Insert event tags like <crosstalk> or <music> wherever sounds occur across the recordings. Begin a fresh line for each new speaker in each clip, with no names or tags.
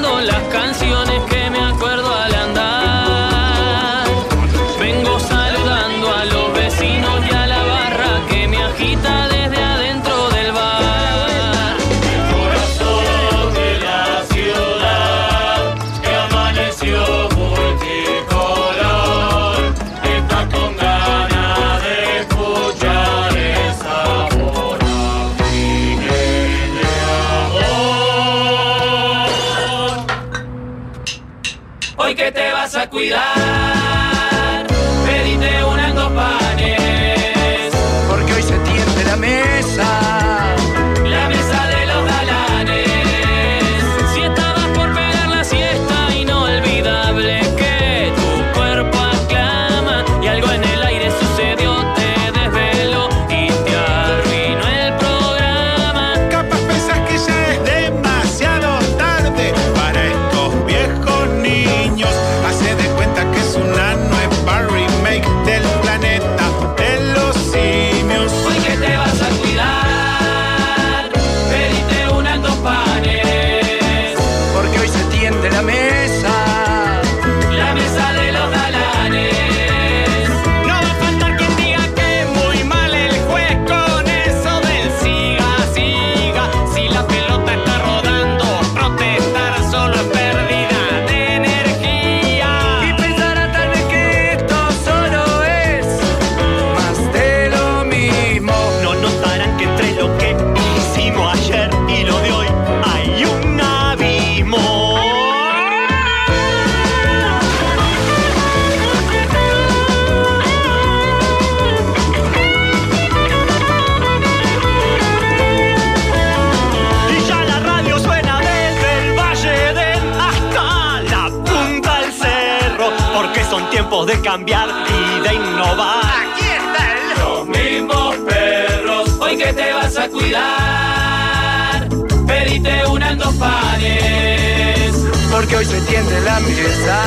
son las canciones que me acuerdo al andar. Vengo saludando a los vecinos y a la barra que me agita desde adentro del bar.
Corazón de la ciudad que amaneció multicolor, está con ganas de escuchar el sabor a Miguel de amor.
Hoy que te vas a cuidar, pedite una en dos panes.
Porque hoy se tiende la mesa.
La mesa de los galanes. Si estabas por pegar la siesta, inolvidable que tu cuerpo aclama. Y algo en el aire sucedió, te desveló y te arruinó el programa.
Capaz pensás que ya es demasiado tarde para estos viejos niños. Hace de cuenta que es una nueva remake del planeta de los simios.
Hoy que te vas a cuidar, pediste una en dos panes.
Porque hoy se tiende la mesa.
La mesa de los galanes. No va a faltar quien diga que muy mal el juez con eso del siga, siga. Si la pelota está rodando, protestar solo es pérdida de
Y
energía.
pensará tal vez que esto solo es más de lo mismo.
No notarán que entre lo que hicimos ayer y lo de hoy hay un abismo. Y ya la radio suena desde el Valle del hasta la punta del cerro, porque son tiempos de cambiar y de innovar.
Los mismos perros
Hoy que te vas a cuidar, pediste una en dos panes.
Porque hoy se tiende la mesa.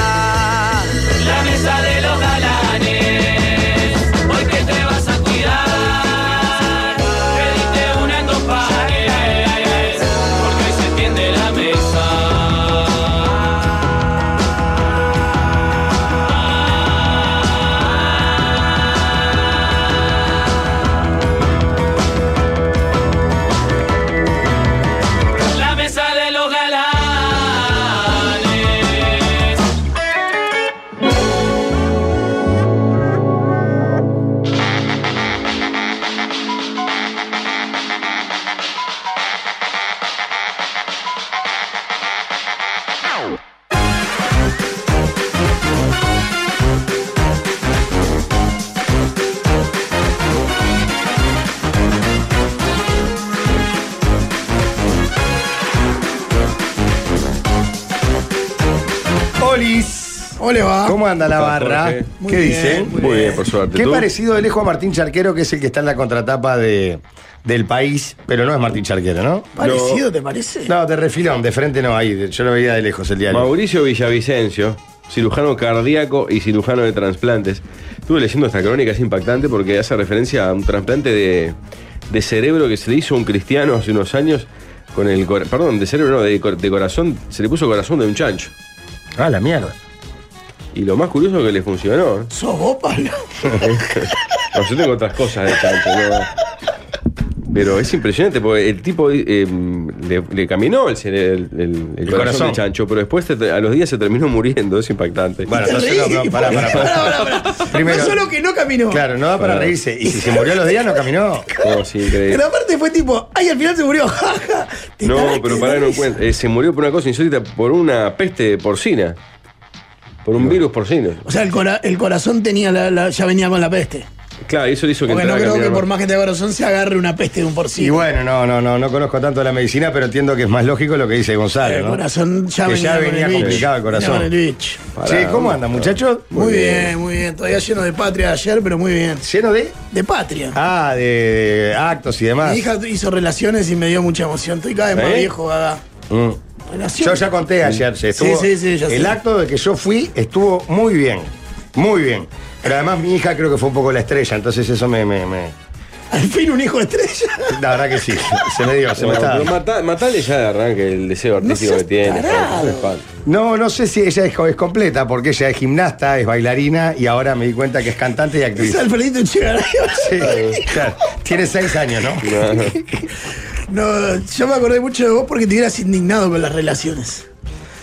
La mesa de los galanes, hoy que te vas a cuidar, pediste una en dos pares, porque hoy se tiende la mesa. La mesa de los galanes.
Olis.
¿Cómo le va?
¿Cómo anda la
¿Cómo estás,
barra?
Jorge?
¿Qué
Ah. Muy bien,
dice?
muy
Muy bien, por suerte.
Qué
¿Tú?
parecido él es Juan Martín Charquero, que es el que está en la contratapa de, del país, pero no es Martín Charquero, ¿no?
¿Parecido, te parece?
No, de refilón, de frente no, ahí, de- yo lo veía de lejos el diario.
Mauricio Villavicencio, cirujano cardíaco y cirujano de trasplantes. Estuve leyendo esta crónica, es impactante porque hace referencia a un trasplante de, de cerebro que se le hizo a un cristiano hace unos años con el cor- perdón, de cerebro no, de, cor- de corazón, se le puso corazón de un chancho.
Ah, la mierda.
Y lo más curioso es que le funcionó. ¿eh?
¿Sos vos, Pablo?
<laughs> No, yo tengo otras cosas de chancho, ¿no? Pero es impresionante porque el tipo eh, le, le caminó el, cere- el- el- el corazón,
corazón.
de chancho, pero después te- a los días se terminó muriendo, es impactante.
Bueno,
Te
no,
reí.
no, no, pará, pará, pará.
Pará, pará, pará.
Primero-
No solo que no caminó.
Claro, no da para
Ah.
reírse. Y si se murió a los días, no caminó.
<laughs> No, sí, increíble.
Pero aparte fue tipo, ay, al final se murió, <laughs> jaja. Te
No,
cagaste
pero
de
para no
risa.
cuenta. eh, se murió por una cosa insólita, por una peste porcina. Por un virus porcino.
O sea, el, cora- el corazón tenía la- la- ya venía con la peste.
Claro, y eso le hizo que
Porque no
entrara a
creo que
caminar
por
más.
más que tenga corazón se agarre una peste de un
Y
porcino.
bueno, no, no, no, no conozco tanto la medicina, pero entiendo que es más lógico lo que dice Gonzalo,
el
¿no?
corazón ya
Que
venía,
ya
con el
venía
bicho,
complicado el corazón.
venía con el bicho.
Che, ¿cómo anda, muchachos?
Muy, bien, muy bien. Todavía lleno de patria ayer, pero muy bien.
¿Lleno de?
De patria.
Ah, de, de actos y demás.
Mi hija hizo relaciones y me dio mucha emoción. Estoy cada vez más
¿Eh?
viejo, gaga.
Mm. Yo
Relaciones.
ya conté ayer, se estuvo-
sí, sí, ya
el
sé.
acto de que yo fui estuvo muy bien, muy bien. Pero además mi hija creo que fue un poco la estrella, entonces eso me, me, me-
Al fin un hijo estrella.
La verdad que sí, <laughs> se me dio, se me
Bueno,
está.
pero mata- matale ya de arranque el deseo artístico
seas
que tiene.
tarado.
no es fan.
No, no sé si ella es, es completa, porque ella es gimnasta, es bailarina y ahora me di cuenta que es cantante y
Es
actriz.
Alfredito Echegaray.
Sí, claro. Tiene seis años, ¿no?
No, no.
No, yo me acordé mucho de vos porque te hubieras indignado con las relaciones.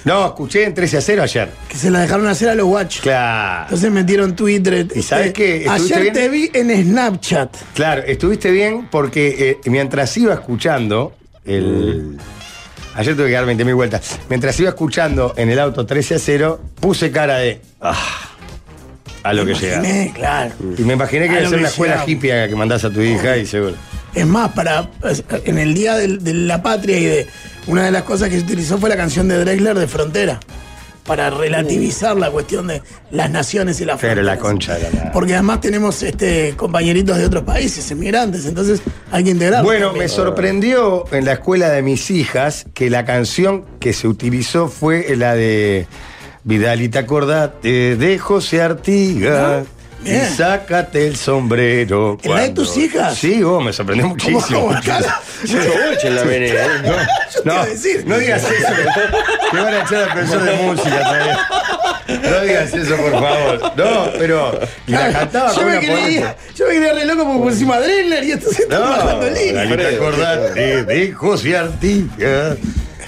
No, escuché en 13 a 0 ayer.
Que se las dejaron hacer a los guachos.
Claro.
Entonces metieron Twitter. eh,
¿Y sabes qué? ¿Estuviste
Ayer
bien?
te vi en Snapchat.
Claro, estuviste bien porque eh, mientras iba escuchando el.
Mm.
Ayer tuve que dar 20.000 vueltas. Mientras iba escuchando en el auto 13 a 0, puse cara de. "Ah", a lo que llegaba.
Imaginé, claro.
Y me imaginé que
A
iba
lo
a ser
que
una escuela
llegaba.
hippie a la que mandás a tu hija y seguro.
Es más, para en el día del- de, la patria y de una de las cosas que se utilizó fue la canción de Drexler de Frontera para relativizar la cuestión de las naciones y las
Pero
fronteras.
la concha de la madre.
Porque además tenemos este compañeritos de otros países, emigrantes, entonces hay que integrar.
Bueno, me sorprendió en la escuela de mis hijas que la canción que se utilizó fue la de Vidal y te acordate de José
Ah,
Artigas. Y
bien.
sácate el sombrero.
¿En la de
cuando-
tus hijas?
Sí, vos, me sorprendió
¿Cómo,
muchísimo.
cómo, cara?
Choboche en la vereda, ¿eh?
Yo te
No,
iba a decir.
no digas eso. que- Que van a echar al profesor de
<laughs>
música también. No digas eso, por favor. No, pero la
Claro,
cantaba
yo,
con
me
una
creía,
potencia.
yo me creía re loco porque por encima Drexler y entonces
No,
estamos bajando línea.
Lalita, acordate de José Artigas.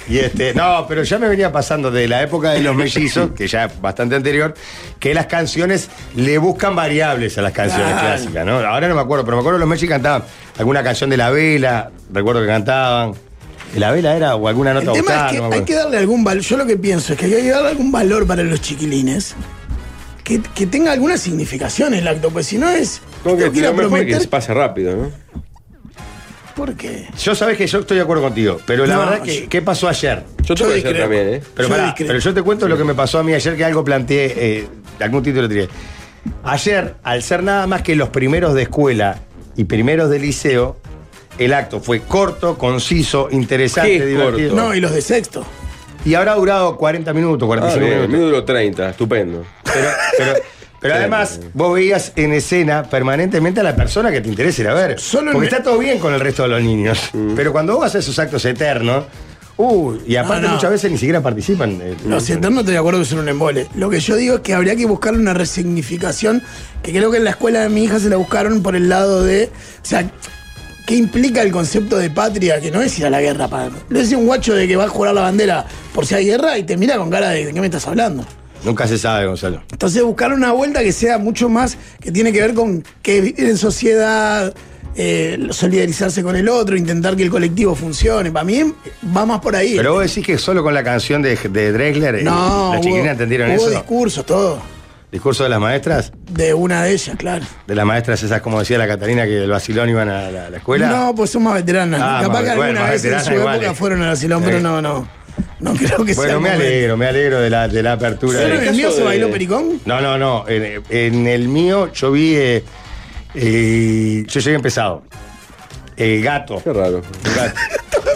Y este, no, pero ya me venía pasando de la época de los mellizos, que ya es bastante anterior, que las canciones le buscan variables a las canciones
Claro.
clásicas, ¿no? Ahora no me acuerdo, pero me acuerdo que los mellizos cantaban alguna canción de la vela, recuerdo que cantaban. ¿De la vela era o alguna
El
nota
tema
gustada?
es que
no pues. me
hay
acuerdo.
que darle algún valor. Yo lo que pienso es que hay que darle algún valor para los chiquilines. Que, que tenga alguna significación el acto, pues si no es.
Como que
tengo que ir
lo
a
mejor es que se
prometer.
pase rápido, ¿no?
¿Por qué?
Yo sabes que yo estoy de acuerdo contigo, pero la
No,
verdad que,
yo-
¿qué pasó ayer?
Yo
Yo
tengo que hacer
discrepo.
también, ¿eh?
Pero,
Yo
pará,
discrepo.
pero yo te cuento lo que me pasó a mí ayer, que algo planteé, eh, algún título tiré. Ayer, al ser nada más que los primeros de escuela y primeros de liceo, el acto fue corto, conciso, interesante,
¿Qué es
divertido.
corto?
No, y los de sexto.
Y habrá durado 40
Ah,
minutos, 45
bien,
minutos.
minuto 30, estupendo.
<laughs>
Pero, pero- pero además, vos veías en escena permanentemente a la persona que te interesa ir a ver.
Solo en Mm.
porque
el-
está todo bien con el resto de los niños. Pero cuando vos haces esos actos eternos, uh, y aparte
No, no.
muchas veces ni siquiera participan. eh,
Los eternos estoy de acuerdo que son un embole. Lo que yo digo es que habría que buscar una resignificación, que creo que en la escuela de mi hija se la buscaron por el lado de. O sea, ¿qué implica el concepto de patria? Que no es ir a la guerra, para. Le dice un guacho de que va a jurar la bandera por si hay guerra y te mira con cara de ¿de qué me estás hablando?
Nunca se sabe, Gonzalo.
Entonces buscar una vuelta que sea mucho más, que tiene que ver con que vivir en sociedad, eh, solidarizarse con el otro, intentar que el colectivo funcione. Para mí va más por ahí.
Pero vos decís que solo con la canción de, de Drexler, eh,
no,
las
hubo-
chiquilinas entendieron
hubo
eso.
discursos, todo.
Discurso de las maestras,
De una de ellas, claro.
de las maestras esas, como decía la Catalina, que del vacilón iban a la, la escuela.
No, pues son más veteranas.
Ah,
Capaz
más-
que
bueno,
alguna
más
vez en
veteranas
su
igual,
época
eh.
fueron <laughs> al asilón, pero
Eh.
no, no. No creo que sea.
bueno,
el
me
momento.
alegro, me alegro de la, de la apertura.
¿Solo
de- Eh,
en el mío se
de-
bailó pericón?
No, no, no. En, en el mío yo vi. eh, eh, yo llegué empezado. Eh, gato.
Qué raro.
Gato.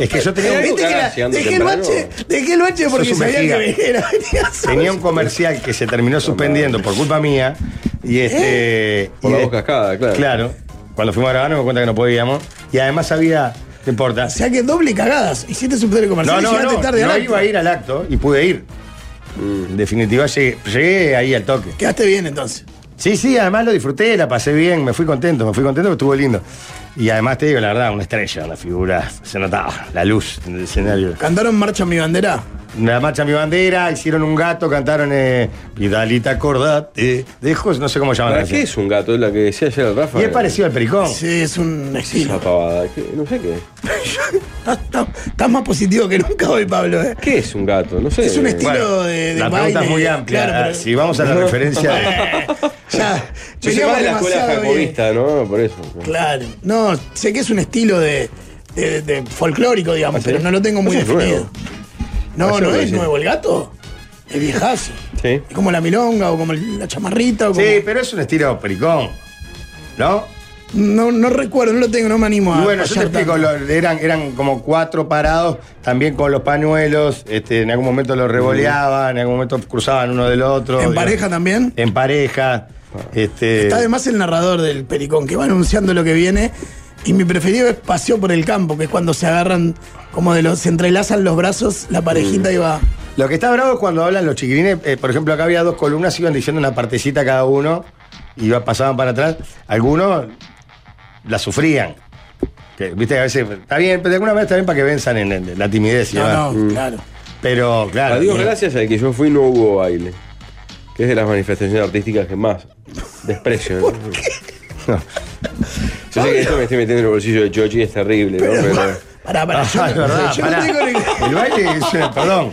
Es que yo tenía,
Pero
un-
viste que la-
Lucas, llegando
dejé el
temprano.
bache, dejé el bache porque
un
sabía que
vejiga.
venía. venía solo.
tenía un comercial que se terminó suspendiendo por culpa mía.
¿Eh?
Y este.
Por
y
la
de-
voz cascada, claro.
Claro. Cuando fuimos a grabar nos dimos cuenta que no podíamos. Y además había. No importa.
O sea que doble cagadas. Hiciste su
No,
comercial y
no,
llegaste
no.
tarde
no
al
iba a
acto.
ir al acto y pude ir. Mm, En definitiva llegué, llegué ahí al toque.
Quedaste bien entonces.
Sí, sí, además lo disfruté, la pasé bien, me fui contento, me fui contento, estuvo lindo. Y además te digo, la verdad, una estrella, una figura, se notaba la luz en el escenario.
¿Cantaron Marcha mi bandera?
La marcha mi bandera, hicieron un gato, cantaron eh, Vidalita acordate, dejo, no sé cómo llaman la
¿Para qué
canción.
es un gato? Es la que decía ayer el Rafa.
Y es parecido al pericón.
Sí, es un
Esa
estilo.
pavada. ¿qué? No sé qué.
Estás estás- estás más positivo que nunca hoy, Pablo. ¿eh?
¿Qué es un gato? No sé.
Es un estilo
Bueno,
de, de
la pregunta
baile,
es muy amplia. Ah,
claro, pero-
Si vamos
<laughs>
a la referencia de.
Ya,
Yo sé más de la escuela
demasiado bien.
jacobista, ¿no? Por eso.
Claro. No, sé que es un estilo de, de- de folclórico, digamos,
¿Ah, sí?
pero no lo tengo muy
Eso es
definido.
nuevo.
No,
Eso
no
es
es
recién.
nuevo el gato. Es viejazo.
Sí.
Es como la milonga o como el- la chamarrita o como...
Sí, pero es un estilo pericón. ¿No?
No, no recuerdo, no lo tengo, no me animo a.
Y bueno,
a
yo te
hallar
explico,
tanto.
lo- eran, eran como cuatro parados, también con los pañuelos, este, en algún momento los revoleaban, en algún momento cruzaban uno del otro.
¿En
digamos.
pareja también?
En pareja. Este,
Eh,
Está además el narrador del Pericón, que va anunciando lo que viene Y mi preferido es Paseo por el Campo, que es cuando se agarran, como de los, se entrelazan los brazos, la
Mm.
parejita y va.
Lo que está bravo es cuando hablan los chiquirines. eh, por ejemplo, acá había dos columnas, iban diciendo una partecita cada uno y va- pasaban para atrás. Algunos la sufrían. Que, Viste que a veces. Está bien, pero de alguna vez está bien para que venzan en, en la timidez. y Mm.
No,
va.
no, claro.
Pero, claro.
Mm.
eh,
A Dios
bien.
gracias al que yo fui no hubo baile. Que es de las manifestaciones artísticas que más desprecio. ¿no? No. Yo sé que esto me estoy metiendo en el bolsillo de Chochi, es terrible, ¿no? Pero,
Pará, pará, yo,
<laughs> Ah, es verdad,
yo no
pará.
tengo ni-
El baile es una- Perdón.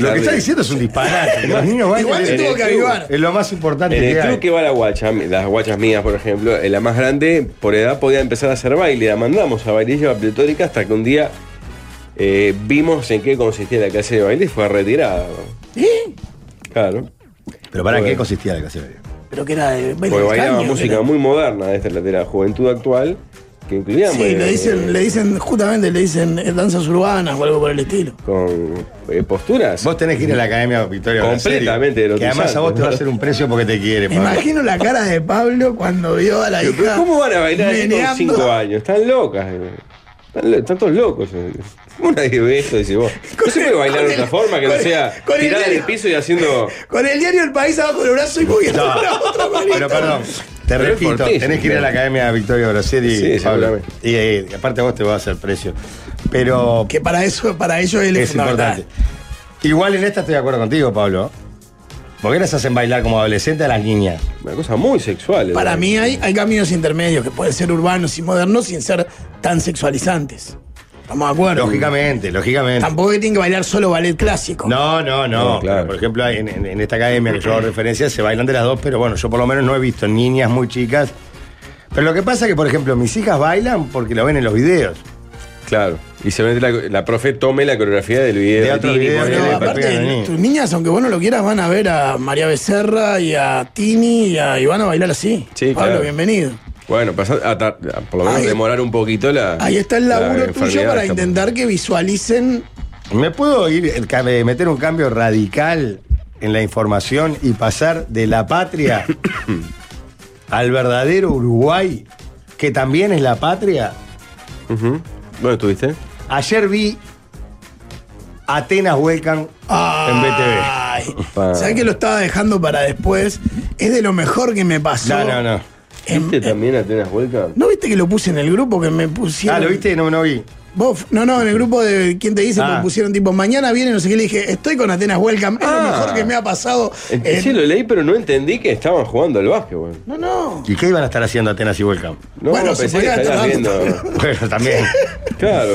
Lo que está diciendo es un disparate. Los niños bailan
Igual te
es-
tuvo que avivar.
Es lo más importante
en el
que hay.
club que va la guacha, las guachas mías, por ejemplo, eh, la más grande, por edad podía empezar a hacer baile. La mandamos a bailar y lleva pletórica hasta que un día eh, vimos en qué consistía la clase de baile y fue retirada.
¿Eh?
Claro.
Pero ¿para
Bueno.
qué consistía la clase de baile?
Pero que era de baile
Porque
de
bailaba
caño,
música
pero-
muy moderna de, esta, de la juventud actual, que incluía
Sí, le dicen, le dicen, justamente le dicen eh, danzas urbanas o algo por el estilo.
con eh, posturas.
Vos tenés que ir a la Academia Victoria Brasserie,
Completamente
Que
erotizante,
además a vos te va a
¿no?
hacer un precio porque te quiere.
Me
Pablo.
imagino la cara de Pablo cuando vio a la
Pero,
hija.
¿Cómo van a bailar así con
meneando.
5 años? Están locas. eh. Están, lo- están todos locos. eh. ¿Cómo nadie ve esto? Dice
<laughs>
vos.
Con
No se
el-
puede bailar
con
de otra
el-
forma que no
con el-
sea
con el
tirada en el
dedo.
piso y
<laughs>
haciendo.
Con el diario El País abajo del brazo y moviendo
No,
la otra manito.
Pero perdón, te
Pero es
repito,
fortísimo,
tenés que ir a la
claro.
Academia Victoria Brasserie,
Sí,
Pablo.
seguramente.
Y, eh, aparte a vos te va a hacer precio. Pero
Que para eso, para ellos él es,
es importante. Igual en esta estoy de acuerdo contigo, Pablo. Porque las hacen bailar como adolescente a las niñas.
Una cosa muy sexual. eh.
Para mí hay, hay caminos intermedios que pueden ser urbanos y modernos sin ser tan sexualizantes. Estamos de acuerdo.
Lógicamente, lógicamente.
Tampoco que tienen que bailar solo ballet clásico.
No, no, no.
No, claro.
Pero, Por ejemplo, en, en- en esta academia que yo hago referencia se bailan de las dos, pero bueno, yo por lo menos no he visto niñas muy chicas. Pero lo que pasa es que, por ejemplo, mis hijas bailan porque lo ven en los videos.
Claro. Y se la, la profe tome la coreografía del video.
De otro
Tini,
video,
ponele,
no,
para-
aparte-
Aparte, Eh, tus niñas, aunque vos no lo quieras, van a ver a María Becerra y a Tini y, a, y van a bailar así.
Sí,
Pablo,
claro.
bienvenido.
Bueno, pasar a tar- a por lo menos
Ahí-
demorar un poquito la.
Ahí está el
la
laburo tuyo
enfermedad
para
esta-
intentar que visualicen.
¿Me puedo ir eh, ca- eh, meter un cambio radical en la información y pasar de la
<coughs>
patria al verdadero Uruguay, que también es la patria?
Ujú. ¿Dónde estuviste?
Ayer vi Atenas Huelcan en
Ah.
BTV. Ah.
Pa.
¿Sabes Ah, que lo estaba dejando para después? Es de lo mejor que me pasó.
Ah, No, no, no.
En-
¿Viste
en-
también Atenas Huelca?
¿No viste que lo puse en el grupo que me pusieron?
Ah, ¿lo viste? No, no vi.
Vos, no, no, en el grupo de quién te dice,
Ah.
me pusieron tipo, mañana viene, no sé qué, le dije, estoy con Atenas Welcome, es lo
Ah.
mejor que me ha pasado. en-
Sí, lo leí, pero no entendí que estaban jugando al básquetbol.
No, no.
¿Y qué iban a estar haciendo Atenas y Huelcan?
No,
Bueno, se
pensé que
podía
estarías
tomar-
viendo.
Bueno, también.
Claro,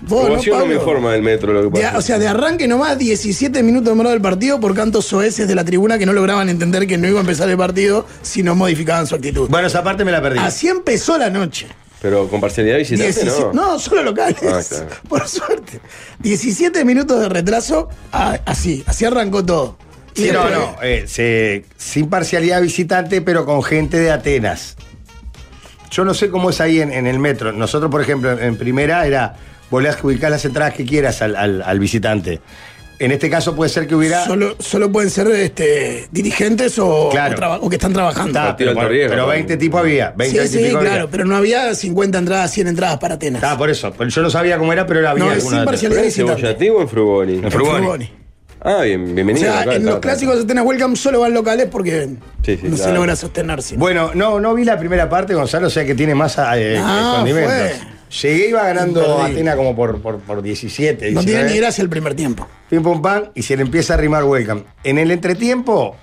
Vos,
como
¿no,
yo no me
Pablo?
informa del metro lo que
De-
pasa.
o sea, de arranque nomás, 17 minutos menos del partido por cantos soeces de la tribuna que no lograban entender que no iba a empezar el partido si no modificaban su actitud.
Bueno, esa parte me la perdí.
Así empezó la noche.
Pero con parcialidad visitante,
17
¿no?
no. solo locales.
Ah, claro.
<laughs> Por suerte. 17 minutos de retraso, ah, así, así arrancó todo.
Sí, no, no. eh, se- sin parcialidad visitante, pero con gente de Atenas. Yo no sé cómo es ahí en, en el metro. Nosotros, por ejemplo, en, en primera era volver a ubicar las entradas que quieras al, al- al visitante. En este caso puede ser que hubiera.
Solo, solo pueden ser este, dirigentes o,
Claro.
o traba- o que están trabajando.
Está,
Partido
pero,
alto riesgo,
pero
¿no?
20 tipos había. 20,
sí,
20 y
sí,
pico había.
claro, pero no había 50 entradas, 100 entradas para Atenas.
Está, Ah, por eso. Pero Yo no sabía cómo era, pero había
No, es
alguna
sin
de Atenas.
parcialidad.
¿Pero en Cebollatí o en Frugoni?
En
En
Frugoni.
Frugoni.
Ah, bien,
O
bienvenido.
sea,
acá
en
está,
los
está.
clásicos de Atenas Welcome solo van locales porque
Sí, sí,
no se
claro.
logra sostenerse.
Bueno, no, no vi la primera parte, Gonzalo, o sea que tiene más eh,
Ah,
condimentos. Llegué, iba ganando
Imperdible.
Atena como por, por, por 17.
no
19.
tiene ni gracia el primer tiempo.
Pim pum pam, y se le empieza a rimar welcome. En el entretiempo,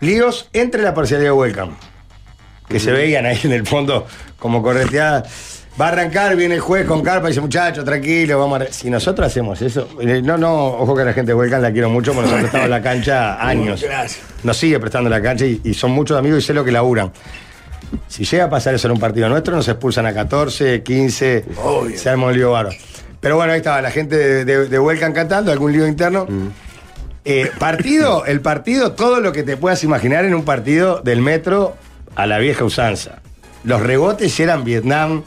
líos entre la parcialidad de welcome. Que se veían ahí en el fondo como correteada. Va a arrancar, viene el juez con carpa y dice, muchachos, tranquilo, vamos a... arran-". Si nosotros hacemos eso, eh, no, no, ojo que a la gente de Welcome la quiero mucho, porque nosotros estamos en
<laughs>
la cancha años.
Gracias.
Nos sigue prestando la cancha y, y son muchos amigos y sé lo que laburan. Si llega a pasar eso en un partido nuestro, nos expulsan a 14, 15,
Obvio.
se arma un lío bárbaro. Pero bueno, ahí estaba la gente de, de, de Huelcan cantando, algún lío interno. Eh,
<coughs>
partido, el partido, todo lo que te puedas imaginar en un partido del metro a la vieja usanza. Los rebotes eran Vietnam,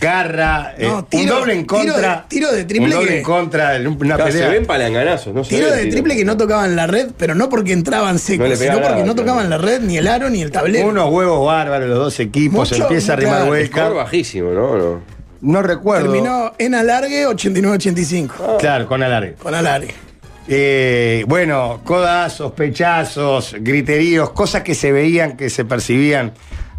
garra, eh,
No, tiro-
un doble en
tiro de-
contra.
tiro de triple
Un doble
que-
en contra, en una
Claro, se
pelea.
ven palanganazos, no se
Tiro
ve el
de
tiro.
triple que no tocaban la red, pero no porque entraban secos,
No le
sino
pegaba
porque
nada,
no
claro.
tocaban la red, ni el aro, ni el tablero.
Unos huevos bárbaros, los dos equipos.
Mucho-
empieza a rimar
claro,
Score
hueca.
bajísimo, ¿no? No.
No recuerdo.
Terminó en alargue 89-85.
Claro, con alargue.
Oh. Con alargue.
Eh, bueno, codazos, pechazos, griteríos, cosas que se veían, que se percibían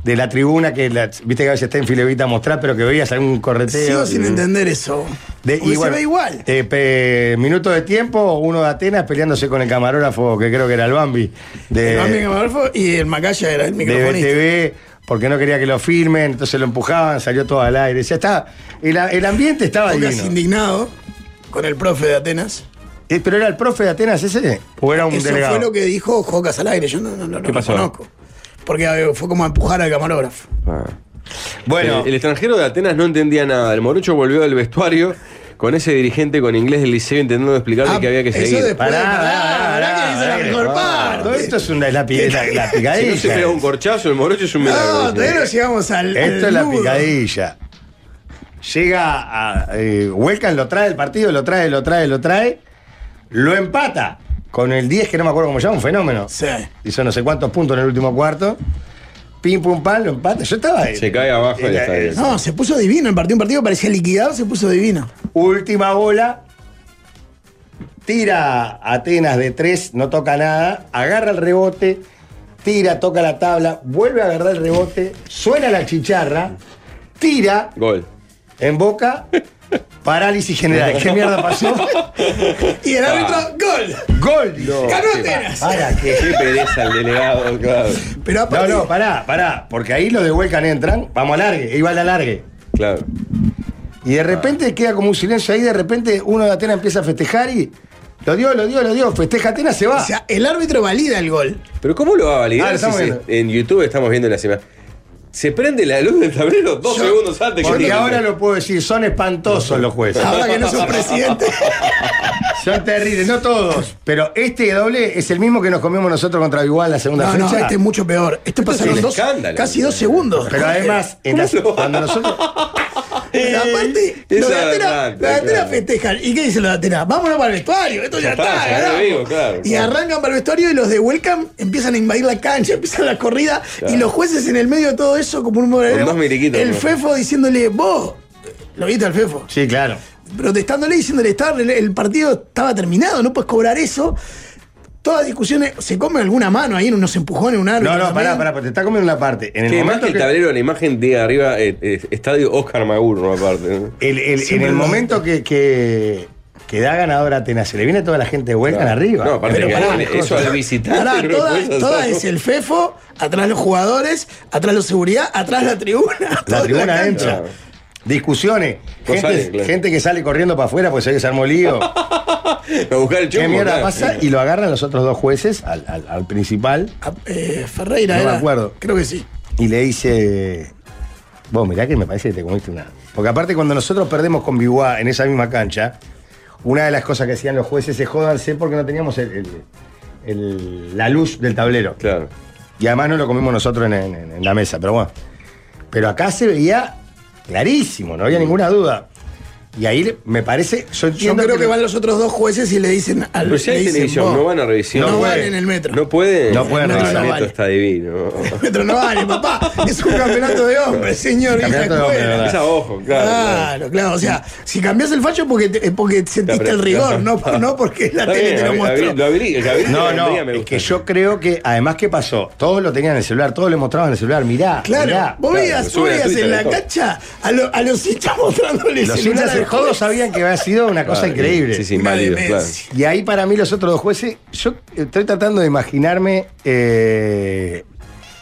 de la tribuna, que la- viste que a veces está en filevita a mostrar, pero que veías algún correteo.
Sigo sin entender eso.
De-
Porque
y bueno,
se ve igual.
eh, pe- minutos de tiempo, uno de Atenas peleándose con el camarógrafo, que creo que era el Bambi, de,
El Bambi Camarógrafo y el Macaya era el
de
microfonista.
BTV, porque no quería que lo firmen, entonces lo empujaban, salió todo al aire. Ya está, el, a- el ambiente estaba
Pocas
divino.
indignado con el profe de Atenas.
Eh, ¿Pero era el profe de Atenas ese? ¿O era un
Eso
delegado?
fue lo que dijo Jocas al aire. Yo no, no- no lo
¿Qué pasó?
conozco. Porque eh, fue como a empujar al camarógrafo.
Ah.
Bueno,
El, el extranjero de Atenas no entendía nada. El morocho volvió del vestuario con ese dirigente con inglés del liceo intentando explicarle
Ah,
que había que
eso
seguir.
después.
Pará,
Pará,
pará,
pará,
pará,
que dice la
pará.
mejor
Ah,
parte.
Todo esto es una, la, pi- la- <laughs> la
Si
picadilla.
no se pega un corchazo, el morocho es un milagro.
No, todavía no llegamos al.
esto
al
es la
nudo.
picadilla. Llega a. eh, Huelcan lo trae el partido, lo trae, lo trae, lo trae. Lo empata con el 10, que no me acuerdo cómo se llama, un fenómeno.
Sí.
Hizo no sé cuántos puntos en el último cuarto. Pim, pum, pam, lo empata. Yo estaba ahí.
Se cae abajo del
Eh,
estadio.
No, se puso divino. El partido, un partido parecía liquidado, se puso divino.
Última bola. Tira Atenas de tres, no toca nada. Agarra el rebote. Tira, toca la tabla. Vuelve a agarrar el rebote. Suena la chicharra. Tira
Gol.
en <laughs> boca. Parálisis general. ¿Qué mierda <laughs> pasó?
Y
Ah.
el árbitro, gol.
Gol. dice.
No,
Ganó
qué
Atenas.
Para
Qué
que.
pereza el delegado, claro.
Pero
No,
aparte,
no, pará, pará. Porque ahí los de Huelcan entran. Vamos a largue. Iba al alargue.
Claro.
Y de repente queda como un silencio ahí. De repente uno de Atenas empieza a festejar y. Lo dio, lo dio, lo dio. Festeja Atenas, se va.
o sea, el árbitro valida el gol.
Pero ¿cómo lo va a
Ah,
validar
lo
si
estamos
se-
viendo.
en YouTube estamos viendo las imágenes? Se prende la luz del <laughs> tablero dos
Yo-
segundos antes que
Porque
termine.
ahora lo puedo decir, son espantosos los jueces.
Ahora
<laughs>
que no sos presidente.
Son terribles, no todos. Pero este doble es el mismo que nos comimos nosotros contra Igual la segunda
No, no,
fecha.
este es mucho peor. Este pasaron
un
dos,
escándalo.
casi dos segundos.
Pero además, en la- cuando nosotros.
<laughs> Pero aparte,
Esa
los de
es
Atenas
verdad,
los de Atenas
claro.
festejan. ¿Y qué dicen los de Atenas? Vámonos para el vestuario, <laughs> esto ya
Ya
está.
está, ya
ganamos.
lo digo, claro,
y
claro.
arrancan para el vestuario y los de Welcome empiezan a invadir la cancha, <laughs> empiezan la corrida. Y los jueces en el medio de todo eso, como un
Con dos miliquitos,
El
¿no?
Fefo diciéndole, vos, lo viste al Fefo,
Sí, claro.
protestándole, diciéndole, está, el, el partido estaba terminado, no puedes cobrar eso. Todas discusiones, se come alguna mano ahí en unos empujones, un árbitro.
No, no, pará,
también.
pará, porque te está comiendo una parte. En el
Que más
momento
que el
que-
tablero, la imagen de arriba, eh, eh, estadio Oscar Magurno, aparte. ¿no?
el- el- en
Siempre
el
lo-
momento que, que, que da ganador Atenas, se le viene toda la gente de Huelcan
Claro.
arriba.
No, aparte
Pero
que
pará,
el-
las
eso
cosas.
al visitante.
Pará,
no lo
toda,
puedes hacer.
toda es el FEFO, atrás los jugadores, atrás la seguridad, atrás la tribuna. <laughs>
La
toda
tribuna
cancha.
entra.
Claro.
Discusiones.
No
Gente,
sale, claro.
gente que sale corriendo para afuera porque se ve que se
<laughs>
armó lío.
A buscar el
¿Qué
chumbo,
mierda
claro.
pasa? Y lo agarran los otros dos jueces, al, al- al principal,
Ah,
A- eh, Ferreira
No me
era.
acuerdo.
Creo que sí.
y le dice. Vos, mirá que me parece que te comiste una. Porque aparte, cuando nosotros perdemos con Biwa en esa misma cancha, una de las cosas que hacían los jueces es jodarse porque no teníamos el- el- el- la luz del tablero.
Claro.
Y además no lo comimos nosotros en, en- en la mesa, pero bueno. Pero acá se veía clarísimo, no había ninguna duda. Y ahí le- me parece.
Yo
Yo entiendo
creo que
lo-
van los otros dos jueces y le dicen al.
Pero si
le
hay
dicen,
televisión,
"Vos,
no van a revisión.
No,
No
van
puede.
en el metro.
No pueden.
No pueden
Ah,
revisar.
el
No
metro
vale.
está divino.
<laughs> El metro no vale, papá. Es un campeonato de hombres, señor.
Campeonato de
vieja
hombres,
escuela.
¿verdad?
Es a ojo, claro.
Claro, claro. O sea, si cambiás el fallo porque, te- porque sentiste
Claro,
el rigor,
claro. <laughs>
no,
<laughs>
no porque la
Está
tele
bien,
te lo
habi-
mostró.
habi- lo habili- que habilite
No,
la
no,
teoría me
es
gusta.
que yo creo que, además, ¿qué pasó? Todos lo tenían en el celular, todos le mostraban en el celular, mirá,
Claro,
mirá.
vos
claro,
veías,
lo suben
vos
a
veías
Twitter,
en
a
la
todo.
cancha a, lo- a los hinchas mostrándoles
Los hinchas del juego sabían que había sido una cosa
Claro,
increíble.
Ah, Sí, sí, válido, claro.
Y ahí para mí los otros dos jueces, yo estoy tratando de imaginarme eh,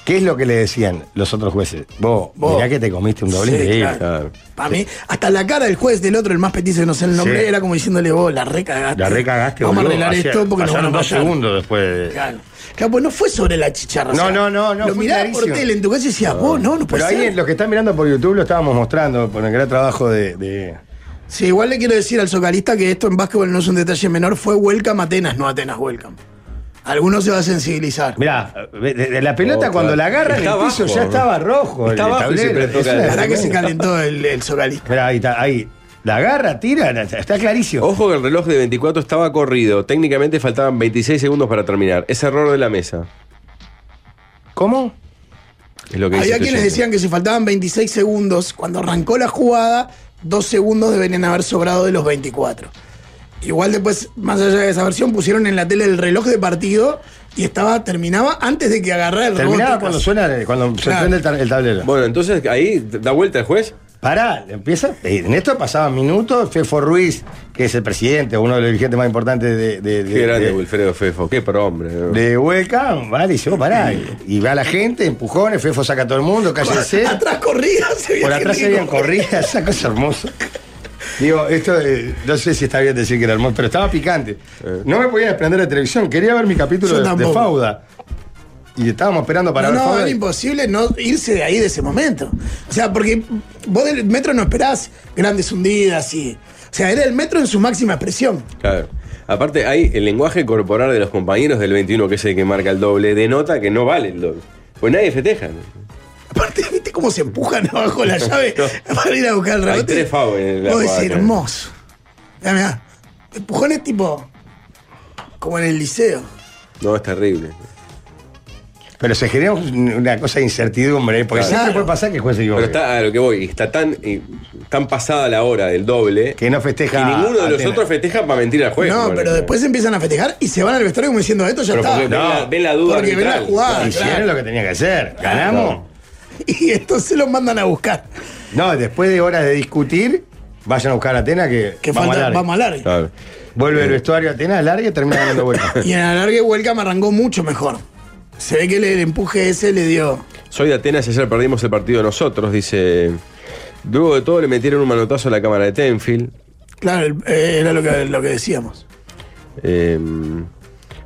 qué es lo que le decían los otros jueces. Vos,
Vos.
mirá que te comiste un doble
Sí,
increíble.
claro.
Claro.
Para mí, hasta la cara del juez del otro, el más petizo que no sé el nombre,
Sí.
era como diciéndole, vos la recagaste.
La recagaste,
Vamos a
boludo.
arreglar
Hacía-
esto porque nos van a
pasaron dos
pasar.
segundos después de-
Claro. Claro, pues no fue sobre la chicharra. o
No,
sea,
no, no, no,
Lo
fue
mirabas por
clarísimo.
tele en tu casa y decías, vos no, no puede
Pero ahí
ser.
en- los que están mirando por YouTube lo estábamos mostrando por el gran trabajo de. de-
Sí, igual le quiero decir al socalista que esto en básquetbol no es un detalle menor, fue Welcome Atenas, no Atenas Welcome. Alguno se va a sensibilizar.
Mirá, de- de la pelota
Oh,
cuando
claro.
la agarra en
Está
el piso
abajo.
ya estaba rojo.
Está
el
abajo y siempre toca
tablero. Es una
de-
La verdad que se
tremenda.
calentó el, el socalista.
Mirá, ahí está, ahí. La agarra, tira, está clarísimo.
Ojo que el reloj de 24 estaba corrido. Técnicamente faltaban 26 segundos para terminar. Es error de la mesa.
¿Cómo?
Es lo que dice este
Había
tu
quienes
oyente.
decían que si faltaban 26 segundos, cuando arrancó la jugada, dos segundos deberían haber sobrado de los 24. Igual después, más allá de esa versión, pusieron en la tele el reloj de partido y estaba terminaba antes de que agarrara el
Terminaba
rebote,
cuando
casi.
suena, eh, cuando se
Claro.
prende el, ta- el tablero.
Bueno, entonces ahí da vuelta el juez.
Pará, empieza. eh, En esto pasaban minutos. Fefo Ruiz, que es el presidente, uno de los dirigentes más importantes de, de,
Qué
de-
grande,
de-
Wilfredo Fefo. Qué pro hombre. ¿no?
de Huelca, vale, y yo, pará. Y, y va la gente, empujones, Fefo saca a todo el mundo, cállense.
<laughs> Atrás corría, se veía
Por
gente
atrás se
que
habían
corría. <laughs>
corridas, esa cosa hermosa. Digo, esto, eh, no sé si está bien decir que era hermoso, pero estaba picante. No me podía desprender de televisión, quería ver mi capítulo
Yo
de- de,
tampoco.
Fauda. Y estábamos esperando para
no,
ver
no,
Fauda.
era imposible no irse de ahí de ese momento. O sea, porque vos del metro no esperás grandes hundidas y. O sea, era el metro en su máxima expresión.
Claro. Aparte, hay el lenguaje corporal de los compañeros del 21, que es el que marca el doble, denota que no vale el doble. Pues nadie festeja. ¿no?
Aparte, ¿viste cómo se empujan abajo
<laughs>
la llave
<laughs> No.
para ir a buscar el
Hay
rebote?
tres fouls en la
Vos decís,
jugada, ¿no?
hermoso. Mirá, mirá. Empujones tipo. Como en el liceo.
No, es terrible.
Pero se genera un- una cosa de incertidumbre, ¿eh? porque
Claro.
siempre puede pasar que el juez se equivoque.
Pero está a lo que voy, está tan, eh, tan pasada la hora del doble
Que no festeja
que ninguno de los
Atenas.
otros festeja para mentir al juez.
no,
Bueno,
pero después empiezan a festejar y se van al vestuario como diciendo, esto ya
Pero
está.
porque ven la- ven la duda
Porque ven la
arbitral.
jugada.
Hicieron
claro.
lo que tenía que hacer. Ganamos.
<laughs> Y entonces los mandan a buscar.
No, después de horas de discutir, vayan a buscar a Atena que,
Que
vamos,
falta,
al largue.
vamos a largue.
Claro.
Vuelve el vestuario a Atena, larga y termina dando vuelta.
<laughs> Y en alargue huelga me arrancó mucho mejor. Se ve que el, el empuje ese le dio.
Soy de Atenas, ayer perdimos el partido nosotros, dice. Luego de todo le metieron un manotazo a la cámara de Tenfield.
Claro, el- eh, era lo que, lo que decíamos.
Eh,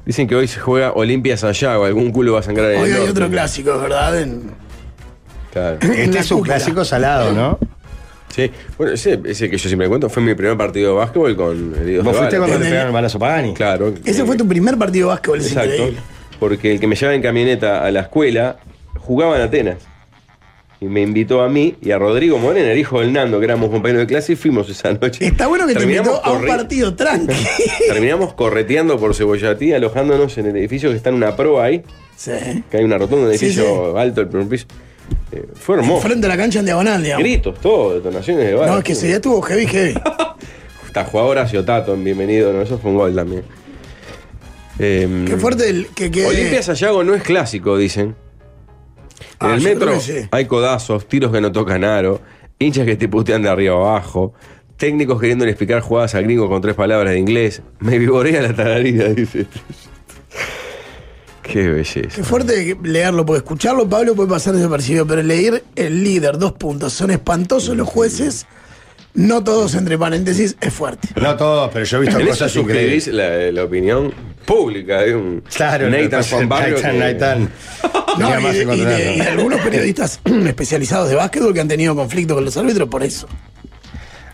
dicen que hoy se juega Olimpia Santiago, algún culo va a sangrar en
Hoy
el
hay
norte.
otro clásico, ¿verdad? En-
Claro.
este
La
es un
cúpula.
clásico salado, ¿no?
Sí, bueno, ese, ese que yo siempre cuento fue mi primer partido de básquetbol con heridos
Vos
de
fuiste
bala.
cuando le
Tenés-
pegaron el balazo a Pagani.
Claro.
Ese fue tu primer partido de básquetbol, es
Exacto.
increíble.
Porque el que me llevaba en camioneta a la escuela jugaba en Atenas. Y me invitó a mí y a Rodrigo Morena, el hijo del Nando, que éramos compañeros de clase, y fuimos esa noche.
Está bueno que te
Terminamos
invitó a un
corri-
partido tranqui.
<laughs> Terminamos correteando por Cebollatí, alojándonos en el edificio que está en una proa ahí,
sí.
que hay una rotonda, un
Sí,
edificio
sí.
alto, el primer piso. Eh, fue hermoso.
Frente a la cancha en diagonal, digamos.
Gritos, todo, detonaciones de balas.
No, es que ese día estuvo heavy,
<laughs>
heavy.
Está jugado Horacio Tato, en bienvenido, ¿no? Eso fue un gol también. Em,
Qué fuerte el que. que
Olimpia Sayago no es clásico, dicen. En
Ah,
el
yo
metro
creo que sí.
hay codazos, tiros que no tocan aro, hinchas que te putean de arriba abajo, técnicos queriéndole explicar jugadas al gringo con tres palabras de inglés. Me vivorea la tararida, dice. Qué belleza.
Qué fuerte leerlo, porque escucharlo, Pablo, puede pasar desapercibido, pero leer el líder, dos puntos, son espantosos los jueces, no todos entre paréntesis, es fuerte.
No todos, pero yo he visto
En eso
cosas
suscribís la,
increíbles.
la opinión pública de un
Claro,
Nathan Juan Barrio.
Naitan,
que- <laughs>
Naitan.
No,
Tenía más
y, de- y
encontrado.
de- y de algunos periodistas
<coughs>
especializados de básquetbol que han tenido conflicto con los árbitros por eso.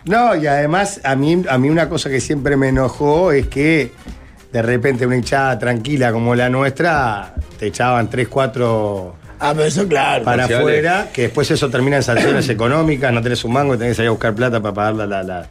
No, y además a mí, a mí una cosa que siempre me enojó es que de repente una hinchada tranquila como la nuestra te echaban 3, 4
Ah, pero eso claro.
para
Parciales.
afuera, que después eso termina
<clears throat>
en sanciones económicas, no tenés un mango, tenés que salir a buscar plata para pagar la- la- la-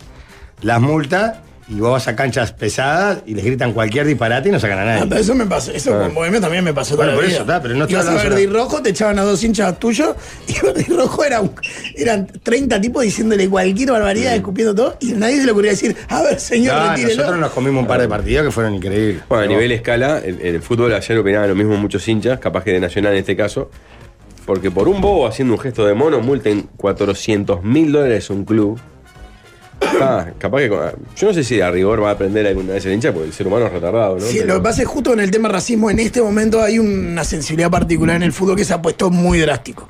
las multas, y vos vas a canchas pesadas y les gritan cualquier disparate y no sacan a
Ah, pero
nadie.
eso me pasó, eso con Bohemio también me pasó
Bueno,
toda la
por
vida.
eso está, pero no estoy
Ibas a
hablando
verde y
solo-
rojo, te echaban a dos hinchas tuyos, <laughs> y verde y rojo era un- eran 30 tipos diciéndole cualquier barbaridad, escupiendo todo, y a nadie se le ocurría decir, a ver, señor,
No,
retírelo.
Ah, nosotros nos comimos un par de partidos que fueron increíbles.
Bueno, a
Pero
nivel escala, en, en el fútbol ayer opinaban lo mismo muchos hinchas, capaz que de Nacional en este caso, porque por un bobo haciendo un gesto de mono multen 400 mil dólares a un club. Está, capaz que. con- Yo no sé si a rigor va a aprender alguna vez el hincha, porque el ser humano es retardado, ¿no?
Sí,
Pero-
lo que pasa es justo en el tema racismo, en este momento hay una sensibilidad particular en el fútbol que se ha puesto muy drástico.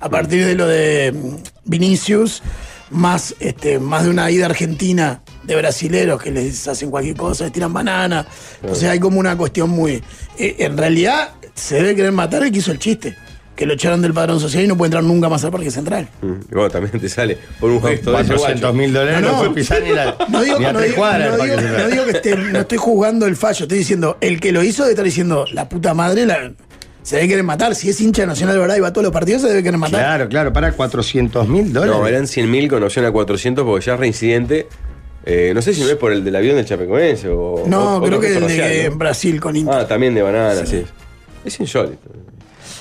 A partir de lo de mm, Vinicius, más, este, más de una ida argentina de brasileros que les hacen cualquier cosa, les tiran banana. Entonces hay como una cuestión muy. eh, en realidad se debe querer matar el que hizo el chiste. que lo echaron del padrón social y no puede entrar nunca más al Parque Central.
Mm, y bueno, también te sale por un gesto de ese guacho.
400 mil dólares no,
Ah, No, no.
fue pisar ni, la,
No digo,
ni a
no
tres
digo-
cuadras.
no
del Parque
digo-
Central.
no digo que esté- no estoy juzgando el fallo, estoy diciendo, el que lo hizo debe estar diciendo, la puta madre, la- se debe querer matar. Si es hincha de nacional de verdad y va a todos los partidos, se debe querer matar.
Claro, claro, para 400 mil dólares.
No, eran 100.000 con opción a 400 porque ya es reincidente. Eh, no sé si no es por el del avión del Chapecoense o. o-
No,
otro
creo que
gesto
el de
racial,
que
¿no?
en Brasil con Inter.
Ah, también de banana, sí. Es insólito.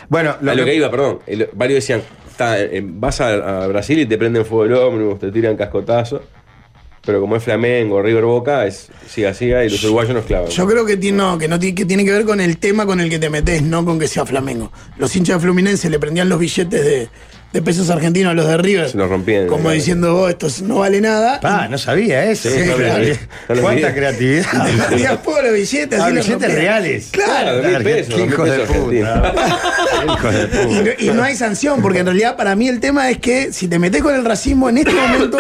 Bueno,
A lo que iba, perdón. el- varios decían, "Ta, eh, vas a, a Brasil y te prenden fuego el ómnibus, te tiran cascotazo. Pero como es Flamengo, River Boca, es siga, siga y los uruguayos nos clavan.
Yo creo que tiene, no, que no ti- que tiene que ver con el tema con el que te metes, no con que sea Flamengo. Los hinchas de Fluminense le prendían los billetes de, de pesos argentinos a los de River.
Se los rompían.
Como
Claro.
diciendo, vos, esto no vale nada.
Pa, no sabía eso.
Sí,
Qué
no lo
creatividad.
vi. No lo
Cuánta
vi.
Y <laughs> te metías
creatividad.
por los billetes.
Ah,
así los
billetes
rompías.
reales.
Claro.
Claro, mil pesos,
Qué
mil
hijos de
pesos
puta. Hijos
<laughs>
de
Y
puta.
no, y no hay sanción, porque en realidad para mí el tema es que si te metes con el racismo en este momento,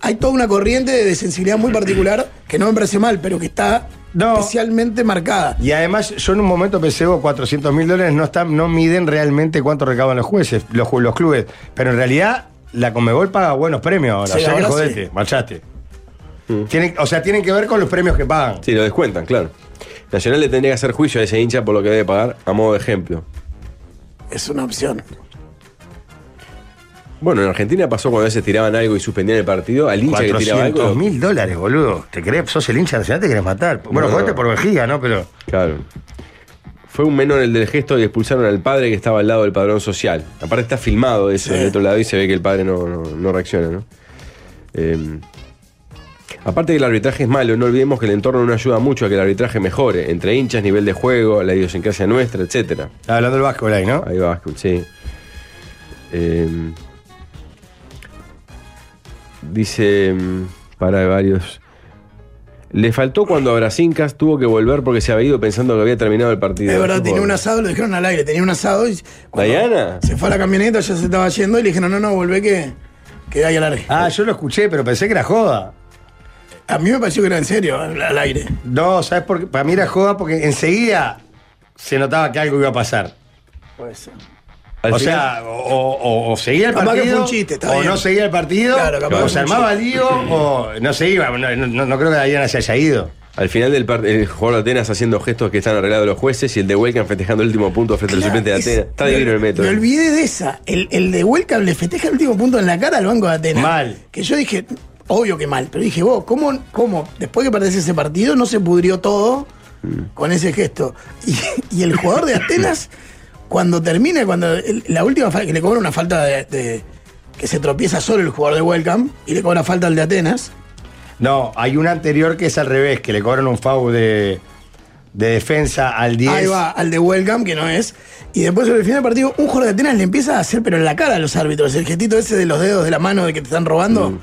hay toda una corriente de sensibilidad muy particular que no me parece mal, pero que está
No.
especialmente marcada.
Y además, yo en un momento pensé, vos, 400 mil dólares no, están, no miden realmente cuánto recaudan los jueces, los, ju- los clubes. Pero en realidad, la Comebol paga buenos premios ahora.
Sí,
o sea que
ahora
jodete,
sí.
marchaste. Tienen- o sea, tienen que ver con los premios que pagan.
Mm. Sí, lo descuentan, claro. Nacional le tendría que hacer juicio a ese hincha por lo que debe pagar, a modo de ejemplo.
Es una opción.
Bueno, en Argentina pasó cuando a veces tiraban algo y suspendían el partido, al hincha que tiraba
400
algo.
mil dólares, boludo. ¿Te crees? ¿Sos el hincha nacional? ¿Te querés matar? Bueno,
No.
jodete por vejiga, ¿no? Pero.
Claro. Fue un menor el del gesto y expulsaron al padre que estaba al lado del padrón social. Aparte está filmado eso
Sí.
del otro lado y se ve que el padre no, no- no reacciona, ¿no? Eh, aparte que el arbitraje es malo, no olvidemos que el entorno no ayuda mucho a que el arbitraje mejore, entre hinchas, nivel de juego, la idiosincrasia nuestra, etcétera.
Hablando del básquetbol ahí, ¿no?
Ahí va, sí. Eh, dice, mm, para de varios. Le faltó cuando Abrasincas tuvo que volver porque se había ido pensando que había terminado el partido.
Es verdad,
Tipo,
tenía un asado, lo dijeron al aire, tenía un asado y cuando
¿Dayana?
se fue a la camioneta, ya se estaba yendo y le dijeron, no, no, volvé que, que hay al aire.
Ah, yo lo escuché, pero pensé que era joda.
A mí me pareció que era en serio, al, al aire.
No, ¿sabes por qué? Para mí era joda porque enseguida se notaba que algo iba a pasar.
Puede ser.
al
o
final-
sea, o, o- o seguía el
Capaz
partido.
que fue un chiste, está
o
bien.
no seguía el partido.
Claro, capaz
o
que
se
fue un
armaba lío, o no se iba. No, no- no creo que Dayana se haya ido.
al final del partido, el jugador de Atenas haciendo gestos que están arreglados los jueces y el de Huelcan festejando el último punto frente al suplente de
es-
Atenas. Está
me-
divino el método.
Me olvidé de esa. El, el de Welcome le festeja el último punto en la cara al Banco de Atenas.
Mal.
Que yo dije, obvio que mal, pero dije, vos, ¿cómo, cómo después que perdés ese partido no se pudrió todo
Mm.
con ese gesto? Y, y el jugador
<laughs>
de Atenas, cuando termina, cuando el- la última falta, que le cobra una falta de, de- que se tropieza solo el jugador de Welcome y le cobra falta al de Atenas.
No, hay una anterior que es al revés, que le cobran un foul de, de defensa al 10.
Ahí va, al de Welcome, que no es. Y después sobre el final del partido, un jugador de Atenas le empieza a hacer, pero en la cara a los árbitros. El gestito ese de los dedos de la mano de que te están robando.
Mm.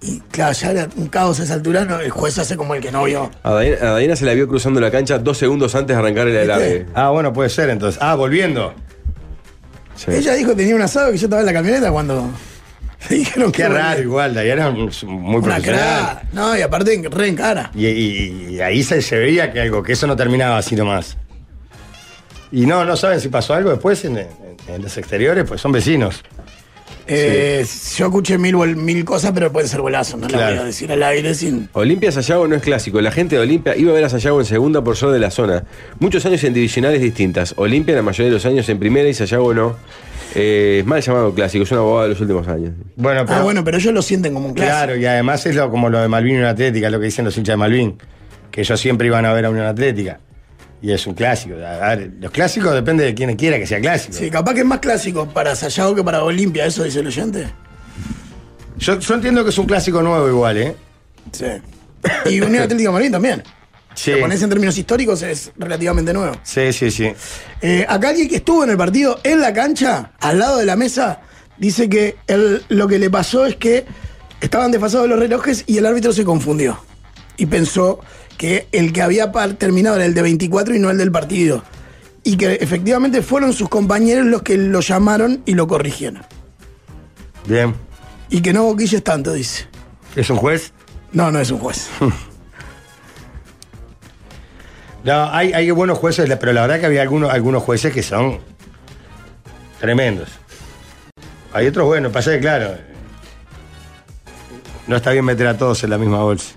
Y claro, ya era un caos a esa altura. no, el juez hace como el que no vio.
A Dayana, a Dayana se la vio cruzando la cancha dos segundos antes de arrancar el alargue.
Ah, bueno, puede ser entonces. Ah, volviendo.
Sí.
Ella dijo que tenía un asado que yo estaba en la camioneta cuando <laughs> le dijeron
Qué
que-
raro igual, Dayana es muy
Una
profesional.
cara. No, y aparte re en cara.
Y, y- y ahí se, se veía que algo, que eso no terminaba así nomás. Y no, no saben si pasó algo después en, en- en los exteriores, pues son vecinos.
Eh, Yo escuché mil, vol- mil cosas, pero pueden ser golazos. No
Claro.
la voy a decir al aire sin.
Olimpia Sayago no es clásico. La gente de Olimpia iba a ver a Sayago en segunda por ser de la zona. Muchos años en divisionales distintas. Olimpia la mayoría de los años en primera y Sayago no. Eh, es mal llamado clásico, es una bobada de los últimos años.
Bueno, pero,
Ah, bueno, pero ellos lo sienten como un clásico.
claro, y además es lo, como lo de Malvin y Unión Atlética, es lo que dicen los hinchas de Malvin, que ellos siempre iban a ver a Unión Atlética. Y es un clásico. A ver, los clásicos depende de quien quiera que sea clásico.
Sí, capaz que es más clásico para Sayago que para Olimpia, eso dice el oyente.
Yo, yo entiendo que es un clásico nuevo igual, ¿eh?
Sí. Y
<laughs>
Unión Atlética Marín también.
Sí.
Lo pones en términos históricos, es relativamente nuevo.
Sí, sí, sí.
Eh, acá alguien que estuvo en el partido, en la cancha, al lado de la mesa, dice que él- lo que le pasó es que estaban desfasados los relojes y el árbitro se confundió. Y pensó que el que había par- terminado era el de 24 y no el del partido. Y que efectivamente fueron sus compañeros los que lo llamaron y lo corrigieron.
Bien.
Y que no boquilles tanto, dice.
¿Es un juez?
No, no es un
<laughs>
juez.
No, hay, hay buenos jueces, pero la verdad que había algunos, algunos jueces que son Tremendos. Hay otros buenos, pasa que claro. No está bien meter a todos en la misma bolsa.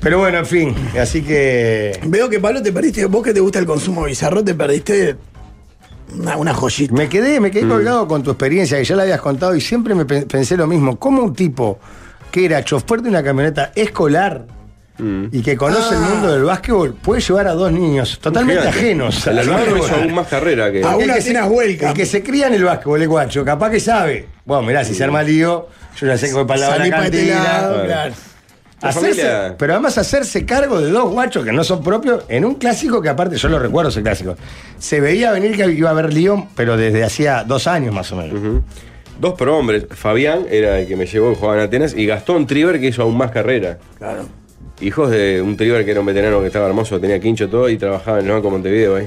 Pero bueno, en fin, así que.
Veo que Pablo te perdiste, vos que te gusta el consumo bizarro, te perdiste una, una joyita.
Me quedé,
Mm.
me quedé colgado con tu experiencia, que ya la habías contado, y siempre me pe- pensé lo mismo. ¿Cómo un tipo que era chofer de una camioneta escolar
Mm.
y que conoce
Ah.
el mundo del básquetbol puede llevar a dos niños totalmente
Fíjate.
ajenos
El
al
hermano hizo
básquetbol?
aún más carrera que.
Ah,
Eh, El
Aún
que
así
se-
las vuelcas.
El que se cría en el básquetbol, el guacho, capaz que sabe. Bueno, mirá, si se arma lío, yo ya sé que voy para la
Salí para este lado,
cantina.
Claro.
claro.
La
Hacerse-
familia-
pero además hacerse cargo de dos guachos que no son propios en un clásico que aparte, yo lo recuerdo ese clásico, se veía venir que iba a haber lío, pero desde hacía dos años más o menos.
Dos prohombres. Fabián era el que me llevó, que jugaba en Atenas, y Gastón Triver, que hizo aún más carrera.
Claro.
Hijos de un Triver que era un veterano que estaba hermoso, tenía quincho todo y trabajaba en el Banco Montevideo ahí.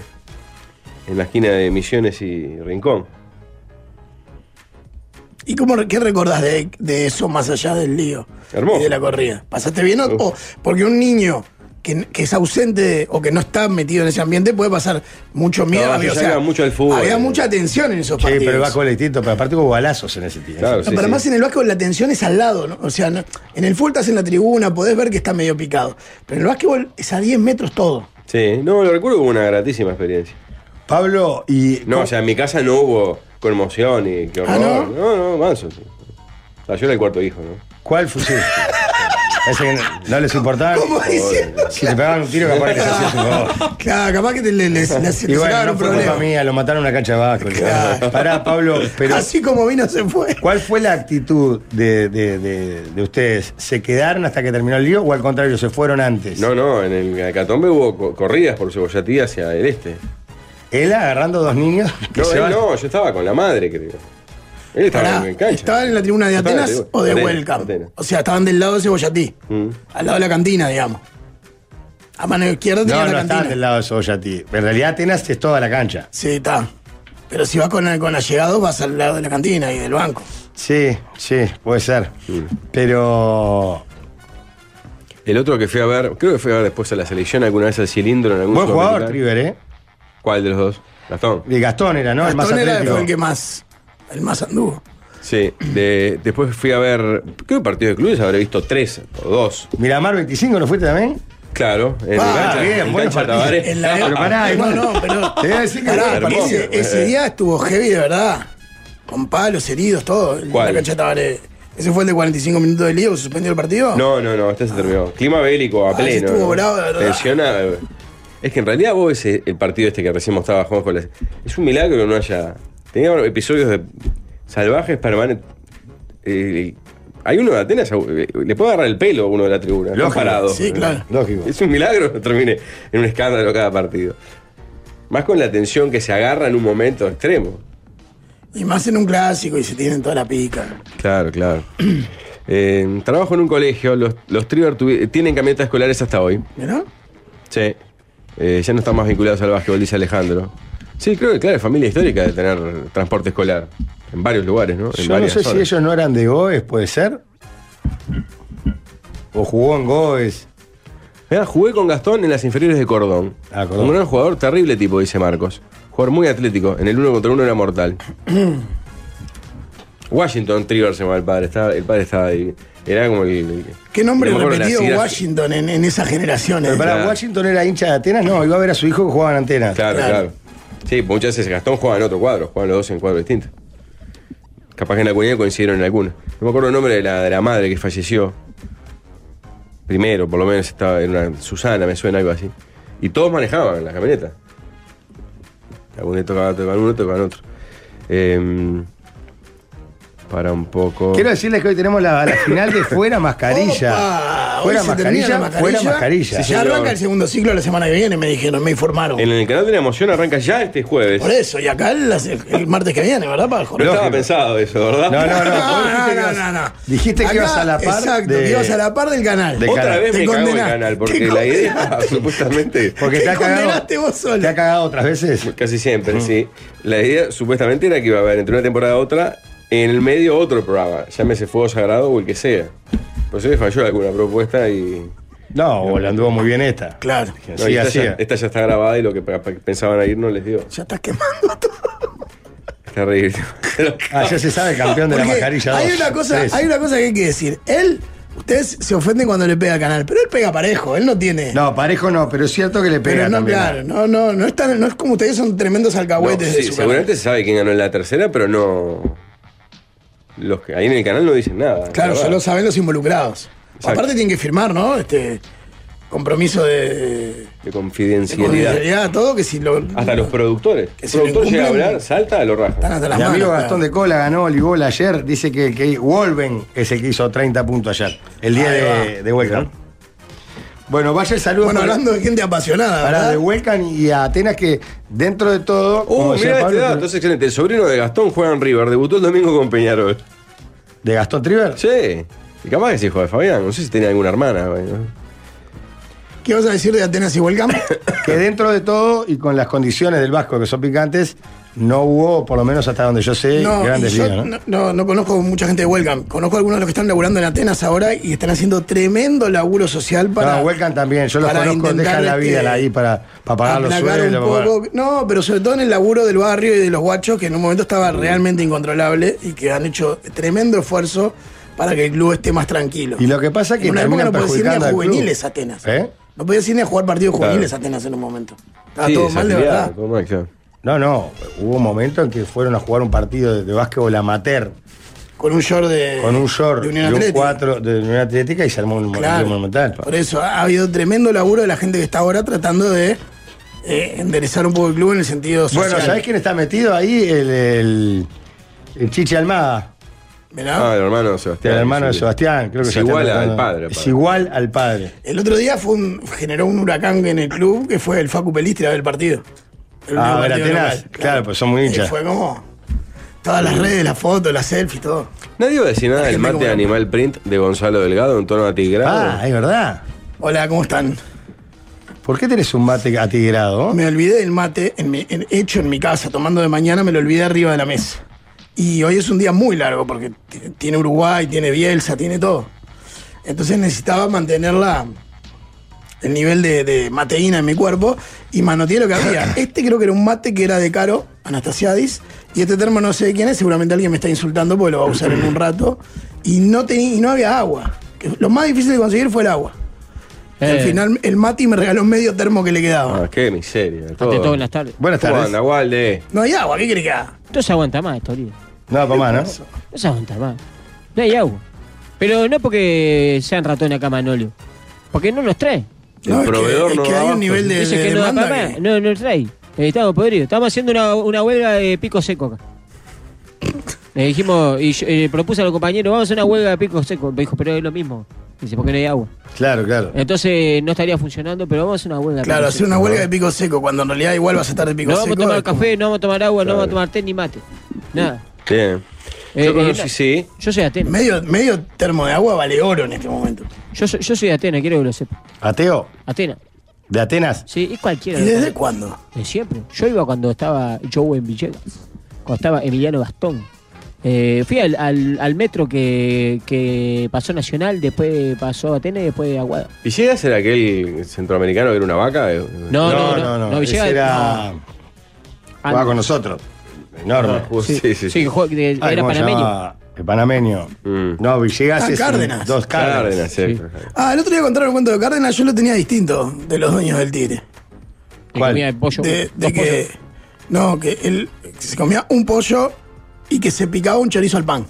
En la esquina de Misiones y Rincón.
¿Y cómo, qué recordás de, de eso más allá del lío?
Hermoso.
Y de la corrida. ¿Pasaste bien o, o- porque un niño que, que es ausente de- o que no está metido en ese ambiente puede pasar mucho miedo?
No, se llega mucho al fútbol.
Había mucha tensión en esos
Sí,
partidos.
pero el básquetbol es distinto, pero aparte hubo balazos en ese tiempo.
Claro,
No,
sí,
pero
sí.
más en el básquetbol la tensión es al lado, ¿no? O sea, no- en el fútbol estás en la tribuna, podés ver que está medio picado. Pero en el básquetbol es a 10 metros
<laughs>
todo.
Sí, no, lo recuerdo como una gratísima experiencia.
Pablo, y
No, o sea, en mi casa no hubo conmoción y qué horror.
Ah, ¿no?
no, no, manso. Ah, yo era el cuarto hijo, ¿no?
¿cuál
<laughs>
fusil? Ese que no, no les importaba.
¿Cómo diciendo?
Si te pegaban un tiro, capaz que les hacías un gol.
<laughs> Claro, capaz que te, le, les- les-
Y
les
bueno,
sacaban
no
un
fue
problema.
culpa mía, lo mataron en una cancha de básquetbol.
Claro.
Pará,
<laughs>
Pablo, pero
Así como vino se fue.
¿cuál fue la actitud de, de- de- de ustedes? ¿Se quedaron hasta que terminó el lío o al contrario, se fueron antes?
No, no, en el Cacatombe hubo co- corridas por Cebollatí hacia el este.
Él agarrando dos niños
<laughs>
que
No,
se
él
van-
no, yo estaba con la madre, creo. Él estaba
Pará,
en cancha.
¿Estaban en la tribuna de
Estaba en la
Atenas
tribu-
o de
Atenas,
Welcome?
Atenas.
O sea, estaban del lado de Cebollatí,
Mm.
al lado de la cantina, digamos. A mano izquierda
No,
tenían
no
la
estaban
cantina.
del lado de Soyati. En realidad Atenas es toda la cancha.
Sí, está. Pero si vas con, con allegados, vas al lado de la cantina y del banco.
Sí, sí, puede ser. Pero.
El otro que fui a ver, creo que fui a ver después a la selección alguna vez al cilindro en algún
Buen jugador,
sudamericano.
River, ¿eh?
¿Cuál de los dos? Gastón.
Y Gastón era, ¿no? el más
Gastón era
atlético.
fue el que más, el más anduvo.
Sí. de- después fui a ver, creo que partido de clubes habré visto tres o dos.
Miramar 25, ¿no fuiste también?
Claro. En
Ah,
cancha-
bien,
en
buenos
cancha
partidos.
Tabaré.
En la
Pero pará,
<laughs> no,
igual-
no, pero.
<laughs> Te voy a decir que
Pará,
bueno,
porque
hermoso.
ese, ese día estuvo heavy de verdad. Con palos, heridos, todo. en
¿Cuál?
La cancha de Tabaré. ¿Ese fue el de 45 minutos de lío que suspendió el partido?
No, no, no, este se terminó. Clima bélico, a
Ah, ese
pleno.
estuvo bravo, de verdad.
Tensiona. eh. Es que en realidad vos ves el partido este que recién mostraba Juan Colas. Es un milagro que no haya. Tenía episodios de salvajes permanentes. Eh, hay uno de Atenas, eh, le puede agarrar el pelo a uno de la tribuna. Lo
Lógico.
parado.
Sí, claro.
Lógico.
Es un milagro que termine en un escándalo cada partido. Más con la tensión que se agarra en un momento extremo.
Y más en un clásico y se tienen toda la pica.
Claro, claro. <clears throat> Eh, trabajo en un colegio, los, los Triver tuvi- tienen camionetas escolares hasta hoy.
¿No?
Sí. Eh, ya no están más vinculados al básquetbol, dice Alejandro. Sí, creo que, claro, es familia histórica de tener transporte escolar. En varios lugares, ¿no? En
Yo no
varias
sé si
zonas.
ellos no eran de Goes, puede ser. O jugó en Goes.
Mirá, Ah, jugué con Gastón en las inferiores de Cordón.
Ah, Cordón.
Un gran jugador, terrible tipo, dice Marcos. Jugador muy atlético. En el uno contra uno era mortal. Washington Trigger se llamaba el padre. Estaba, el padre estaba ahí. Era como el. el-
¿Qué nombre
no me acuerdo
repetido
las ideas.
Washington en, en esas generaciones?
Pero para
Claro.
Washington era hincha de Atenas, no, iba a ver a su hijo que jugaba en Atenas.
Claro,
Claro.
claro, Sí, muchas veces Gastón juega en otro cuadro, juegan los dos en cuadros distintos. Capaz que en la comunidad coincidieron en alguna. No me acuerdo el nombre de la, de la madre que falleció. Primero, por lo menos estaba en una. Susana, me suena algo así. Y todos manejaban la camioneta. Algún día tocaba, tocaban uno, tocaban otro. Em, para un poco.
Quiero decirles que hoy tenemos la, la final de Fuera Mascarilla.
Opa, Ah, hoy
fuera,
se termina
mascarilla
la
fuera Mascarilla.
Ya
señor.
arranca el segundo ciclo la semana que viene, me dijeron, me informaron.
En el canal de la emoción arranca ya este jueves.
Por eso, y acá el, el martes que viene, ¿verdad, Pajo?
No estaba
Lógico.
pensado eso, ¿verdad?
No, no, no.
<laughs>
<laughs>
vos
No, no, no, no.
dijiste que ibas- Dijiste que
Acá,
ibas a la par.
Exacto,
de-
que ibas a la par del canal.
de-
Otra
canal.
vez
Te
me cago en el
condenaste,
canal, porque
te
la idea
condenaste.
supuestamente.
<laughs> Porque
Te
te, ha cagado.
condenaste vos solo.
Te ha cagado otras veces.
Casi siempre, sí. La idea supuestamente era que iba a haber entre una temporada y otra, en el medio otro programa, llámese Fuego Sagrado o el que sea. Pero se me falló alguna propuesta y.
No, o le anduvo muy bien esta.
Claro.
Que
no, y
Así
esta,
hacía.
Ya, esta ya está grabada y lo que pe- pe- pensaban ir no les dio.
Ya estás quemando todo.
Está reír.
Ah, ya se sabe campeón de la
Porque
mascarilla.
hay
dos,
una cosa,
tres.
hay una cosa que hay que decir. Él, ustedes se ofenden cuando le pega al canal, pero él pega parejo, él no tiene.
No, parejo no, pero es cierto que le pega
pero no,
también.
claro, no, no, no es tan- no es como ustedes son tremendos
No,
alcahuetes de
sí,
su
seguramente se sabe quién ganó en la tercera, pero no. Los que ahí en el canal no dicen nada.
canal. Claro,
la
ya
verdad.
lo saben los involucrados.
Exacto.
Aparte tienen que firmar, ¿no? Este compromiso de,
De
de
confidencialidad.
confidencialidad, todo, que si lo.
Eh,
Hasta los productores.
Que
El
si lo
productor llega a
incumplen-
hablar, salta, lo raja.
Están hasta las
Mi
manos,
amigo
claro.
Gastón de Cola ganó voleibol ayer. Dice que el que Wolven es el que hizo 30 puntos ayer. El día
Ahí
de, de Welcome. Bueno, vaya el saludo
Bueno,
para-
hablando de gente apasionada,
para
¿verdad?
de Welcome y a Atenas que dentro de todo. como
Uh,
decía
mirá este
Pablo,
dato, es excelente. El sobrino de Gastón juega en River, debutó el domingo con Peñarol.
¿De Gastón Triver?
Sí. Y capaz que es hijo de Fabián, no sé si tenía alguna hermana. güey, ¿no?
¿Qué vas a decir de Atenas y Welcome?
<coughs> Que dentro de todo y con las condiciones del Vasco que son picantes, no hubo, por lo menos hasta donde yo sé,
No,
grandes
y yo
ligas, ¿no?
no- no- no conozco mucha gente de Welcome. Conozco algunos de los que están laburando en Atenas ahora y están haciendo tremendo laburo social para.
no, Welcome también, yo los
para
conozco,
intentar,
dejan la vida
este,
ahí para, para pagar los
aplacar un
sueldos. para-
poco. No, pero sobre todo en el laburo del barrio y de los guachos, que en un momento estaba
Mm.
realmente incontrolable y que han hecho tremendo esfuerzo para que el club esté más tranquilo.
Y lo que pasa es que
en una época
terminan
no podía ir ni
perjudicando
a
al club.
juveniles Atenas.
¿Eh?
No podía ir ni a jugar partidos
Claro.
juveniles Atenas en un momento. Estaba
Sí,
todo mal de
desafiliado,
verdad.
todo mal, claro.
No, no, hubo un momento en que fueron a jugar un partido de, de básquetbol amateur
Con un short de.
con un short
de
de,
Unión
un
Atlética.
4 de Unión Atlética y se armó un motivo
Claro.
monumental.
Por eso ha ha habido tremendo laburo de la gente que está ahora tratando de eh, enderezar un poco el club en el sentido social.
Bueno, ¿sabés quién está metido ahí? El, el, el Chiche Almada,
Mirá.
Ah, el hermano de Sebastián.
el hermano de
sí.
Sebastián. Creo que
Es
Sebastián
igual
está-
al padre.
Es
padre.
igual al padre.
El otro día fue un- generó un huracán en el club que fue el Facu Pelistri a ver el partido. El único
Ah, a ver
partido
Atenas. Claro, pues son muy
Y
hinchas.
Fue como todas las redes, las fotos, las selfies, todo.
Nadie va a decir nada
La
del
gente
mate
como-
animal print de Gonzalo Delgado en tono
Ah,
atigrado.
es verdad.
Hola, ¿cómo están?
¿Por qué tenés un mate atigrado?
Me olvidé del mate en mi- en- hecho en mi casa, tomando de mañana, me lo olvidé arriba de la mesa. Y hoy es un día muy largo porque t- tiene Uruguay, tiene Bielsa, tiene todo. Entonces necesitaba mantener la- el nivel de, de mateína en mi cuerpo y manoteé lo que había. Este creo que era un mate que era de Caro, Anastasiadis, y este termo no sé de quién es, seguramente alguien me está insultando porque lo va a usar en un rato. Y no, tenía, y no había agua. Que Lo más difícil de conseguir fue el agua. Y al
Eh.
final el mate me regaló medio termo que le quedaba.
Ah, qué miseria. Todo.
Ante todo, buenas tardes.
Buenas
¿Cómo
tardes.
anda, Walde?
No hay agua, ¿qué crees que haga?
No se aguanta más esto, Oribe.
No, papá, ¿no?
No se aguanta más. No hay agua. Pero no porque sean ratones acá, Manolio. Porque no nos trae.
El
es que-
proveedor
es
no
que,
da
hay
abasto.
un nivel de,
Dice
de
que no da
demanda
para más.
que-
No, no nos trae. Eh, estamos podridos. Estamos haciendo una, una huelga de pico seco acá. Le dijimos, y yo, eh, propuse a los compañeros, vamos a hacer una huelga de pico seco. Me dijo, pero es lo mismo. Dice, porque no hay agua.
Claro, claro.
Entonces no estaría funcionando, pero vamos a hacer una huelga. de
Claro,
pico
hacer una huelga de pico seco cuando en realidad igual vas a estar de
seco.
pico
No
seco.
vamos a tomar
es como-
café, no vamos a tomar agua, no vamos a tomar té ni mate. Nada.
Bien.
Eh, eh,
Yo conocí,
no.
sí.
Yo soy de Atenas.
Medio, medio termo de agua vale oro en este momento.
Yo, soy- yo soy de Atenas, quiero que lo sepa.
Ateo,
Atenas.
de Atenas.
Sí, es cualquiera.
¿Y desde cuándo?
De siempre. Yo iba cuando estaba Joe en Villegas, cuando estaba Emiliano Gastón. Eh, fui al, al- al metro que, que pasó Nacional, después pasó Atenas y después Aguada.
¿Villegas era aquel centroamericano que era una vaca? Eh,
No, no, no. No,
ese
Villegas.
era.
no. Ah,
Jugaba con nosotros. Enorme.
jugó- Sí, sí, sí.
Sí, que jue- que
Ah, Ay,
era
¿cómo se
panameño.
llamaba? El panameño.
Mm.
No, Villegas
Ah,
es. un-
Cárdenas.
Dos Cárdenas.
Cárdenas, cierto.
Ah, el otro día contaron un cuento de Cárdenas, yo lo tenía distinto de los dueños del Tigre.
Que
¿Cuál?
comía pollo,
De,
dos
de que.
pollos.
No, que él se comía un pollo y que se picaba un chorizo al pan.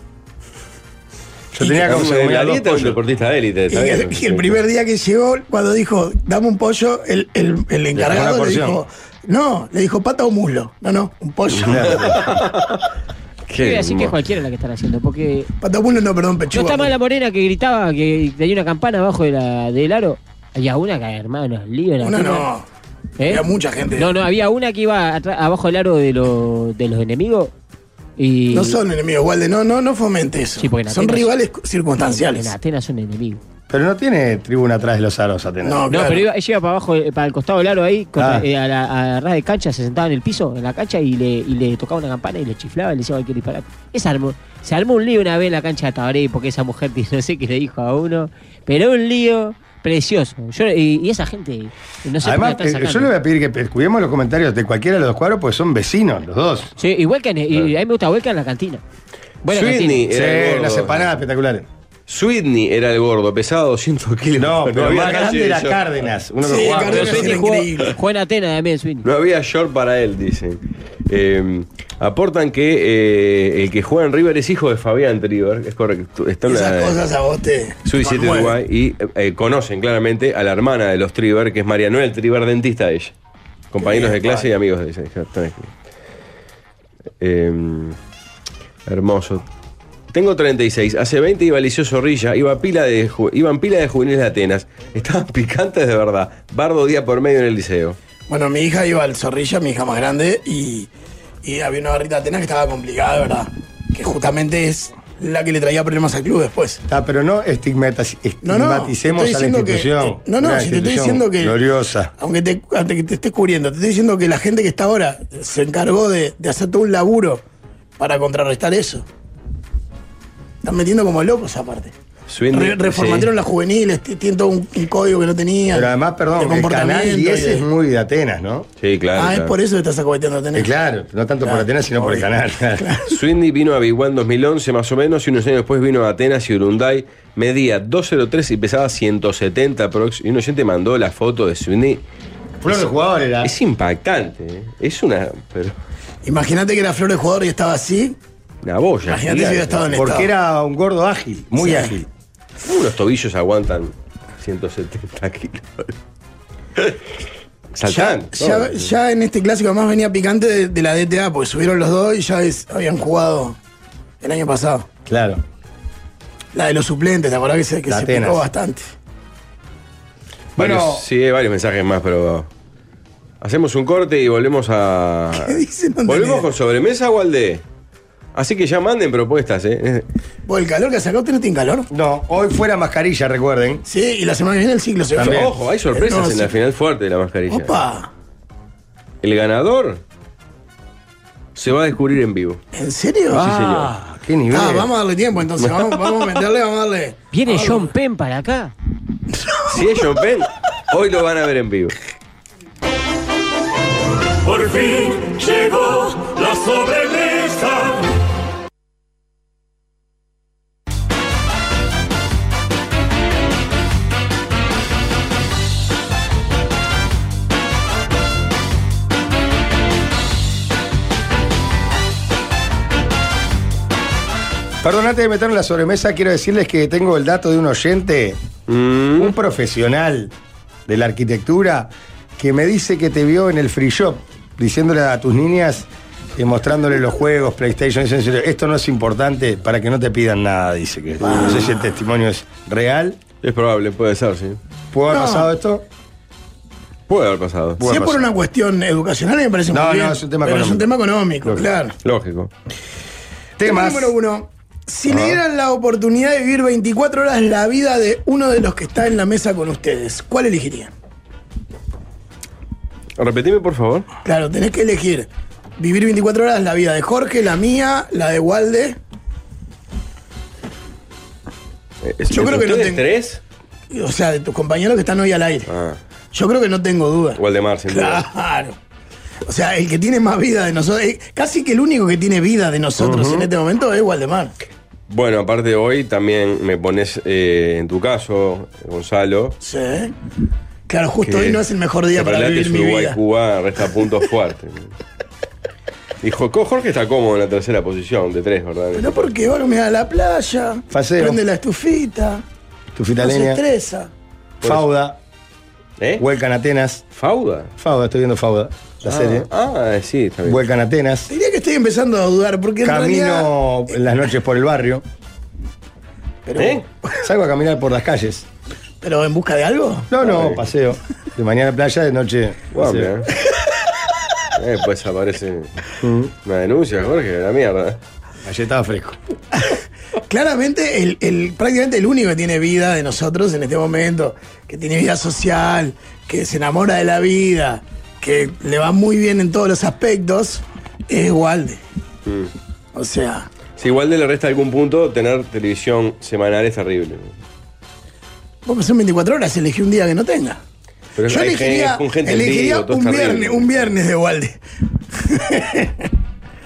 Yo tenía como
Como
se
de la
comía dos
dieta de un
pollos.
deportista de élite.
Y,
está
que-
bien.
y el primer día que llegó, cuando dijo, dame un pollo, el, el- el
una
encargado le
porción.
dijo, no, le dijo pata o muslo. No, no, un pollo. <laughs>
Yo voy
Qué
a decir que es
hermoso.
cualquiera la que están haciendo, porque
pata o muslo, no, perdón,
no
pechuga.
está mal la morena que gritaba que tenía una campana abajo de la, del aro. Y a una que, hermano, lío en la
Una
tierra.
no.
¿Eh?
Había mucha gente.
No, no, había una que iba atrás- abajo del aro de, los de los enemigos. Y
No son enemigos, Walde, no, no, no fomente eso.
Sí, porque en
son
Atenas-
rivales
En
circunstanciales.
Atenas son enemigos.
Pero no tiene tribuna atrás de los aros, Atenas.
No,
No,
claro.
pero iba, ella iba para abajo, eh, para el costado del aro ahí, contra-
Ah.
eh, a, la, a la ras de cancha, se sentaba en el piso, en la cancha, y le, y le tocaba una campana y le chiflaba y le decía cualquier disparate. Esa armó- <laughs> se armó un lío una vez en la cancha de Tabaré, porque esa mujer, no sé qué le dijo a uno, pero un lío. Precioso. Yo- y, y esa gente, no sé
Además,
por qué la están
eh, yo
sacando.
le voy a pedir que pe- cuidemos los comentarios de cualquiera de los dos cuadros, porque son vecinos los dos.
Sí, y Welkan, y, y a mí me gusta Welkan en la cantina. Buena
Sweeney
cantina.
era el
Sí,
gordo.
las empanadas espectaculares.
Sweeney era el gordo, pesaba 200 kilos.
No, pero
había
más grande
calle
era
yo.
Cárdenas. Uno que
Sí,
jugaba.
Cárdenas.
Pero Sweeney
Era
jugó,
increíble.
jugó en Atenas también, Sweeney.
No había short para él, dicen. Eh, aportan que eh, el que juega en River es hijo de Fabián Triver, es correcto. Está en la-
Esas cosas a vos te.
Suicide
conmueven.
Uruguay y eh, conocen claramente a la hermana de los Triver, que es María Noel Triver, dentista de ella. Compañeros de clase y amigos de ella. Están aquí. Eh, hermoso. Tengo 36. Hace 20 iba Licio Zorrilla, iba pila de ju- iban pila de juveniles de Atenas. Estaban picantes de verdad. Bardo día por medio en el liceo.
Bueno, mi hija iba al Zorrilla, mi hija más grande, y, y había una barrita de Atenas que estaba complicada, de verdad. Que justamente es la que le traía problemas al club después.
Ah, pero no estigmatas-
No, no.
estigmaticemos
te
a la
estoy diciendo que- eh,
institución.
no, no,
Una
si te estoy
institución
diciendo que.
Gloriosa.
Aunque te, aunque te estés cubriendo, te estoy diciendo que la gente que está ahora se encargó de, de hacer todo un laburo para contrarrestar eso. Están metiendo como locos aparte.
Swindle,
Re- reformatearon
sí.
las juveniles, t- tienen todo un, un código que no tenían.
Pero además,
de
perdón, el
comportamiento
canal
y
10
de-
es muy de Atenas, ¿no?
Sí, claro.
Ah, es
claro.
por eso que estás acobeteando a tener.
Eh, claro, no tanto por
Claro,
Atenas, sino por el
obvio. <laughs>
canal.
Swindy vino a Biguá en 2011 más o menos y unos años después vino a Atenas y Urunday. Medía 203 y pesaba 170 prox. Y un oyente mandó la foto de Swindy.
Flor de jugador era.
Es impactante. ¿eh? Es una, pero,
Imagínate que era flor de jugador y estaba así.
una boya.
Imagínate si
gigante.
hubiera estado en estado.
Pues Porque era un gordo ágil, muy
Sí.
ágil.
¿Cómo los tobillos aguantan 170 kilos?
Ya,
Saltan.
ya-
todos.
ya en este clásico además venía picante de, de la DTA, porque subieron los dos y ya es- habían jugado el año pasado.
Claro.
La de los suplentes, ¿te acordás que se, que
La
se
Atenas.
picó bastante?
Varios-
Bueno.
sí, hay varios mensajes más, pero. Hacemos un corte y volvemos a.
<laughs> ¿Qué dicen? No
¿Volvemos
entendí.
con sobremesa o al de? Así que ya manden propuestas, ¿eh?
Por el calor que sacó, ¿usted no tiene calor?
No, hoy fuera mascarilla, recuerden.
Sí, y la semana que viene el ciclo se
También.
fue.
Ojo, hay sorpresas
No,
en la
sí.
final fuerte de la mascarilla.
Opa,
El ganador se va a descubrir en vivo.
¿en serio?
Ah,
Ah, qué nivel.
Ah, <laughs> vamos a darle tiempo entonces, vamos, vamos a meterle, vamos a darle.
Viene John Penn para acá.
Si es John Penn, hoy lo van a ver en vivo.
Por fin llegó la sobremesa.
Perdón, antes de meterme en la sobremesa, quiero decirles que tengo el dato de un oyente,
Mm,
un profesional de la arquitectura, que me dice que te vio en el free shop, diciéndole a tus niñas y mostrándole los juegos, PlayStation, dice, en serio, esto no es importante para que no te pidan nada, dice que.
Ah.
No sé si el testimonio es real.
es probable, puede ser, sí.
¿Puede haber pasado esto?
Puede haber pasado.
Bueno,
si es por
pasa.
una cuestión educacional me parece
No,
muy
no,
bien,
es un tema
pero
económico.
es un tema económico,
Lógico.
claro.
Lógico.
Tema
Temas.
número uno. Si le dieran la oportunidad de vivir 24 horas la vida de uno de los que está en la mesa con ustedes, ¿cuál elegirían?
Repetime, por favor.
Claro, tenés que elegir vivir 24 horas la vida de Jorge, la mía, la de Walde.
Eh,
Yo creo
¿entre
que no
ustedes
tengo-
tres?
O sea, de tus compañeros que están hoy al aire.
Ah,
Yo creo que no tengo duda.
Waldemar, sin duda.
Claro. O sea, el que tiene más vida de nosotros, eh, casi que el único que tiene vida de nosotros en este momento es Waldemar.
Bueno, aparte de hoy, también me pones eh, en tu caso, Gonzalo.
Sí. ¿eh? Claro, justo
que-
hoy no es el mejor día
que
para
Relates
vivir mi vida.
Uruguay-Cuba resta puntos
<laughs>
fuertes. Dijo, "Co- Jorge está cómodo en la tercera posición de tres, ¿verdad?
Pero porque va a comer a la playa,
Paseo.
prende la estufita,
Tu
no se
fitaleña.
estresa.
Fauda,
¿Eh?
Huelcan Atenas.
¿Fauda?
Fauda, estoy viendo Fauda, la
Ah,
serie.
Ah, sí, está bien.
Huelcan Atenas.
Te diría que estoy empezando a dudar, porque en realidad...
Camino en las noches por el barrio.
Pero,
¿Eh?
Salgo a caminar por las calles.
¿Pero en busca de algo?
No, no,
Ok.
paseo. De mañana a playa, de noche.
Guau,
paseo.
mirá. Eh, pues aparece
Mm.
una denuncia, Jorge, la mierda.
Ayer estaba fresco.
Claramente, el, el- prácticamente el único que tiene vida de nosotros en este momento, que tiene vida social, que se enamora de la vida, que le va muy bien en todos los aspectos, es Walde. O sea,
Si igual de le resta algún punto, tener televisión semanal es terrible.
Vos pasás 24 horas, elegí un día que no tenga.
Pero
Yo
hay gente-
elegiría,
con gente en
elegiría
vivo, todo
un,
está
viernes,
horrible.
un viernes de Walde.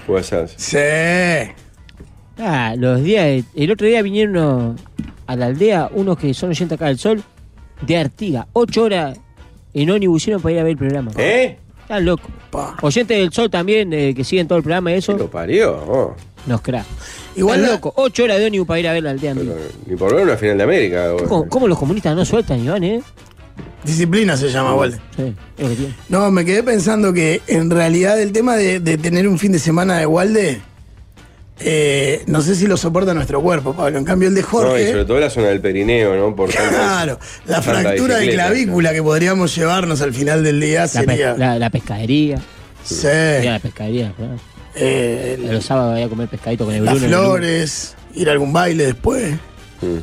Puede ser.
Sí.
Ah, los días. de- El otro día vinieron unos- a la aldea unos que son oyentes acá del sol de Artiga. Ocho horas en ómnibus hicieron para ir a ver el programa.
¿Eh?
Están locos.
Pa.
Oyentes del sol también eh, que siguen todo el programa y
¿Qué
eso.
lo parió? Oh,
Nos cra.
Igual
Están
la-
locos. Ocho horas de ómnibus para ir a ver la aldea. en
pero
vivo.
ni por ver una final de América.
¿Cómo, cómo los comunistas no sueltan, Iván, eh?
Disciplina se llama Walde.
Sí, es lo que tiene.
No, me quedé pensando que en realidad el tema de, de tener un fin de semana de Walde, eh, no sé si lo soporta nuestro cuerpo, Pablo. En cambio el de
No, y
Jorge,
sobre todo la zona del perineo, ¿no? Por <laughs> tanto-
claro, la
tanta
fractura de
bicicleta,
clavícula que podríamos llevarnos al final del día
La, pe-
sería...
la- la pescadería.
Sí,
Ir a la pescadería. ¿no?
eh, el-
Los sábados voy a comer pescadito con el
las
Bruno. el
flores, ir a algún baile después.
Bruno.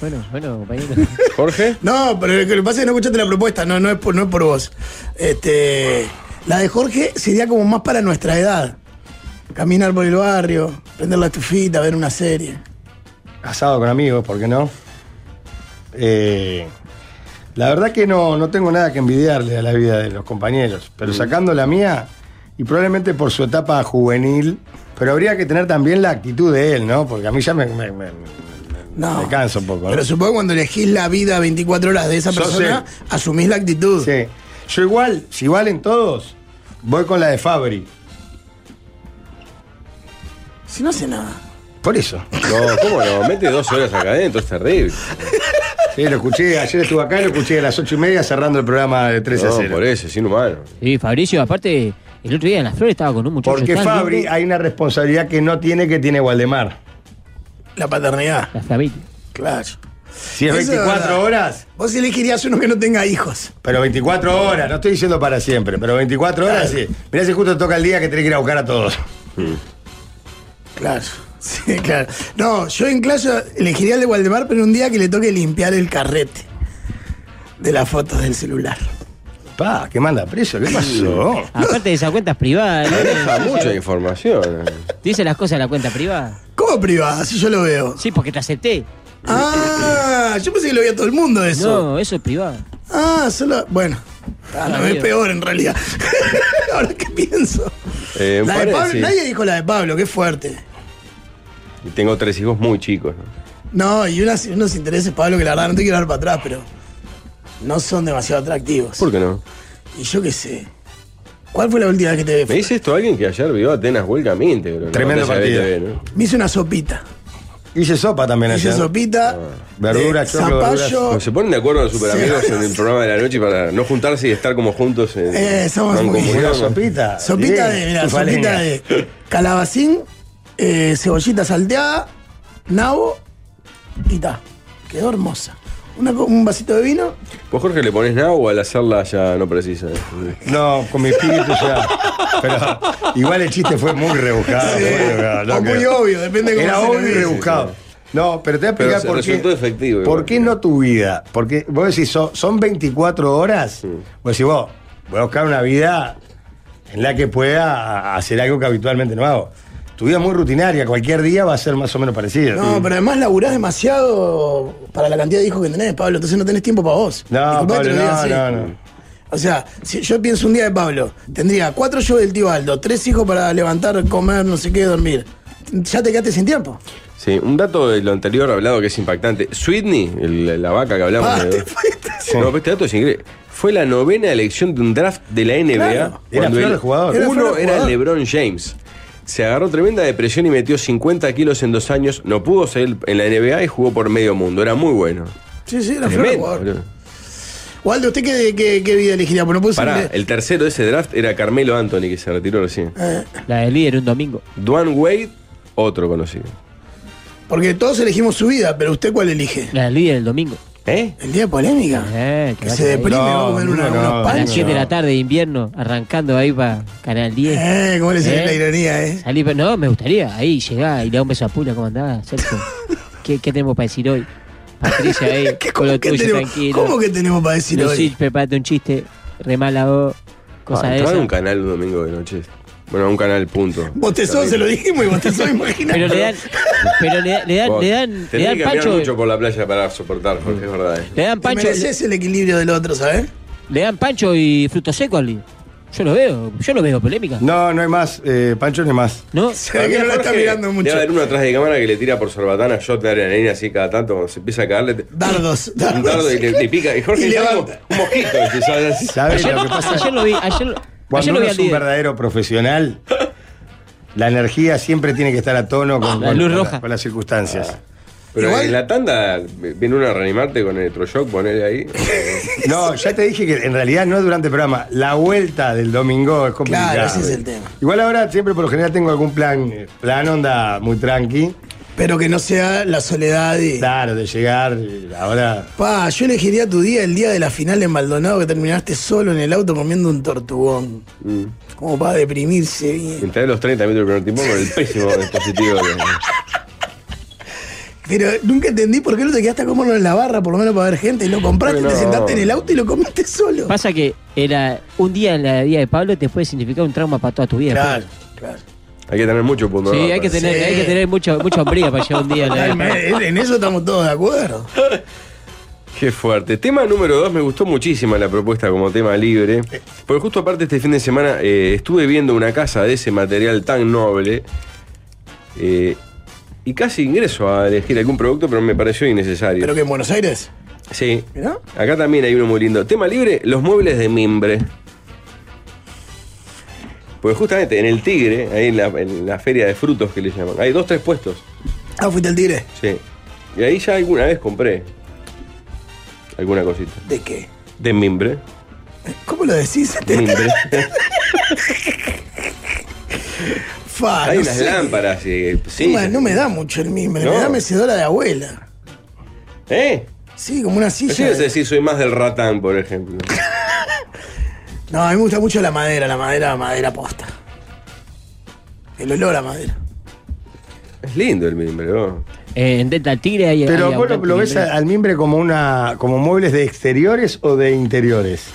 Bueno, bueno, compañero.
¿Jorge?
<laughs> No, pero lo que pasa es que no escuchaste la propuesta, no, no, es, por, no es por vos. Este, la de Jorge sería como más para nuestra edad. Caminar por el barrio, prender la estufita, ver una serie.
asado con amigos, ¿por qué no? Eh, la verdad que no, no tengo nada que envidiarle a la vida de los compañeros, pero sacando la mía, y probablemente por su etapa juvenil, pero habría que tener también la actitud de él, ¿no? Porque a mí ya me, me- me-
No.
me cansa un poco. ¿no?
Pero supongo que cuando elegís la vida 24 horas de esa
Yo
persona, asumís la actitud.
Sí. Yo igual, si valen todos, voy con la de Fabri.
Si no hace nada.
Por eso.
No, ¿cómo no? Mete dos horas acá adentro, es terrible.
Sí, lo escuché, ayer estuve acá y lo escuché a las ocho y media cerrando el programa de 13 a
No,
0.
por eso, es inhumano.
Sí, Fabricio, aparte, el otro día en las flores estaba con un muchacho.
Porque
tan
Fabri
lindo.
hay una responsabilidad que no tiene que tiene Waldemar.
La paternidad,
La Flavita.
claro.
Si es
Eso es
24
verdad.
horas,
Vos elegirías uno que no tenga hijos.
pero 24 horas, no estoy diciendo para siempre, pero 24 horas sí. Mirá si justo toca el día que tenés que ir a buscar a todos.
Mm.
Claro. <laughs> Sí, claro. No, yo en clase elegiría el de Waldemar, pero un día que le toque limpiar el carrete de las fotos del celular.
Pa, ¿qué manda preso? ¿Qué pasó?
Aparte de esas cuentas privadas, ¿no?
Deja mucha información.
dice las cosas de la cuenta privada.
¿Cómo privada? Si yo lo veo.
Sí, porque te acepté.
Ah, yo pensé que lo veía todo el mundo eso.
No, eso es privado.
Ah, solo. Bueno. <laughs> Ah, no, es
Dios.
peor en realidad. Ahora que pienso.
Eh, me
La de
parece,
Pablo,
sí.
nadie dijo la de Pablo, qué fuerte.
Y tengo tres hijos muy chicos. ¿no?
No, y unas- unos intereses, Pablo, que la verdad no te quiero dar para atrás, pero no son demasiado atractivos.
¿Por qué no?
Y yo qué sé. ¿Cuál fue la última vez que te
Me
vi?
dice esto alguien que ayer vio a Atenas huelgamente. pero no, no
Tremendo
te sabe
partido.
TV, ¿no?
Me hice una sopita.
Hice sopa también
Hice
ayer. Ah,
sopita.
Verdura,
de
choclo,
zapallo.
Cuando se ponen de acuerdo los superamigos
Sí.
en el programa de la noche para no juntarse y estar como juntos en
Eh, somos
en
muy-
comunión,
Una
¿no?
sopita.
Sopita
bien,
de,
<laughs>
mirá,
faleña.
sopita de calabacín, eh, cebollita salteada, nabo y ta. Quedó hermosa. Una co- un vasito de vino.
¿Vos, Jorge, le pones nada o al hacerla ya no precisa?
No, con mi espíritu ya. Pero igual el chiste fue muy rebuscado.
Sí.
muy rebuscado, no
O muy
creo.
obvio, depende de
Era
cómo se lo
obvio y
dice.
rebuscado. No, pero te voy a
Pero
explicar
se
por
resultó
qué.
efectivo,
¿Por
igual.
qué no tu vida? Porque vos decís, son, son 24 horas. Vos decís, vos, voy a buscar una vida en la que pueda hacer algo que habitualmente no hago. Tu vida es muy rutinaria, cualquier día va a ser más o menos parecida.
No, pero además laburás demasiado para la cantidad de hijos que tenés, Pablo. Entonces no tenés tiempo para vos.
No,
Disculpa que te
Pablo,
lo diga
no,
así.
no, no.
O sea, si yo pienso un día de Pablo, tendría cuatro yo del tío Aldo, tres hijos para levantar, comer, no sé qué, dormir. Ya te quedaste sin tiempo.
Sí, un dato de lo anterior hablado que es impactante. Sweetney, el- la vaca que hablamos.
Ah,
¿no?
te fuiste.
No, pero este dato es increíble. Fue la novena elección de un draft de la NBA.
Claro.
Era
cuando
flor
el
de jugador.
Era flor
Uno
de
era
jugador.
LeBron James. Se agarró tremenda depresión y metió 50 kilos en dos años. No pudo salir en la NBA y jugó por medio mundo. Era muy bueno.
Sí, sí, era flor de
Tremendo.
jugador.
boludo.
Waldo, ¿usted qué, qué, qué vida elegiría? Pues no puse
Pará, el tercero de ese draft era Carmelo Anthony, que se retiró recién.
Eh.
La del líder un domingo.
Dwan Wade, otro conocido.
Porque todos elegimos su vida, pero ¿usted cuál elige?
La del líder el domingo.
¿Eh?
¿El día de polémica?
Eh,
que
va
se
por ahí.
deprime,
No,
va a comer una,
no,
unos
A
no,
las
panchos.
7 de la tarde de invierno, arrancando ahí para Canal 10.
Eh, ¿Cómo le sale
Eh.
la ironía, eh?
Salí, pero no, me gustaría. Ahí llegá y le da un beso a Pula, ¿cómo andás,
<laughs>
Sergio? ¿Qué, qué tenemos para decir hoy? Patricia, ahí,
¿Qué-
con
cómo,
lo
que
tuyo,
tenemos,
tranquilo.
¿Cómo que tenemos para decir
Lucille,
hoy?
prepárate un chiste, remala vos, cosa
Ah,
de
entrar a
eso.
un canal un domingo de noche. Bueno, a un canal, punto.
Botezón, se lo dijimos y botezón,
<laughs>
imagínate.
Pero le dan, pero le, da- le dan,
Vos
le dan, le
tenés
dan
que caminar
Pancho,
mucho por la playa para soportar, Jorge, es verdad. eh.
le dan
Te
Pancho, le,
mereces el equilibrio del otro, ¿sabes?
le dan Pancho y fruto seco al Lin. Yo lo veo, yo lo veo polémica.
No, no hay más. eh, Pancho, no hay más.
¿No?
Se ve que no la está
Jorge,
mirando mucho.
Debe haber uno atrás de cámara que le tira por sorbatana shot de adrenalina así cada tanto, cuando se empieza a caerle. te-
Dardos,
Un dardo
dardos.
y le, le pica. Y
<laughs>
Jorge
Y
le como
levanta.
un mosquito. que sale así.
¿Sabes
Ayer,
<laughs>
lo que pasa?
ayer lo vi, ayer,
Cuando
ayer lo
uno
vi
es
al
un
líder.
verdadero profesional, la energía siempre tiene que estar a tono con,
la
con-
luz
con
roja.
con las circunstancias.
Pero
Igual-
en la tanda viene uno a reanimarte con electroshock, ponerle
<laughs>
ahí.
<laughs> No, ya te dije que en realidad no es durante el programa. La vuelta del domingo es complicada.
Claro, ese es el tema.
Igual ahora siempre por lo general tengo algún plan, eh, plan onda muy tranqui.
Pero que no sea la soledad y.
Claro, de llegar, eh, ahora...
Pa, yo elegiría tu día el día de la final en Maldonado que terminaste solo en el auto comiendo un tortugón.
Mm.
Como para deprimirse bien.
Entré a los 30 minutos del primer tiempo con el pésimo dispositivo. que-
Pero nunca entendí por qué no te quedaste a comerlo en la barra, por lo menos para ver gente. Y lo compraste,
Bueno.
te sentaste en el auto y lo comiste
<laughs>
solo.
Pasa que era un día en la vida de Pablo te puede significar un trauma para toda tu vida.
Claro, claro.
Hay que tener mucho punto.
Sí,
de
hay que
vista.
tener,
Sí.
hay que tener mucho, mucha hombría para llegar un día en la vida de Pablo.
En en eso estamos todos de acuerdo.
Qué fuerte. Tema número 2, me gustó muchísimo la propuesta como tema libre. Porque justo aparte este fin de semana eh, estuve viendo una casa de ese material tan noble. eh, y casi ingreso a elegir algún producto, pero me pareció innecesario.
Pero que en Buenos Aires.
Sí.
Mirá.
Acá también hay uno muy lindo. Tema libre, los muebles de mimbre. Pues justamente en el Tigre, ahí en la, en la feria de frutos que le llaman, hay dos, tres puestos.
Ah, fuiste al tigre.
Sí. Y ahí ya alguna vez compré alguna cosita.
¿De qué?
De mimbre.
¿Cómo lo decís? <laughs>
Mimbre.
Fa,
hay
Ah, no
unas
sé.
lámparas. y- eh, sí.
Encima, no me da mucho el mimbre,
No.
me da mecedora de abuela.
¿Eh?
Sí, como una silla.
Así es decir, soy más del ratán, por ejemplo.
No, a mí me gusta mucho la madera, la madera, madera posta. El olor a madera.
Es
<laughs>
lindo el mimbre, ¿no?
Eh, en Delta Tigre hay
Pero
hay
vos lo,
auténtico
lo ves
inglés.
a- al mimbre como una como muebles de exteriores o de interiores.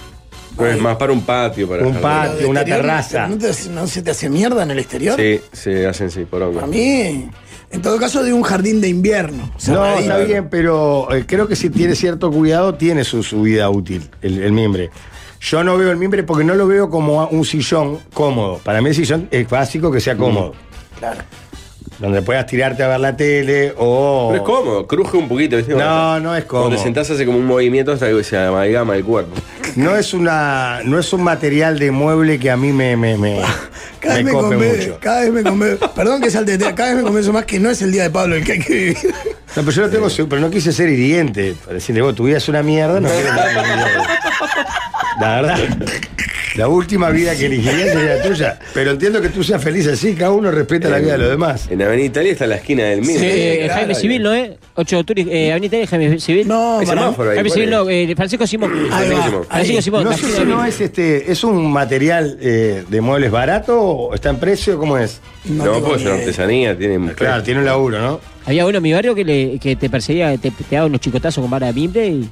Pero es más para un patio, para
Un
jardín.
patio. Una terraza.
¿no, te hace- no se te hace mierda en el exterior?
Sí, se hacen sí, por
A mí, en todo caso, de un jardín de invierno.
No,
cerradito.
está bien, pero eh, creo que si tiene cierto cuidado, tiene su, su vida útil, el, el mimbre. Yo no veo el mimbre porque no lo veo como a- un sillón cómodo. Para mí el sillón es básico que sea cómodo.
Claro.
Donde puedas tirarte a ver la tele o...
Pero es cómodo, cruje un poquito. ¿viste?
Oh. No,
Cuando-
no es cómodo.
Cuando te sentás hace como un movimiento hasta que se amalgama el cuerpo.
No es una no es un material de mueble que a mí me, me, me,
<laughs> Cada
me
vez me
cope
convence,
mucho.
cada vez me convence. Perdón que salte de tema, cada vez me convenzo más que no es el día de Pablo el que hay que vivir. Eh.
No, pero yo lo tengo seguro, pero no quise ser hiriente. Para decirle, vos, tu vida es una mierda, no quiero que me digas. La verdad. <laughs> La última vida que elegirías sería la tuya. Pero entiendo que tú seas feliz así, cada uno respeta la vida de los demás.
En Avenida Italia está la esquina del
Sí,
mismo.
eh, Jaime Civil, ¿no es? 8 de octubre, eh, Avenida Italia, Jaime Civil.
No,
Hay
para
semáforo ahí.
Jaime
¿cuál
Civil, no,
es?
eh, Francisco Simón.
Ah, Ahí va,
Francisco
ahí.
Simón.
No
la
sé
esquina
si
de
no
Avenida.
es este. ¿Es un material eh, de muebles barato o está en precio? ¿Cómo es?
No,
tengo
pues es
ni
una
idea.
artesanía, tiene
Claro, tiene un laburo, ¿no?
Había uno en mi barrio que, le, que te perseguía, te, te daba unos chicotazos con vara de mimbre y.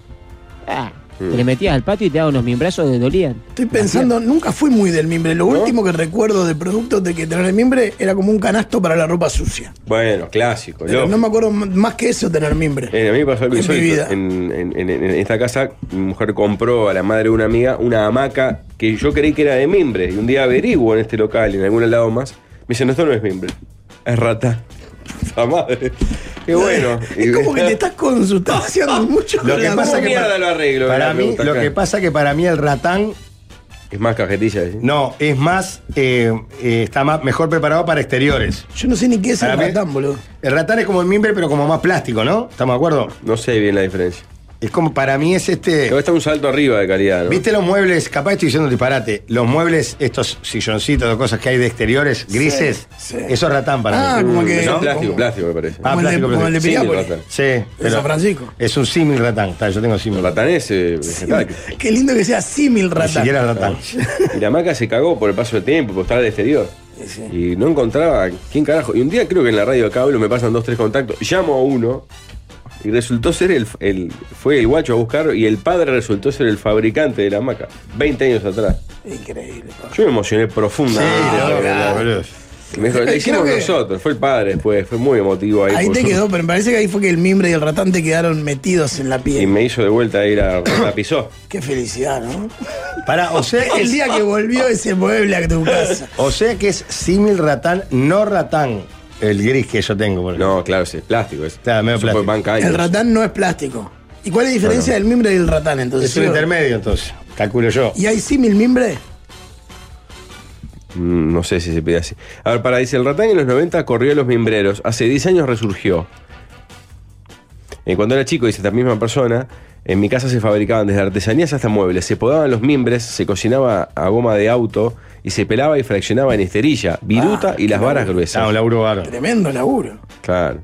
Ah, te le metías al patio y te daba unos mimbrazos que dolían.
Estoy pensando, nunca fui muy del mimbre. Lo último que recuerdo de productos de que tener el mimbre era como un canasto para la ropa sucia.
Bueno, clásico.
Pero
lógico.
no me acuerdo m- más que eso tener mimbre.
Eh, a mí me pasó algo
En mi
insólito.
vida.
En, en- en- en esta casa, mi mujer compró a la madre de una amiga una hamaca que yo creí que era de mimbre. Y un día averiguo en este local, en algún lado más, me dicen, no, esto no es mimbre, es rata. <laughs> La madre. Qué bueno.
<laughs> Es como
<laughs>
que te estás consultando mucho
Lo
con
que
la
pasa
ropa.
que
mierda lo arreglo?
Para
Me
mí,
pregunta
lo
acá.
que pasa que para mí el ratán
Es más cajetilla. ¿eh?
no es más eh, eh, está más, mejor preparado para exteriores.
Yo no sé ni qué es
Para
el
mí-
ratán, boludo.
El ratán es como el mimbre, pero como más plástico, ¿no? ¿Estamos de acuerdo?
No sé bien la diferencia.
Es como para mí es este.
Pero está un salto arriba de calidad, ¿no?
¿Viste los muebles? Capaz estoy diciendo un disparate. Los muebles, estos silloncitos o cosas que hay de exteriores, grises,
sí.
eso es ratán para
Ah,
mí.
como que.
Es
¿no?
plástico,
como-
plástico me parece.
Ah,
como el de-
plástico,
como el de
sí,
Piriápolis.
el ratán.
Sí, pero
San Francisco.
Es un símil ratán. Está, yo tengo símil
El ratán es eh, vegetal.
Qué lindo que sea símil
Ni
ratán.
siquiera ratán.
Y la maca se cagó por el paso del tiempo, por estar al exterior. Y no encontraba quién carajo. Y un día creo que en la radio de cable me pasan dos, tres contactos. Llamo a uno Y resultó ser el, el- Fue el guacho a buscar y el padre resultó ser el fabricante de la hamaca. 20 años atrás.
Increíble.
Yo me emocioné profundamente.
Sí,
boludo, boludo. Me dijo,
Eh, Creo
le hicimos
que-
nosotros, fue el padre después, fue muy emotivo ahí.
Ahí
por
te
su-
quedó, pero me parece que ahí fue que el mimbre y el ratán te quedaron metidos en la
Y
piel.
me hizo de vuelta ir a tapizó.
Qué felicidad, ¿no?
Para, o sea,
<laughs> El
es,
día que volvió ese mueble a tu
<laughs>
casa.
o sea que es símil ratán, no ratán, el gris que yo tengo. por ejemplo.
No, claro, sí, plástico es.
Claro, medio
Eso fue
plástico.
banca años.
El ratán no es plástico. ¿Y cuál es la diferencia del mimbre y el ratán entonces?
Es un
señor?
intermedio, entonces, calculo yo.
¿Y hay símil mimbre?
Mm, No sé si se pide así. A ver, para dice, el ratán en los 90 corrió a los mimbreros. Hace 10 años resurgió. Eh, cuando era chico, dice esta misma persona, en mi casa se fabricaban desde artesanías hasta muebles. Se podaban los mimbres, se cocinaba a goma de auto y se pelaba y fraccionaba en esterilla, viruta y las varas
Ah,
gruesas.
un laburo bárbaro.
Tremendo laburo.
Claro.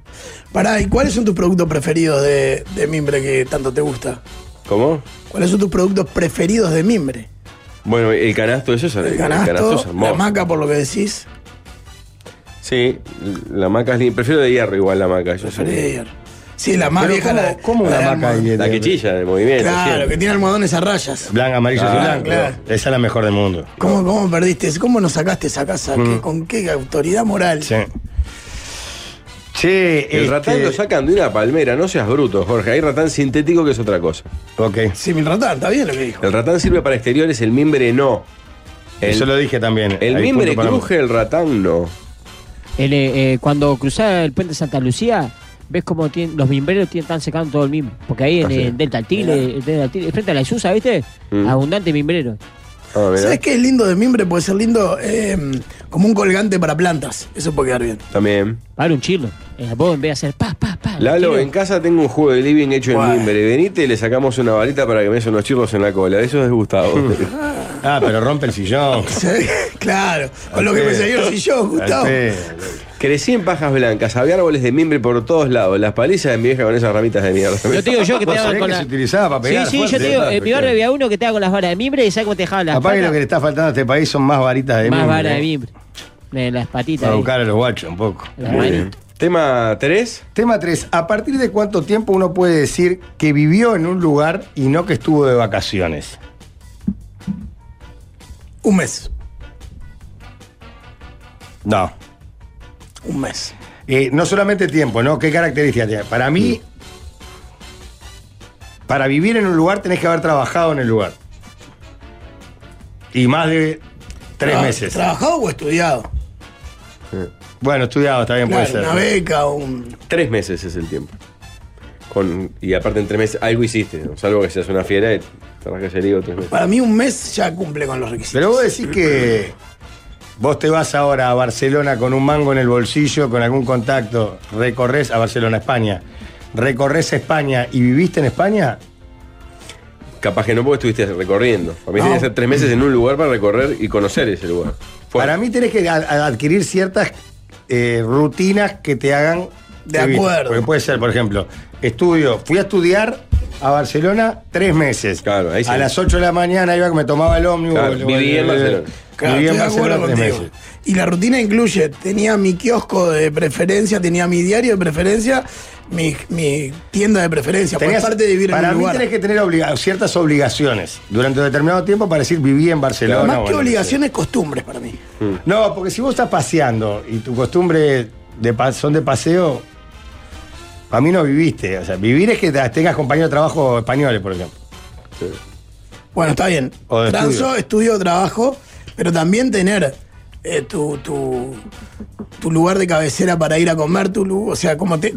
Pará, ¿y cuáles son tus productos preferidos de, de mimbre que tanto te gusta?
¿Cómo?
¿Cuáles son tus productos preferidos de mimbre?
Bueno, el canasto, eso es
El
es
canasto, la
hermoso.
maca, por lo que decís.
Sí, la maca es linda. Prefiero de hierro igual la maca. Yo soy-
Freyer. Sí, la más
Pero
vieja.
¿cómo-
la,
cómo
la
una
de
maca
almohadón.
de-
La que chilla en el movimiento.
Claro, que
siempre.
tiene almohadones a rayas.
Blanca, amarilla
Ah,
y blanco.
claro.
Esa es la mejor del mundo.
¿Cómo, ¿Cómo perdiste? eso? ¿Cómo nos sacaste esa casa? ¿Qué- ¿Con qué autoridad moral?
Mm. Sí. Che, este-
El ratán lo
saca.
sacan de una palmera, no seas bruto, Jorge. Hay ratán sintético que es otra cosa.
Ok,
Sí, mi ratán, está bien lo que dijo.
El ratán sirve para exteriores, el mimbre no. El,
eso lo dije también.
el
Ahí
mimbre
punto para-
cruje, el ratán no.
El, eh, eh, cuando cruzás el puente Santa Lucía, ves como tienen, los mimbreros tienen, están secando todo el mimbre. Porque ahí en,
Ah, sí.
en Delta Altile, en Delta Altile, frente a la Isusa, ¿viste?
Mm.
Abundante mimbrero.
Ah, mirá.
¿Sabes qué es lindo de mimbre? Puede ser lindo eh, como un colgante para plantas. Eso puede quedar bien.
También.
Para un chilo. Eh, vos en vez de hacer pa, pa, pa.
Lalo,
tiro,
en casa tengo un juego de living hecho en
Guay.
mimbre. Venite y le sacamos una varita para que me des unos chirros en la cola. Eso es Gustavo.
<laughs> Ah, pero rompe el sillón.
¿Sabés? claro, con lo que me salió el yo, Gustavo.
Al
Crecí en pajas blancas, había árboles de mimbre por todos lados. Las palizas de mi vieja con esas ramitas de mierda.
Yo te digo yo que te
Vos
daban
sabés
con
que
la...
se utilizaba para Ah, pegar
Sí, sí, yo
fuerte.
te digo, en
Claro,
mi barrio
claro.
había uno que te daba con las varas de mimbre y sabes cómo te dejaban las
Capaz que lo
patas.
que le está faltando a este país son más varitas de
Más
mimbre,
varas de
¿eh?
mimbre. De las patitas.
Para
ahí.
buscar a los guachos un poco.
Las
Muy
manitas.
bien. Tema 3.
Tema 3. ¿A partir de cuánto tiempo uno puede decir que vivió en un lugar y no que estuvo de vacaciones?
Un mes.
No.
Un mes.
Eh, no solamente tiempo, ¿no? ¿Qué características tiene? Para mí, para vivir en un lugar tenés que haber trabajado en el lugar. Y más de tres
Tra-
meses.
¿Trabajado o estudiado?
Bueno, estudiado, está bien,
Claro,
puede ser.
una beca, un.
Tres meses es el tiempo. Con, y aparte en tres meses algo hiciste, ¿no? salvo que seas una fiera y te rascas el higo tres meses.
Para mí, un mes ya cumple con los requisitos.
Pero vos decís que vos te vas ahora a Barcelona con un mango en el bolsillo, con algún contacto, recorres a Barcelona, España, recorres España y viviste en España,
Capaz que no porque estuviste recorriendo. Para mí
No.
tenés que ser tres meses en un lugar para recorrer y conocer ese lugar. Fue-
para mí tenés que a- a- adquirir ciertas eh, rutinas que te hagan...
De
vivir.
acuerdo.
Porque puede ser, por ejemplo, estudio, fui a estudiar a Barcelona tres meses.
Claro, ahí sí.
A las 8 de la mañana iba que me tomaba el ómnibus.
Claro,
el-
viví en
el-
Barcelona.
Claro,
viví en
estoy de acuerdo
Barcelona tres
contigo.
meses.
Y la rutina incluye, tenía mi kiosco de preferencia, tenía mi diario de preferencia, mi, mi tienda de preferencia. Por
Tenías-
parte de vivir en
para
un
mí
lugar.
tenés que tener obliga- ciertas obligaciones durante un determinado tiempo para decir viví en Barcelona.
Más
o
que
en-
obligaciones, costumbres para mí.
No, porque si vos estás paseando y tu costumbre de pa- son de paseo, para mí no viviste. O sea, vivir es que te- tengas compañeros de trabajo españoles, por ejemplo.
Bueno, está bien.
O de
Transo,
estudio.
estudio, trabajo, pero también tener eh, tu, tu, tu lugar de cabecera para ir a comer, tu lu- o sea, como te-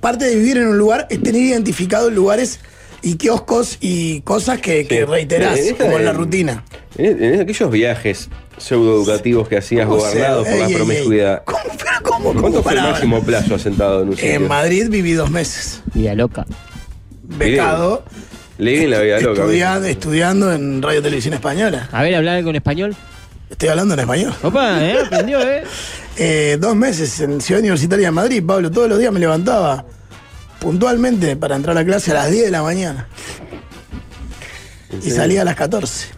parte de vivir en un lugar es tener identificados lugares y kioscos y cosas que, que reiterás,
Eh,
En esta-
como en la rutina.
En, en aquellos viajes pseudoeducativos que hacías
¿Cómo
gobernados
se-
por
ey,
la
ey,
promiscuidad.
ey. ¿Cómo, pero cómo, cómo
¿Cuánto fue el
paraba?
máximo plazo asentado en un sitio?
En Madrid viví dos meses.
Vida loca.
Becado.
Leí en la vida loca.
estudiando, estudiando en Radio Televisión Española.
A ver, hablar algo en español.
Estoy hablando en español.
Opa, ¿eh? Aprendió, ¿eh?
<laughs> Eh, dos meses en Ciudad Universitaria de Madrid, Pablo. Todos los días me levantaba puntualmente para entrar a clase a las 10 de la mañana. Y salía a las 14.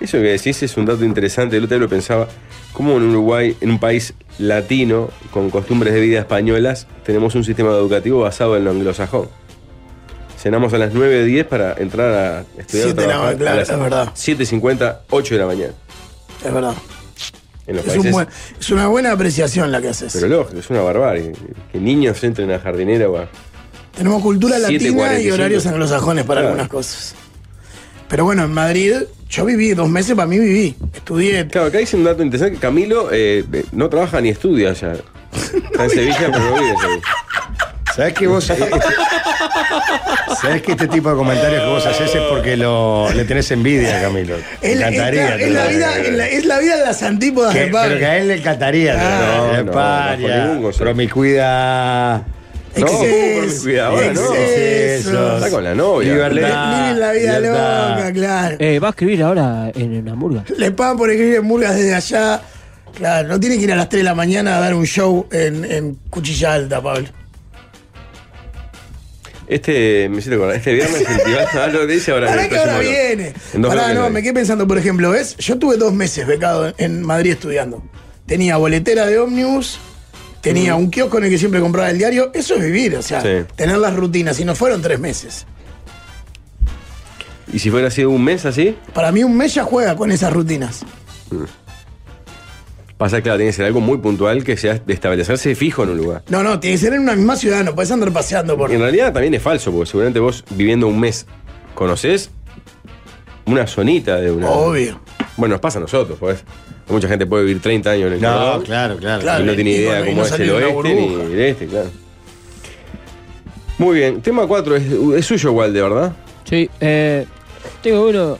Eso que decís es un dato interesante. El otro día lo pensaba. ¿Cómo en Uruguay, en un país latino, con costumbres de vida españolas, tenemos un sistema educativo basado en lo anglosajón? Cenamos a las 9.10 para entrar a estudiar.
Siete de la
trabajar
mañana,
a
claro,
las
es verdad.
7.50, 8 de la mañana.
Es verdad.
En los
Es, un
países.
buen- es una buena apreciación la que haces.
Pero lógico, es una barbarie. Que niños entren a jardinera o a-
Tenemos cultura latina
7.45.
y horarios anglosajones para
Claro.
algunas cosas. Pero bueno, en Madrid yo viví dos meses, para mí viví. Estudié.
Claro, acá dice un dato interesante que Camilo eh, eh, no trabaja ni estudia ya. Está en Sevilla, pero no vive en Sevilla.
¿Sabés que vos.
<laughs>
eh, este- ¿Sabés que este tipo de comentarios que vos haces es porque lo, le tenés envidia, Camilo? Me
Es la-
encantaría.
es la, es la
tener-
vida, es, la, es la vida de las antípodas
Que-
de Pablo.
pero que a él le encantaría.
Ah.
No,
tener-
no,
paria,
bajo ningún concepto.
promiscuidad.
No,
Exceso,
pero cuidado, ahora no.
excesos.
Está con la novia.
Libertad.
Viven la vida
libertad.
loca, claro.
Eh, va a escribir ahora en, en Hamburgo.
Le pagan por escribir en murgas desde allá. Claro, no tiene que ir a las 3 de la mañana a dar un show en, en Cuchilla Alta, Pablo.
Este, me siento acordar, este viernes el diván- ah, lo que dice ahora. en
Pará
el
que ahora
próximo blog.
viene.
En dos
Pará,
bloques
no,
ahí.
me quedé pensando, por ejemplo, ¿ves? Yo tuve dos meses becado en- en Madrid estudiando. Tenía boletera de ómnibus, tenía un kiosco en el que siempre compraba el diario. Eso es vivir, o sea,
Sí.
tener las rutinas. Y no fueron tres meses.
¿Y si fuera así un mes así?
Para mí un mes ya juega con esas rutinas.
Mm. Pasa, claro, tiene que ser algo muy puntual que sea de establecerse fijo en un lugar.
No, no, tiene que ser en una misma ciudad, no puedes andar paseando por...
Y en realidad también es falso, porque seguramente vos viviendo un mes conocés una zonita de una.
Obvio.
Bueno, nos pasa a nosotros, pues. Mucha gente puede vivir 30 años en el
No,
Córdoba
claro, claro.
Claro.
y no tiene
y
idea
bueno, y
cómo
no
es
salir
el
de una
oeste ni
burbuja.
el este, claro. Muy bien, tema 4 es, es suyo igual, de verdad.
Sí, eh, tengo uno.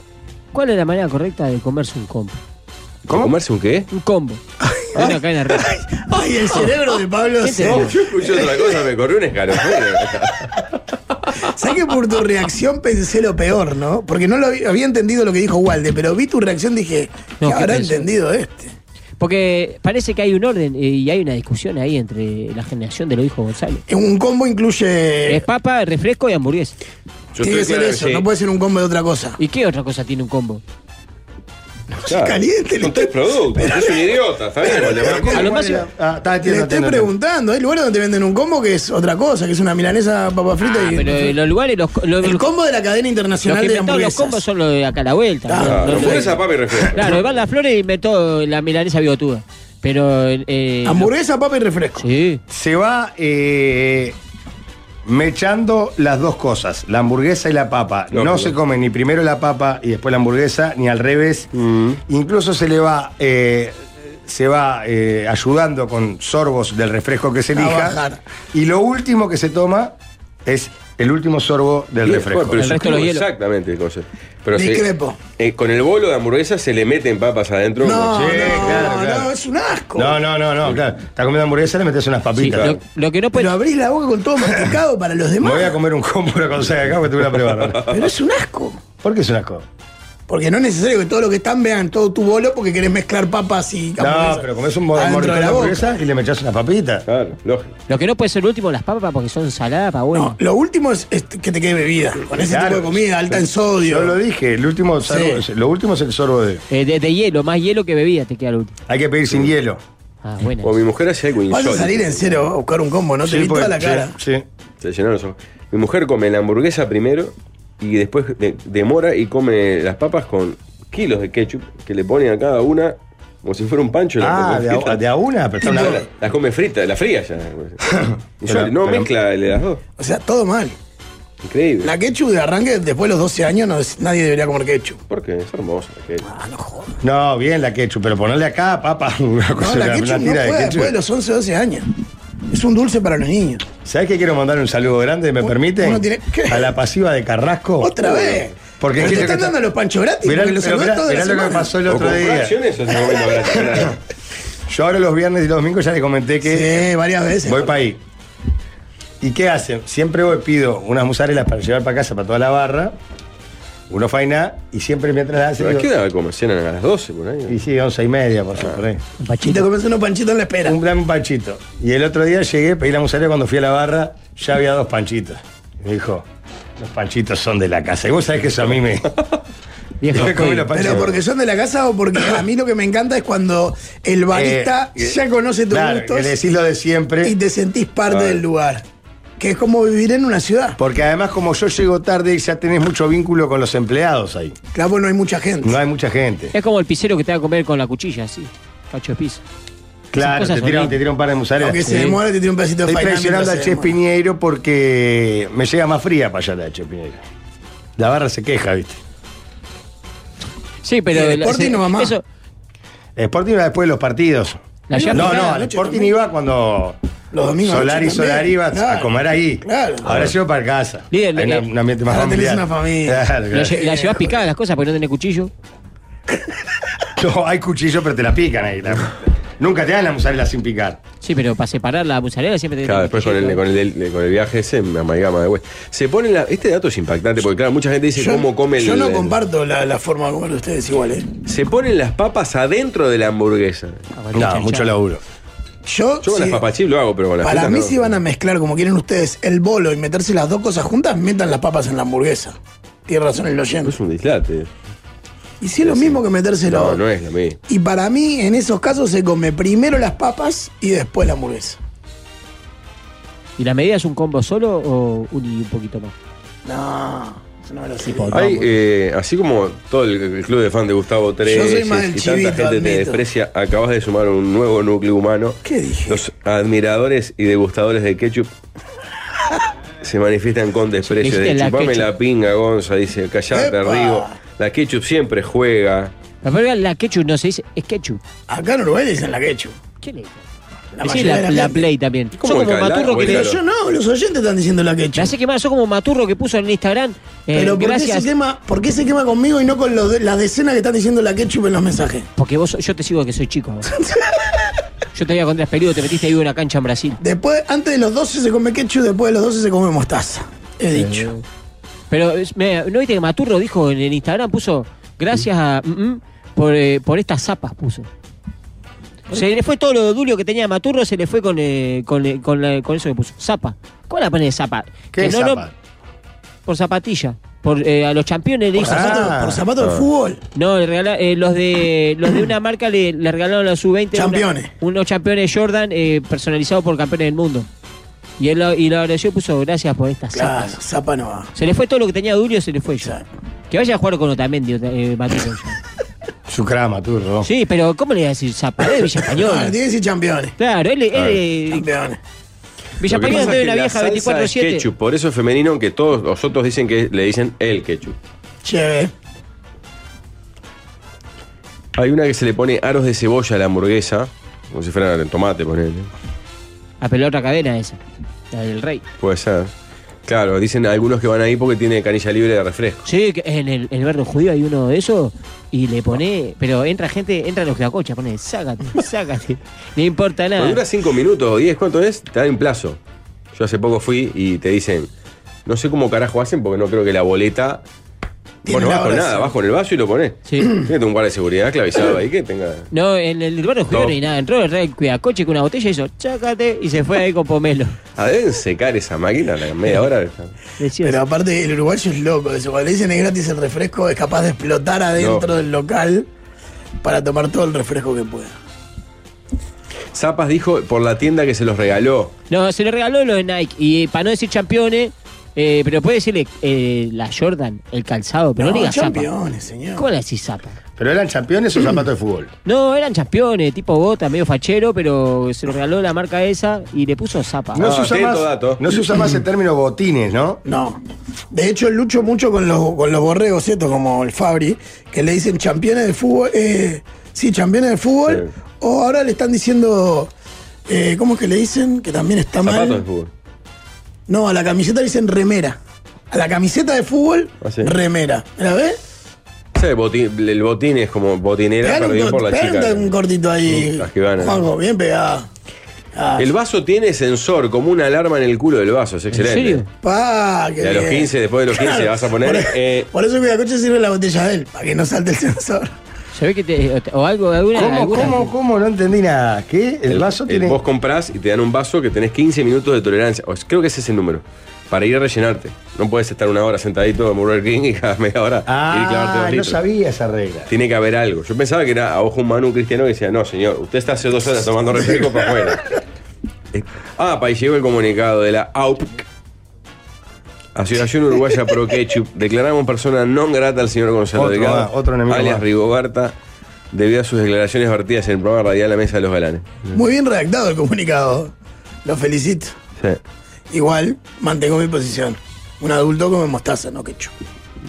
¿Cuál es la manera correcta de comerse un combo?
¿Cómo? ¿Comerse un qué?
Un combo. De una cadena roja.
Ay, el cerebro de Pablo...
¿Qué
se-
te-
Yo escuché otra cosa, me corrió un escalofrío.
<laughs> ¿Sabes que por tu reacción pensé lo peor, no? Porque no lo había, había entendido lo que dijo Walde, pero vi tu reacción y dije,
No,
¿qué
¿qué
habrá
pensó?
entendido este?
Porque parece que hay un orden eh, y hay una discusión ahí entre la generación de lo dijo Gonzalo.
Un combo incluye...
Es papa, refresco y hamburguesa.
Yo estoy
tiene que ser
claro que
eso,
sí.
no puede ser un combo de otra cosa.
¿Y qué otra cosa tiene un combo?
Claro.
caliente, le-
Son tres productos, es un idiota, está
<laughs>
bien, Valdemar.
A lo máximo-
Ah, está,
Te
entiendo,
estoy
entiendo, entiendo.
preguntando, hay lugares donde te venden un combo que es otra cosa, que es una milanesa, papa frita
Ah,
y...
pero eh, los lugares, los, co- los,
el combo de la cadena
los
internacional
que
de
inventaron los
hamburguesas.
combos son los de acá a la vuelta.
Ah,
los-
Claro,
los-
fue esa papa y refresco.
Claro, Iván Las Flores inventó la milanesa bigotuda. Pero. eh,
Hamburguesa, papa y refresco.
Sí.
Se va eh, mechando las dos cosas, la hamburguesa y la papa.
Lógico.
No se come ni primero la papa y después la hamburguesa, ni al revés.
Mm.
Incluso se le va, eh, se va eh, ayudando con sorbos del refresco que se
A
elija.
bajar.
Y lo último que se toma es el último sorbo del
Bien,
refresco.
bueno, pero
El
yo
resto de los
escribo
hielos.
Exactamente, el concepto. Pero se-
Discrepo.
eh, con el bolo de hamburguesa se le meten papas adentro.
No,
como-
no,
Sí, claro, claro.
no, es un asco.
no, no, no, no, claro. Estás comiendo hamburguesa, le metes unas
sí,
papitas.
lo, lo que no puede.
Pero abrís la boca con todo masticado para los
Me
demás.
voy a comer un combo una cosa de acá porque tuve una prueba. ¿no?
Pero es un asco.
¿Por qué es una cosa?
Porque no es necesario que todo lo que están vean todo tu bolo porque querés mezclar papas y
No, pero comes un
bolo
morritón
de
de
la boca.
hamburguesa y le mechás unas papitas.
Claro, lógico.
Lo que no puede ser el último, las papas, porque son saladas, para bueno.
No, lo último es, es que te quede bebida. Con ese
Claro.
tipo de comida alta en
Yo
sodio.
lo dije, el último, sorbo-
Sí.
lo último es el sorbo de.
Eh, de, de hielo, más hielo que bebida te queda el último.
Hay que pedir sin hielo.
Ah, buena.
O mi mujer hacía algo
Vas
insólito.
a salir en cero a buscar un combo, ¿no? te vi
porque-
toda la cara.
Sí. sí.
Se llenaron los ojos. Mi mujer come la hamburguesa primero y después de- demora y come las papas con kilos de ketchup que le ponen a cada una como si fuera un pancho. la
Ah, de
hamburguesa.
a, de a una, pero
<laughs>
está una
Las- Las come fritas, las frías
<laughs>
ya. Insólito. no
pero-
mezcla las dos.
O sea, todo mal.
Increíble.
La ketchup de arranque, después de los 12 años, no es- nadie debería comer ketchup.
Porque es hermoso. la ketchup.
Ah,
No, bien la ketchup, pero ponerle acá, papa, <laughs> una
No,
cosa,
la
una- una
ketchup no
tira
puede
de ketchup.
después de los 11, 12 años. Es un dulce
<laughs>
para los niños.
¿Sabés que quiero mandar un saludo grande? ¿Me
Uno
permiten?
tiene- ¿Qué?
A la pasiva de Carrasco.
Otra vez.
Porque
Porque
es
te
que
están
está-
dando los panchos gratis.
Mirá,
porque los
pero
saludás
mirá-
toda la
mirá lo que
semana.
pasó el
O
otro
compró
día.
acciones o se come la grasa,
<laughs>
claro.
<laughs> Yo ahora los viernes y los domingos ya le comenté que
Sí, varias veces.
Voy para ahí. ¿Y qué hacen? Siempre voy, pido unas musarelas para llevar para casa, para toda la barra. Uno faina y siempre mientras las hace.
Pero ¿A qué
digo,
edad come? ¿Cenan a las 12 por ahí?
y sí, once y media, por, por ahí.
Un
Y te
pachito.
comes unos panchitos en la espera.
Un, dame un panchito. Y el otro día llegué, pedí la musarela cuando fui a la barra, ya había dos panchitos. Y me dijo, los panchitos son de la casa. Y vos sabés que eso a mí me.
<laughs> Viejo.
me comí los
código.
panchitos.
Pero porque son de la casa o porque a mí lo que me encanta es cuando el barista
Eh,
ya conoce tus
claro,
gustos
que le decís lo de siempre.
y te sentís parte
Claro.
del lugar. que es como vivir en una ciudad.
Porque además, como yo llego tarde, ya tenés mucho vínculo con los empleados ahí.
Claro, pues no hay mucha gente.
No hay mucha gente.
Es como el pisero que te va a comer con la cuchilla, así. Cacho de pizza.
Claro,
cosas
te tiran,
horribles.
te tiran un par de musarañas.
Aunque se
Sí.
demora, te tiene un pedacito de
Estoy
faena
traicionando
mientras se
a Che
demora.
Piñeiro porque me llega más fría para allá la de Che Piñeiro. La barra se queja, ¿viste?
Sí, pero.
Y el
la-
Sporting
se-
no va más.
Eso,
Sporting iba después de los partidos.
La
no,
llave
no,
era
la
el
noche
Sporting
también.
iba cuando
Los domingos a la
Solari y
noche también.
Solari iba a
Claro.
comer ahí.
Claro.
Ahora llevo para casa.
Líder, eh,
Hay
líder.
una- un ambiente más
Ahora tenés
familiar.
una familia.
Claro,
la,
claro.
lle- la llevas picada las cosas porque no tenés cuchillo.
<laughs> No, hay cuchillo, pero te la pican ahí. la- Nunca te dan la musarela sin picar.
Sí, pero para separar la mozzarella siempre tenés
Claro, después con el, con, el, con el viaje ese, me amalgama de vuelta. Se pone la, este dato es impactante porque, claro, mucha gente dice cómo come el.
yo no
el-
comparto la, la forma de comer de ustedes igual, ¿eh?
Se ponen las papas adentro de la hamburguesa.
No, mucho laburo.
Yo
Yo,
con
si-
las papas chip lo hago, pero con las
para
fritas
mí
no.
si van a mezclar, como quieren ustedes, el bolo y meterse las dos cosas juntas, metan las papas en la hamburguesa. Tiene razón el oyente.
Es un dislate.
Y si es lo mismo que meterse
No,
los
no es lo mismo.
Y para mí, en esos casos, se come primero las papas y después la hamburguesa.
¿Y la medida es un combo solo o un, y un poquito más?
No, eso no me lo sé.
Hay, eh, así como todo el, el club de fan de Gustavo
Yo soy
Tres
más del
y
chivito,
tanta gente te
admito.
desprecia, acabas de sumar un nuevo núcleo humano.
¿Qué dije?
Los admiradores y degustadores de ketchup se manifiestan con desprecio.
Dijiste
De
la
chupame
ketchup".
la pinga, Gonza, dice, callate,
¡Epa!
Rigo. La ketchup siempre juega.
La primera, la ketchup no se dice, es ketchup.
Acá en Uruguay le dicen la quechu.
¿Qué le dijo?
La
Decí
mayoría
la,
de la
la
gente.
play también.
¿Cómo
Sos como
encalar,
maturro que
Pero
Claro.
yo no, los oyentes están diciendo la quechu.
Me hace quemar, sos como maturro que puso en Instagram. eh,
Pero ¿por qué, se
gracias.
quema, ¿por qué se quema conmigo y no con los de- las decenas que están diciendo la ketchup en
<laughs>
los mensajes?
Porque vos, yo te sigo que soy
<laughs>
chico. vos. yo te veía con tres peludos, te metiste ahí en una cancha en Brasil.
Después, antes de los 12 se come ketchup, después de los 12 se come mostaza. He dicho.
Pero es- me- no viste que Maturro dijo en, en Instagram, puso gracias a mm, mm, por, eh, por estas zapas puso. Se le fue todo lo dulio que tenía Maturro, se le fue con, eh, con, eh, con la- con eso que puso. Zapa. ¿Cómo la pone de zapa?
¿Qué
Que
es
no, no-
zapa?
por zapatilla. Por, eh, a los campeones le
Por
hizo.
zapato,
Ah.
por zapato de fútbol.
No, le regala- eh, los de los de una marca le, le regalaron a su 20
Campeones.
unos campeones Jordan eh, personalizados por campeones del mundo. Y él lo, y lo agradeció y puso gracias por estas
Claro,
zapas.
zapa no va.
Se le fue todo lo que tenía Dulio, se le fue ya.
Claro.
Que vaya a jugar con Otamendi, Ota- eh, Maturro.
<laughs>
Su crama, turro.
sí, pero ¿cómo le iba a decir Zapata de
<laughs>
Villa
Ah,
Española?
tiene que decir campeones.
Claro, él, él eh,
Campeones.
Villa
Lo
Española
que pasa es
tiene
que
una
la
vieja
salsa es
24-7.
ketchup, por eso es femenino, aunque todos los otros dicen que le dicen el ketchup.
Chévere.
Hay una que se le pone aros de cebolla a la hamburguesa, como si fuera tomate, ponele.
A pelota cadena esa. La del rey.
Puede ser. Claro, dicen algunos que van ahí porque tiene canilla libre de refresco.
Sí, que en el, en el barrio judío hay uno de esos y le pone. Pero entra gente, entra los cocha, pone,
<laughs>
sácate, sácate. No importa
Cuando dura
nada.
5 minutos o 10, ¿cuánto es? Te dan un plazo. Yo hace poco fui y te dicen, no sé cómo carajo hacen porque no creo que la boleta. Vos
Tiene
no
la
vas con
hora
nada,
esa.
vas con el vaso y lo pones.
Sí.
<clears throat> Fíjate un guardia de seguridad esclavizado ahí que tenga.
No, en el barrio judío no,
No.
hay nada. Entró el rey cuidacoche con una botella y hizo, chácate, y se fue ahí con pomelo.
Ah, deben secar esa máquina en media hora.
Precioso.
Pero aparte, el uruguayo es loco. de Eso. Cuando le dicen es gratis el refresco, es capaz de explotar adentro
No.
del local para tomar todo el refresco que pueda.
Zapas dijo por la tienda que se los regaló.
No, se le regaló lo de Nike. Y eh, para no decir campeones, eh, pero puede decirle eh, la Jordan, el calzado, pero no, diga zapa.
campeones, señor.
¿Cómo le decís zapa?
¿Pero eran campeones o zapatos de fútbol?
No, eran campeones, tipo bota, medio fachero, pero se lo regaló la marca esa y le puso zapa.
No,
Ah,
se, usa
atento,
más,
dato.
no se usa más el término botines, ¿no?
No. De hecho, lucho mucho con los, con los borregos, ¿cierto? Como el Fabri, que le dicen campeones de fútbol. eh, sí, campeones de fútbol.
Sí.
O ahora le están diciendo. eh, ¿Cómo es que le dicen? Que también está
Zapatos de
mal.
fútbol.
No, a la camiseta le dicen remera. A la camiseta de fútbol,
Ah, sí.
remera. ¿Me ¿La ves?
Sí, el botín, el botín es como botinera,
Pegar
pero
un,
bien
cort-
por la
pegar
chica.
un cortito ahí.
Mm, las que van, ¿eh?
Juanjo, bien pegada. Ah.
El vaso tiene sensor, como una alarma en el culo del vaso, es excelente.
serio?
Ah,
Pa, que
Y a los
bien.
15, después de los 15, vas a poner,
Por, eso-
eh,
por eso Cuidacoche sirve la botella de él, para que no salte el sensor.
Se ve que te, o te- o algo, alguna.
¿Cómo,
alguna-
cómo, cómo? No entendí nada. Ah, ¿Qué? El, vaso tiene.
Vos comprás y te dan un vaso que tenés 15 minutos de tolerancia. O sea, creo que ese es el número. Para ir a rellenarte. No puedes estar una hora sentadito en Burger King y cada media hora ir a clavarte dos
ah, no
litros.
sabía esa regla.
Tiene que haber algo. Yo pensaba que era a ojo humano un cristiano que decía, no, señor, usted está
<laughs>
hace dos horas tomando refresco para afuera. Eh, ah, para ahí llegó el comunicado de la AUP Asociación Uruguaya Pro Ketchup. Declaramos persona non grata al señor Gonzalo
Otro
Delgado.
más, otro enemigo
Alias
más.
Rigoberta, debido a sus declaraciones vertidas en el programa radial La Mesa de los Galanes.
Muy bien redactado el comunicado. Lo felicito.
Sí.
Igual, mantengo mi posición. Un adulto come mostaza, no ketchup.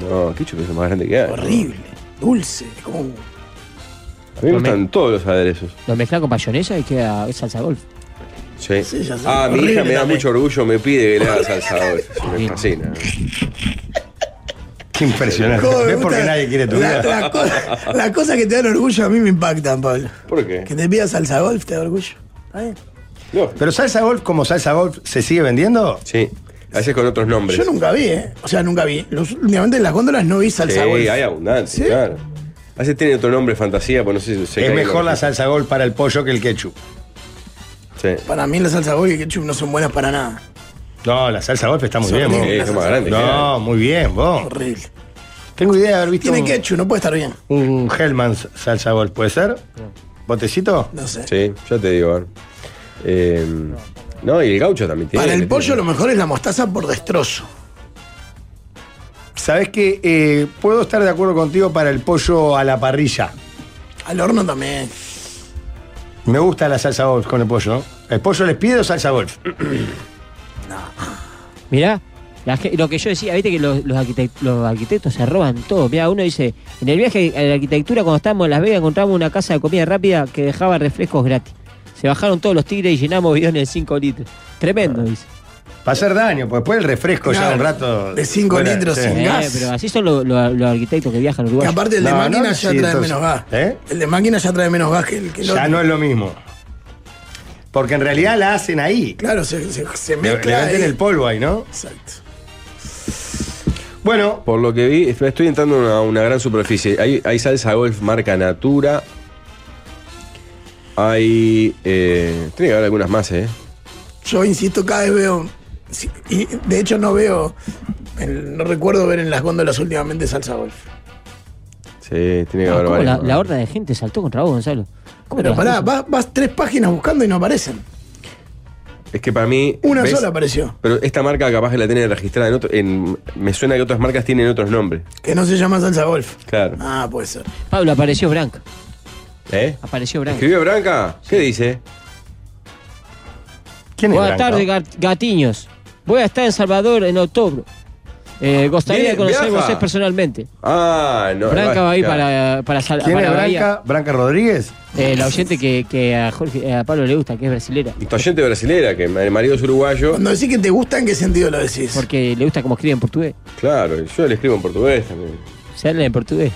No, ketchup es lo más grande que hay.
Horrible. Dulce. como-
A mí me gustan todos los aderezos.
Lo mezclan con payonesa y queda salsa golf.
Sí.
Sí, ya sé.
ah, mi
Horrible
hija me da
también.
mucho orgullo, me pide que le haga salsa golf. Eso Me fascina.
Qué impresionante.
¿Cómo me
¿Ves por qué
gusta?
nadie quiere tu
La-
vida?
las cosas- Las cosas que te dan orgullo a mí me impactan, Pablo.
¿Por qué?
Que te pidas salsa golf te da orgullo. ¿Está bien?
No.
Pero salsa golf como salsa golf se sigue vendiendo.
Sí. A veces con otros nombres.
Yo nunca vi, ¿eh? O sea, nunca vi. Los, últimamente en las góndolas no vi
Sí,
salsa golf.
hay abundancia,
¿Sí?
claro. A veces tiene otro nombre, fantasía, pues no sé si se
es
cae
mejor
con-
la salsa golf para el pollo que el ketchup.
Sí.
Para mí la salsa golf y el ketchup no son buenas para nada.
No, la salsa golf está muy bien,
Sí, es
vos.
lo más grande. claro.
No, muy bien, vos.
Horrible.
Tengo idea de haber visto
Tiene
un,
ketchup, no puede estar bien.
un Hellman's salsa golf, ¿puede ser? ¿Botecito?
No sé.
Sí, ya te digo. a ver. Eh, no, y el gaucho también tiene.
Para el
tiene.
pollo lo mejor es la mostaza por destrozo.
Sabes Eh, que puedo estar de acuerdo contigo para el pollo a la parrilla.
Al horno también.
Me gusta la salsa golf con el pollo. ¿no? ¿El pollo les pide o salsa golf?
Mirá, la ge- lo que yo decía, viste que los, los arquitect- los arquitectos se roban todo. Mirá, uno dice, en el viaje a la arquitectura, cuando estábamos en Las Vegas, encontramos una casa de comida rápida que dejaba refrescos gratis. Se bajaron todos los tigres y llenamos bidones de 5 litros. Tremendo, dice.
Para Ah. hacer daño, pues después el refresco ya
Claro,
un rato.
de cinco
Fuera,
litros, sí.
Eh,
gas.
pero así son los, los- los arquitectos que viajan a
Que
Uruguay.
aparte el de
No, no,
máquina
sí,
ya trae
entonces-
menos gas.
¿Eh?
El de máquina ya trae menos gas que el que el
Ya
otro.
no es lo mismo. Porque en realidad la hacen ahí.
Claro, se, se, se
Le, le
mezcla.
meten
ahí.
el polvo ahí, ¿no?
Exacto.
Bueno,
Por lo que vi, est- estoy entrando a una, una gran superficie. Hay, hay salsa golf marca Natura. Hay. Eh, tiene que haber algunas más, ¿eh?
Yo insisto, cada vez veo. sí, Y de hecho, no veo. el- no recuerdo ver en las góndolas últimamente salsa golf.
Sí, tiene que
No,
haber
Ah, ¿cómo
varias.
la,
más.
la horda de gente saltó contra vos, Gonzalo. ¿Cómo te
Pero
las
pará,
puso?
vas, vas tres páginas buscando y no aparecen.
Es que para mí.
Una
¿ves?
sola apareció.
Pero esta marca capaz que la tiene registrada en otro. En, me suena que otras marcas tienen otros nombres.
Que no se llama salsa golf.
Claro.
Ah, puede ser.
Pablo, apareció Branca.
¿Eh?
Apareció Branca.
¿Escribió Branca? ¿Qué dice?
¿quién es
Buenas
Branco?
tardes, gat- gatiños. Voy a estar en Salvador en octubre. Eh, gustaría
Viene-
de conocerme
viaja.
a usted personalmente.
Ah, no.
Branca va a ir para,
claro.
para, Sal-
¿Quién es
para Bahía.
Branca? ¿Branca Rodríguez?
Eh, la oyente que, que a, Jorge, a Pablo le gusta, que es brasilera.
Tu oyente brasilera, que el marido es uruguayo.
Cuando decís que te gusta, ¿en qué sentido lo decís?
Porque le gusta como escribe en portugués.
Claro, yo le escribo en portugués también.
Se habla en portugués.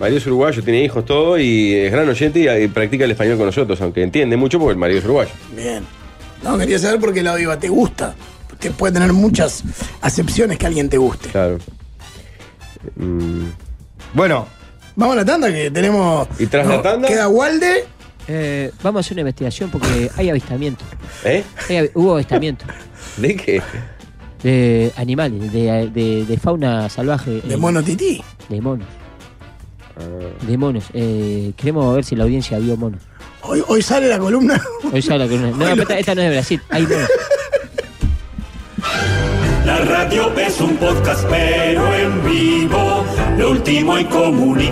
Marido es uruguayo, tiene hijos, todo, y es gran oyente y, y practica el español con nosotros, aunque entiende mucho porque el marido es uruguayo.
Bien. No, quería saber por qué la diva te gusta. Te puede tener muchas acepciones que alguien te guste.
Claro. Mm,
Bueno,
Vamos a la tanda que tenemos.
¿Y tras la tanda?
Queda Walde.
Eh, vamos a hacer una investigación porque hay avistamiento.
¿Eh?
Hay avi- hubo avistamiento
¿De qué?
de animales, de, de- de fauna salvaje.
De
en-
Mono Tití.
De monos. De monos. Eh, queremos ver si la audiencia vio monos.
Hoy, hoy sale la columna.
Hoy se habla con
<laughs>
una- No,
Hoy lo-
esta, esta no es de Brasil. Hay
Eh,
monos.
La radio es un podcast pero en vivo, lo último en comunicación.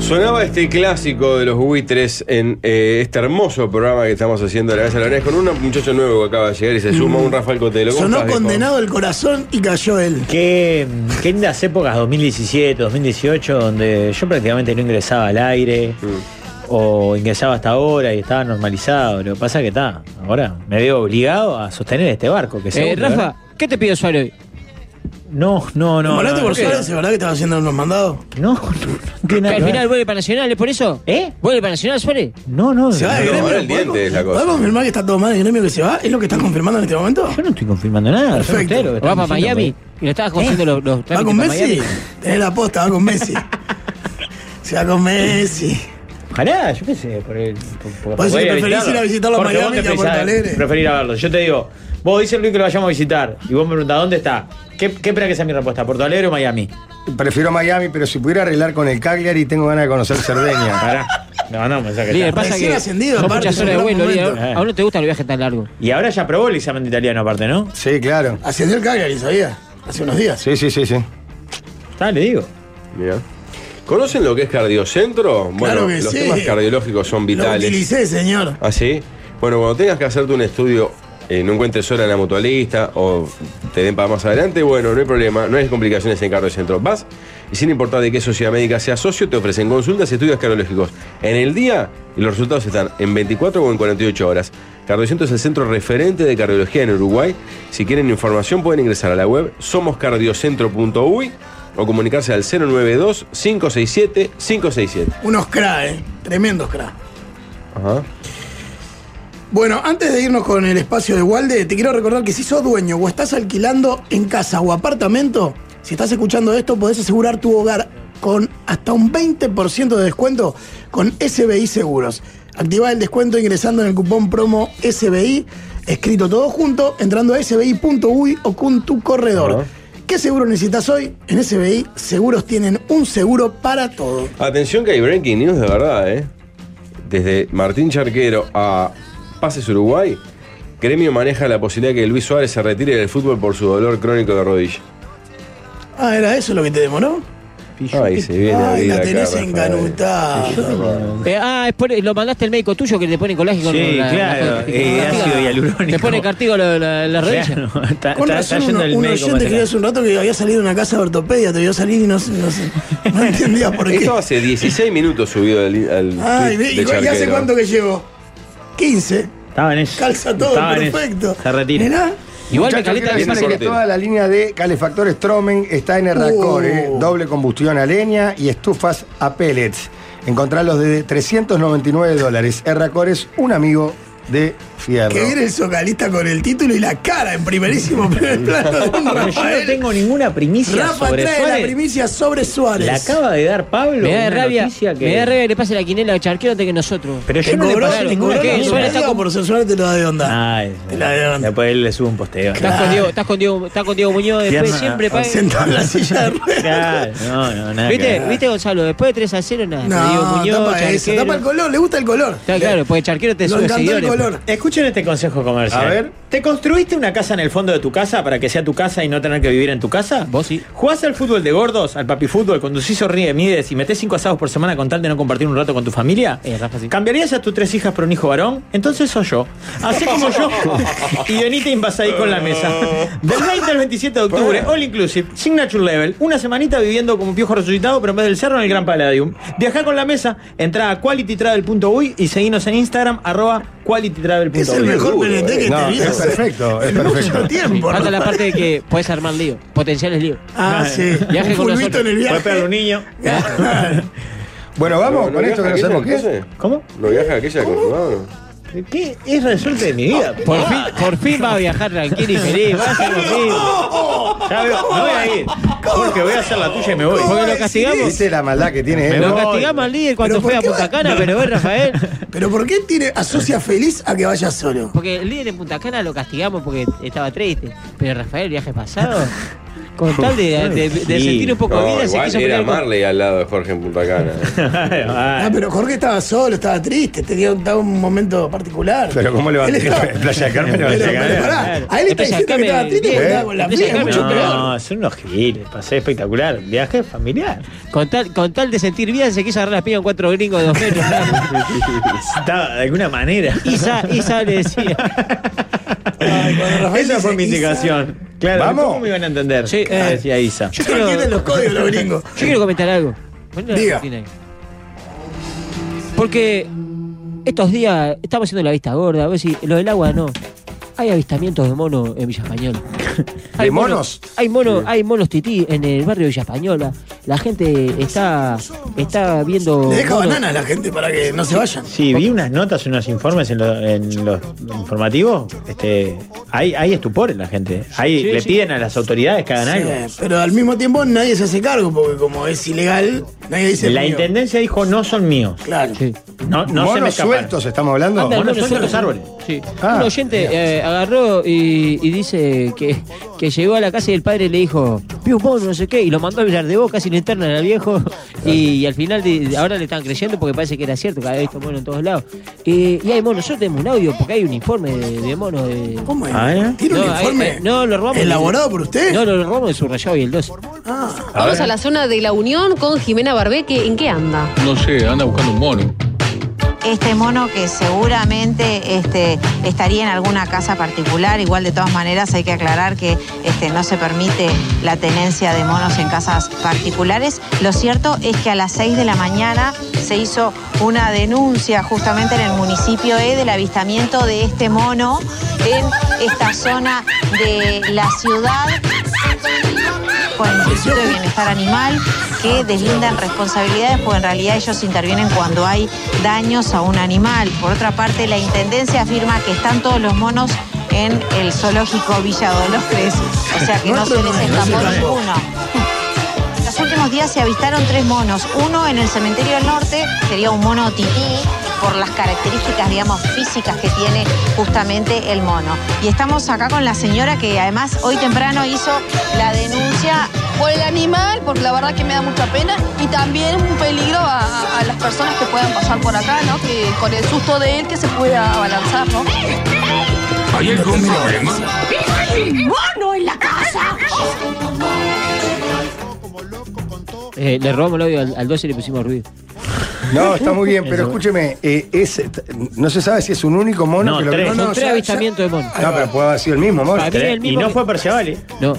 Sonaba este clásico de los buitres en eh, este hermoso programa que estamos haciendo de la mesa de la Oreja, con un muchacho nuevo que acaba de llegar y se suma un Rafael Cotelo. ¿Cómo
Mm. Sonó
estás, viejo?
condenado el corazón y cayó él.
Qué, qué lindas épocas, 2017, 2018, donde yo prácticamente no ingresaba al aire
Mm.
o ingresaba hasta ahora y estaba normalizado. Lo que pasa es que está, ahora me veo obligado a sostener este barco. Que
Eh,
seguro,
Rafa,
¿verdad?
¿qué te pide usuario hoy?
No, no, no.
Morate
no,
por
no,
Suárez, ¿es verdad que estaba haciendo unos mandados?
no, no, no tiene
Que
nada
al
que ver.
final vuelve para Nacional, ¿es por eso?
¿Eh?
¿Vuelve para Nacional, Suárez?
No, no,
¿Se va
no,
de
No,
Ah, gremio?
ahora el diente
¿Podemos-
es la cosa.
¿Podemos confirmar que está todo mal el gremio que se va? ¿Es lo que están confirmando en este momento?
yo no estoy confirmando nada. son
Perfecto.
ustedes los que
¿O va
están
para
diciendo, pues. ¿Eh?
Miami? Y lo estabas conociendo los, los
¿Va
trámites
con
para
Messi?
Miami.
Tenés la posta, va
<laughs>
con Messi. Se va con Messi.
pues. Ojalá, yo qué sé, por el. por- por-
Por eso
por
que preferís
visitarlo.
ir a visitarlo a
Jorge,
Miami
vos te
que a
pensás
Porto Alegre.
Preferir a verlo. Yo te digo, vos dices Luis que lo vayamos a visitar y vos me preguntás dónde está. ¿Qué, qué esperás que sea mi respuesta? ¿Porto Alegre o Miami?
prefiero Miami, pero si pudiera arreglar con el Cagliari, tengo ganas de conocer
<laughs>
Cerdeña.
Pará. No, no, me saca
Líder,
ya.
pasa
Recién
que
ascendido,
son
aparte,
muchas
es un
horas de
gran
vuelo, líder.
momento.
A uno te gusta el viaje tan largo. Ah,
Y ahora ya aprobó el examen de italiano aparte, ¿no?
Sí, claro.
Ascendió el Cagliari, sabía. Hace unos días.
Sí, sí, sí, sí.
Está, le digo.
Mirá. ¿Conocen lo que es cardiocentro? Bueno,
Claro que
los
sí.
temas cardiológicos son
Lo
vitales.
utilicé, señor.
¿Ah, sí? Bueno, cuando tengas que hacerte un estudio, eh, no encuentres hora en la mutualista o te den para más adelante, bueno, no hay problema, no hay complicaciones en Carlos Centro. Vas y sin importar de qué sociedad médica sea socio, te ofrecen consultas y estudios cardiológicos en el día y los resultados están en 24 o en 48 horas. Cardiocentro es el centro referente de cardiología en Uruguay. Si quieren información pueden ingresar a la web somoscardiocentro.uy o comunicarse al 092 567 567.
Unos cra, eh. Tremendos cra.
Ajá.
Bueno, antes de irnos con el espacio de Walde, te quiero recordar que si sos dueño o estás alquilando en casa o apartamento, si estás escuchando esto, podés asegurar tu hogar con hasta un 20% de descuento con SBI Seguros. Activá el descuento ingresando en el cupón promo SBI, escrito todo junto, entrando a sbi.uy o con tu corredor.
Ajá.
¿Qué seguro necesitas hoy? En SBI, seguros tienen un seguro para todo.
Atención que hay breaking news de verdad, ¿eh? Desde Martín Charquero a Pases Uruguay, Gremio maneja la posibilidad que Luis Suárez se retire del fútbol por su dolor crónico de rodilla.
Ah, ¿era eso lo que te demoró?
Ay, se viene a abrir
Ay, la
acá,
tenés
Rafael.
enganutada.
Eh, ah, es por- lo mandaste al médico tuyo que te pone colágeno. la-
Sí,
la-
claro,
la-
eh,
la-
ácido hialurónico.
Te pone cartílago la, la, la rodilla.
Claro, está,
Con
está- está
razón, un,
yendo el
un
médico. más
oyente que
allá.
hace un rato que había salido de una casa de ortopedia, te vio salir y no, se- no, se-
<laughs>
no entendía por qué.
Esto hace 16 minutos subido al, al
Ay,
tweet de
ve- y, y hace
Charquero.
cuánto que llegó? 15.
Estaba en eso.
Calza todo,
Estaba en eso.
perfecto.
Se retira.
Mirá,
Igual me
Muchachos,
caleta
quiero
que
viene
decirles que
cortero.
toda la línea de calefactores Stromen está en Herracor,
Uh.
eh. doble combustión a leña y estufas a pellets. Encontralos desde 399 dólares. Herracor es un amigo de Fierro.
que viene el socalista con el título y la cara
<laughs>
en primerísimo primer plano. de un
Pero yo no
Rafael.
tengo ninguna primicia
Rafa
sobre
trae la
Suárez.
primicia sobre Suárez.
La acaba de dar Pablo.
Me da
una
rabia.
noticia que-
Me da rabia que le pase la quinela a Charquero antes que nosotros.
Pero
Te
yo no le
cobró,
pasé
te
ninguna
cobró
que
la
primicia.
Suárez
moneda,
está con-
por ser Suárez te lo da de onda.
Ay,
Te la dieron.
Después él le sube un posteo.
Estás con, Diego, estás, con Diego, estás con Diego Muñoz, después
Tierna-
siempre paga. <laughs>
Sentado en la silla de ruedas.
Claro, no, no, nada. que
¿Viste,
ver.
¿Viste, Gonzalo? Después de 3 a 0, nada. Diego
No,
Muñoz,
tapa eso,
Charquero.
tapa el color, le gusta el color.
Está claro, porque Charquero te
Lo
sube
encantó el
seguidores.
color.
Escuchen este consejo comercial.
A ver.
¿Te construiste una casa en el fondo de tu casa para que sea tu casa y no tener que vivir en tu casa?
Vos sí.
¿Jugás al fútbol de gordos, al papifútbol, conducís o ríe, mides y metés cinco asados por semana con tal de no compartir un rato con tu familia?
Eh, Rafa, sí.
¿Cambiarías a tus tres hijas por un hijo varón? Entonces soy yo. Hacé
<laughs>
como yo
<laughs>
y venite invasadí con la mesa. Del 20 al 27 de octubre, all inclusive, signature level, una semanita viviendo como un piojo resucitado, pero en vez del cerro en el Gran Palladium. Viajá con la mesa, entrá a qualitytravel.uy y seguinos en Instagram, arroba qualitytravel.uy.
Es el mejor
Duro,
eh.
PNT que
eh. No,
te vi
es
hace
perfecto, es
en mucho
perfecto.
tiempo,
Falta la
Rafa.
parte de que puedes armar lío, potenciales líos.
Ah, sí.
Viaje
Un
con
fulbito
nosotros.
en el
Puedes pegarle a un
viaje.
niño.
Bueno, vamos
¿No
con esto que
viaja
no sabemos qué
aquella
es.
entonces?
¿Cómo?
¿No viaja aquella con no, no.
¿Qué es resuelto de mi vida?
Por fin, por fin va a viajar tranquilo y feliz, va a ser
<laughs>
feliz.
<laughs> Ya veo, no voy a ir. Porque voy a hacer la tuya y me voy.
Porque lo castigamos,
Dice la maldad que tiene eh, él.
lo
¿no?
castigamos al líder cuando
Pero
fue a
¿por qué
Punta
va-
Cana, pero ves Rafael,
<laughs> Pero ¿por qué tiene, asocia feliz a que vaya solo?
porque el líder en Punta Cana lo castigamos porque estaba triste, pero Rafael el viaje pasado,
<laughs>
con tal de, de- de
Sí.
sentir un poco de
No,
vida, se
igual
quiso
era
pelear con-
Marley al lado de Jorge en Punta Cana. ¿eh?
<laughs>
Ah, pero Jorge estaba solo, estaba triste, tenía un, estaba un momento particular.
Pero ¿cómo le va a
Él estaba-
en Playa del Carmen? no va a
Pero,
llegar.
pero pará,
claro.
a él le está
Empieza
diciendo que
Carmen
estaba triste porque
bien.
estaba con la
Empieza
vida, es
Carmen
mucho peor.
¿eh? No, son unos giles, pasé espectacular. Viaje familiar.
Con tal, con tal de sentir vida, se quiso agarrar las piñas con cuatro gringos de dos metros. ¿no?
<laughs> Estaba de alguna manera.
Isa, Isa le
<laughs>
decía.
Ay, cuando Rafael
Esa
dice,
fue mi
"Isa".
indicación. Claro,
¿Vamos?
¿cómo me iban a entender?
Sí, eh.
decía Isa.
Yo
No
quiero,
entienden
yo
los códigos los gringos.
quiero comentar algo. Poné la
Diga.
cortina ahí. Porque estos días estamos haciendo la vista gorda. A ver si lo del agua no. Hay avistamientos de monos en Villa Española. Hay
¿De monos?
Hay monos, hay monos tití en el barrio de Villa Española. La gente está, está viendo.
Le deja
monos.
bananas a la gente para que Eh, no se vayan.
Sí, vi unas notas, unos informes en, lo- en los informativos. Este, hay, hay estupor en la gente. Hay,
Sí,
le
sí.
piden a las autoridades que hagan algo.
Sí, eh, pero al mismo tiempo nadie se hace cargo porque como es ilegal, nadie dice
La
"Mío".
intendencia dijo no son míos.
Claro.
Sí.
No, no se me
¿Monos
escapan.
sueltos estamos hablando?
Anda,
Monos
mono
sueltos los
suelto.
árboles.
Sí.
Ah,
un oyente eh, agarró y, y dice que, que llegó a la casa y el padre le dijo, un mono, no sé qué, y lo mandó a hablar de boca sin interna al viejo. <laughs> Y, y al final, de- ahora le están creyendo porque parece que era cierto, que había visto mono en todos lados. Eh, y hay monos, yo tengo un audio porque hay un informe de, de monos. de-
¿Cómo es?
Ah, ¿eh?
¿Tiene un
No, hay-
informe?
eh, no, lo robamos.
¿Elaborado por usted?
No, lo robamos de su rayado y el 2.
Vamos a la zona de la Unión con Jimena Barbeque. ¿En qué anda?
No sé, anda buscando un mono.
Este mono que seguramente este, estaría en alguna casa particular, igual de todas maneras hay que aclarar que este, no se permite la tenencia de monos en casas particulares. Lo cierto es que a las 6 de la mañana se hizo una denuncia justamente en el municipio E del avistamiento de este mono en esta zona de la ciudad con el Instituto de Bienestar Animal que deslindan responsabilidades, porque en realidad ellos intervienen cuando hay daños a un animal. Por otra parte, la Intendencia afirma que están todos los monos en el zoológico Villa Dolores, o sea que no se les escapó ninguno. En los últimos días se avistaron tres monos. Uno en el cementerio del norte, sería un mono tití, por las características, digamos, físicas que tiene justamente el mono. Y estamos acá con la señora que además hoy temprano hizo la denuncia
Por el animal, porque la verdad que me da mucha pena y también es un peligro a, a- a las personas que puedan pasar por acá, ¿no? Que con el susto de él que se pueda abalanzar, ¿no?
¿Hay algún problema?
Eh, le robamos el audio al, al 2 y le pusimos ruido.
No, está muy bien,
<laughs>
pero escúcheme, eh, es- no se sabe si es un único mono
No,
que lo
tres.
No,
Son
o
tres
sea,
avistamientos de mono.
no, pero puede haber sido el mismo mono.
Para mí es el
Y
mismo.
no
que-
fue Percival, ¿eh?
No.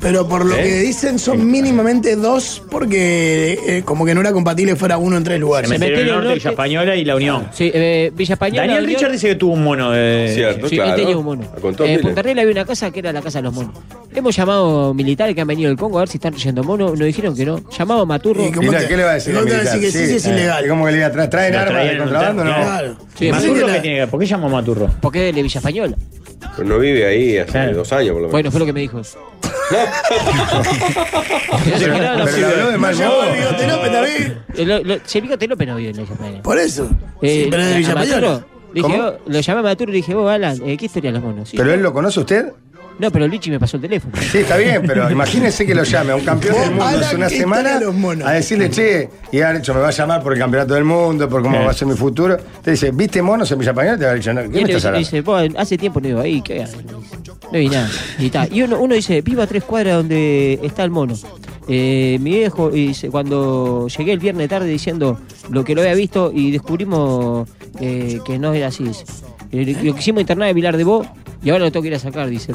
Pero por lo
¿Eh?
que dicen son mínimamente dos porque eh, como que no era compatible fuera uno en tres lugares.
Cementerio del
del
Norte,
Norte.
Villa Española y La Unión.
Sí, eh, Villa Española.
Daniel
Unión-
Richard dice que tuvo un mono eh. de.
Cierto.
Sí,
Claro.
él tenía un mono.
Con todos
Eh, en
miles.
Punta Arenas había una casa que era la casa de los monos. Hemos llamado militares que han venido del Congo a ver si están trayendo monos. Nos dijeron que no. Llamado a Maturro.
¿Y
¿Y
¿Cómo
no,
te-
¿Qué le va a decir?
¿Cómo
al
te va a
militar? eh,
decir que sí, sí, es ilegal?
¿Cómo que le iba a traer? ¿Traen
Lo
armas
traían
de
en un
contrabando?
tanque,
No.
Claro.
Sí,
Más que
Maturro que
la-
tiene que. ¿Por qué llamó a Maturro?
Porque es de Villa Española.
Pero Pues no vive ahí hace
Claro.
dos años, por lo menos.
Bueno, fue lo que me
<laughs>
dijo. se
Pero,
quedaron
pero lo
así.
habló de mal
Llamó al
modo.
bigoterope también.
Eh, lo- lo- Se pica Telope no vive en Villa Española.
Por eso.
Eh,
Sí, pero es de
a
Villa
Maturro,
Mayor.
le dije,
¿Cómo?
Ah,
oh, lo llamé a Maturro y le dije, vos, Alan, eh, ¿qué historia de los monos? Sí.
¿Pero él lo conoce usted?
No, pero Lichi me pasó el teléfono.
Sí, está bien,
<laughs>
pero imagínese que lo llame a un campeón del mundo
Alan,
hace una
¿qué tal
semana
a los monos?
a decirle, che, y han hecho, me va a llamar por el campeonato del mundo, por cómo va a ser mi futuro. Te dice, ¿viste monos en Villa Española? Te va a decir, no,
Y
¿qué
él
me
le
estás
dice,
hablando?
dice, "Vos, hace tiempo no iba ahí, ¿qué hago?". No vi nada. Y, ta. y uno, uno dice, vivo a tres cuadras donde está el mono. Eh, mi viejo, y dice, cuando llegué el viernes tarde diciendo lo que lo había visto y descubrimos eh, que no era así. dice. Eh, Lo quisimos internar en Vilar de Bo y ahora lo tengo que ir a sacar, dice.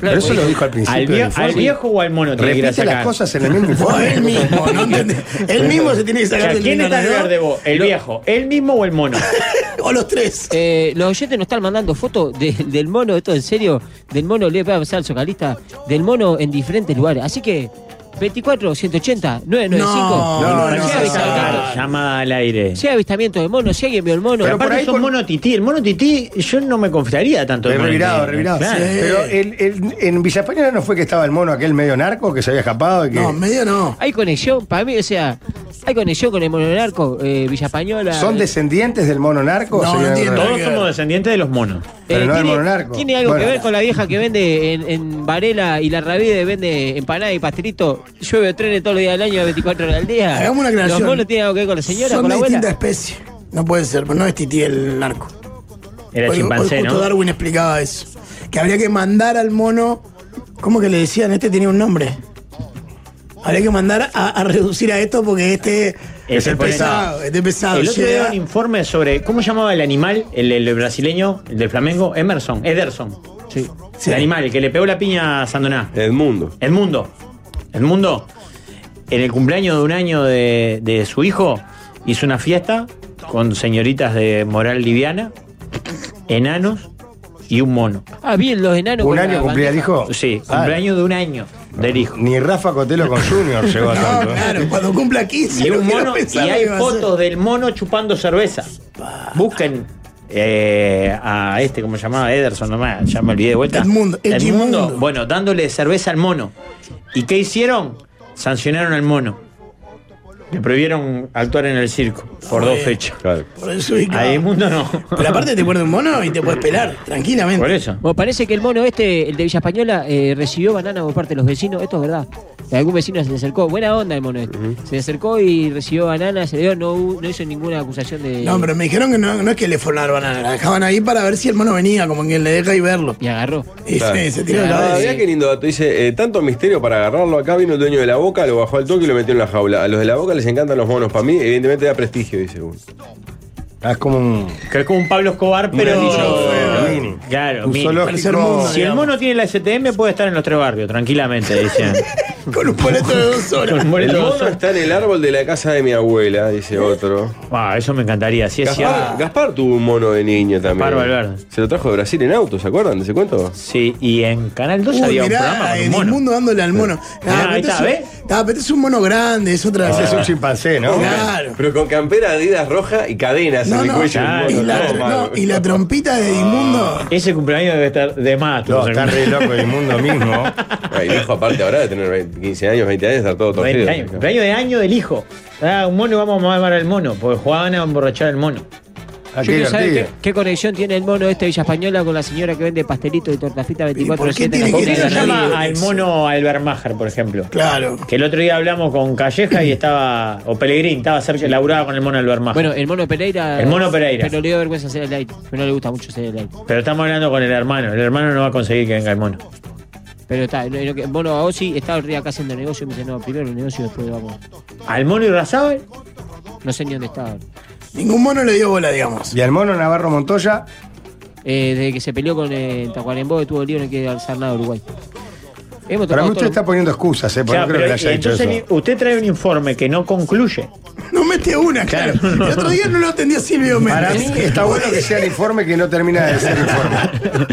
Pero eso lo
porque-
dijo al
¿Al,
principio.
vie-
del
al
informe.
viejo o al mono tiene que ir a
Repite las
sacar?
cosas en el
<laughs>
mismo
Fue él
informe.
mismo, ¿no entendés? <laughs> Él mismo se tiene que
O
sacar
sea,
del
¿Quién está en el
verde
verde vos? ¿El viejo? ¿El mismo o el mono?
<laughs> O los tres.
Eh, los oyentes nos están mandando fotos de- del mono, esto en serio, del mono, le voy a pasar al socalista, del mono en diferentes lugares. Así que, 24, 180, 995.
No, no,
si,
no,
hay
no,
avistamiento,
no.
Llamada al aire.
si hay avistamiento de mono, si alguien vio el mono.
Pero
por
aparte
ahí
son
por-
mono tití. El mono tití yo no me confiaría tanto. del
Es
mono
revirado,
tití.
revirado.
Claro.
Pero el- el- en Villa Española no fue que estaba el mono aquel medio narco que se había escapado y que.
No, medio no.
hay conexión, para mí, o sea, hay conexión con el mononarco, eh, Villa Española.
¿Son
eh,
descendientes del mono narco?
No,
o serían
no entiendo.
otra-
Todos somos descendientes de los monos.
pero no del
Eh, tiene-
mononarco.
Tiene algo
Bueno.
que ver con la vieja que vende en, en Varela y la Ravide vende empanada y pastelito. Llueve trenes todos los días del año, 24 horas al día.
Hagamos una aclaración.
¿Los monos tienen algo que ver con la señora,
Son
con la
de
abuela?
distinta especie. No puede ser, pero no es tití el narco.
Era
Hoy-
chimpancé,
hoy justo
¿no?
Darwin explicaba eso. Que habría que mandar al mono. ¿Cómo que le decían? Este tenía un nombre. Habría que mandar a, a reducir a esto porque este
Ese
es
por ahí
pesado. Este es pesado.
El otro día
llega-
un informe sobre. ¿Cómo llamaba el animal? El, el brasileño, el del Flamengo. Emerson. Ederson.
Sí.
El animal, el que le pegó la piña a Sandoná.
Edmundo.
Edmundo. Edmundo, en el cumpleaños de un año de, de su hijo, hizo una fiesta con señoritas de moral liviana, enanos y un mono.
Ah, bien, los enanos.
¿Un
con la
año cumplía el
bandeja.
hijo?
Sí,
Ah,
cumpleaños de un año del hijo.
Ni Rafa Cotelo con Junior llegó a
No,
tanto. ¿eh?
claro, cuando cumpla 15.
Y
no
un
quiero
mono, y
pensar lo
hay
que va a hacer.
fotos del mono chupando cerveza. Busquen eh, a este, como se llamaba Ederson, nomás, ya me olvidé de vuelta.
Edmundo, Edmundo.
mundo Bueno, dándole cerveza al mono. ¿Y qué hicieron? Sancionaron al mono. Le prohibieron actuar en el circo. por dos fechas.
Por eso ubicado.
Ahí el mundo no.
Pero aparte te muerde un mono y te puedes pelar, tranquilamente.
Por eso.
Bueno, parece que el mono este, el de Villa Española, eh, recibió banana por parte de los vecinos. Esto es verdad. Algún vecino se le acercó. Buena onda el mono este. Se le acercó y recibió banana, se le dio, no, hu- no hizo ninguna acusación de.
No, pero me dijeron que no, no es que le fueron a dar banana, la dejaban ahí para ver si el mono venía, como que le deja y verlo.
Y agarró.
Y
Claro.
se, se tiró la
Ah, mirá
cabeza.
qué lindo dato. Dice, eh, tanto misterio para agarrarlo. Acá vino el dueño de la boca, lo bajó al toque y lo metió en la jaula. A los de la boca les encantan los monos. Para mí, evidentemente, da prestigio, dice uno.
Ah, es como un.
Que es como un Pablo Escobar, pero. Claro,
Un
mini.
zoológico.
Tercer mundo,
Si el
digamos.
mono tiene la STM, puede estar en los tres barrios, tranquilamente,
<laughs>
decían.
Con un boleto de dos
Con
horas.
un boleto
El
de dos
mono
horas.
está en el árbol de la casa de mi abuela, dice otro.
Ah, eso me encantaría, si es
Gaspar,
cierto.
Gaspar tuvo un mono de niño también.
Gaspar Valverde.
Se lo trajo de Brasil en auto, ¿se acuerdan de ese cuento?
Sí, y en Canal 2
Uy,
había un
mirá,
programa con un
en el
mono.
mundo dándole al mono.
Mirá,
pero
ahí
este
está,
es un-
¿ves?
Ah, pero este es un mono grande, es otra.
Ese es un chimpancé, ¿no?
Claro.
Pero con campera Adidas roja y cadenas
No,
en el
no,
cuello.
claro.
del
y,
mono.
la,
Todo
no,
mal.
y la trompita de Edmundo.
Ese cumpleaños debe estar de más.
No, está re loco el mundo mismo.
Ay, viejo, aparte ahora de tener 20, 15 años, 20 años, estar todo torcido.
<laughs> cumpleaños de año del hijo. Ah, un mono, vamos a mamar al mono, porque jugaban a emborrachar al mono.
Ah,
Yo
qué
quiero saber qué,
divertido.
qué conexión tiene el mono este de Villa Española con la señora que vende pastelitos y tortafita
por
24-7 en
qué tiene
la
que
¿Por
comida de
qué no
la nariz?
llama al mono Albermajer, por ejemplo?
Claro.
Que el otro día hablamos con Calleja y estaba. O Pellegrín, estaba cerca, laburaba con el mono Albermajer.
Bueno, el mono Pereira.
El mono Pereira.
Pero le dio vergüenza hacer el light. Pero no le gusta mucho hacer el light.
Pero estamos hablando con el hermano. El hermano no va a conseguir que venga el mono.
Pero está, no- no- que- el mono a Ozzy estaba el día acá haciendo negocio y me dice, no, primero el negocio y después vamos.
¿Al mono y Razábal?
No sé ni dónde estaba.
Ningún mono le dio bola, digamos.
Y al mono Navarro Montoya,
Eh, desde que se peleó con el Tacuarembó que tuvo lío no quiere alzar nada a Uruguay. Hemos
para
tocado
mí usted
todo-
está poniendo excusas, ¿eh? Porque
Ya,
no creo
pero
que le haya dicho
entonces
eso.
ni- usted trae un informe que no concluye.
No mete una, claro.
<laughs>
El otro día no lo atendía Silvio Méndez.
Para mí está bueno que sea el informe que no termina de ser informe.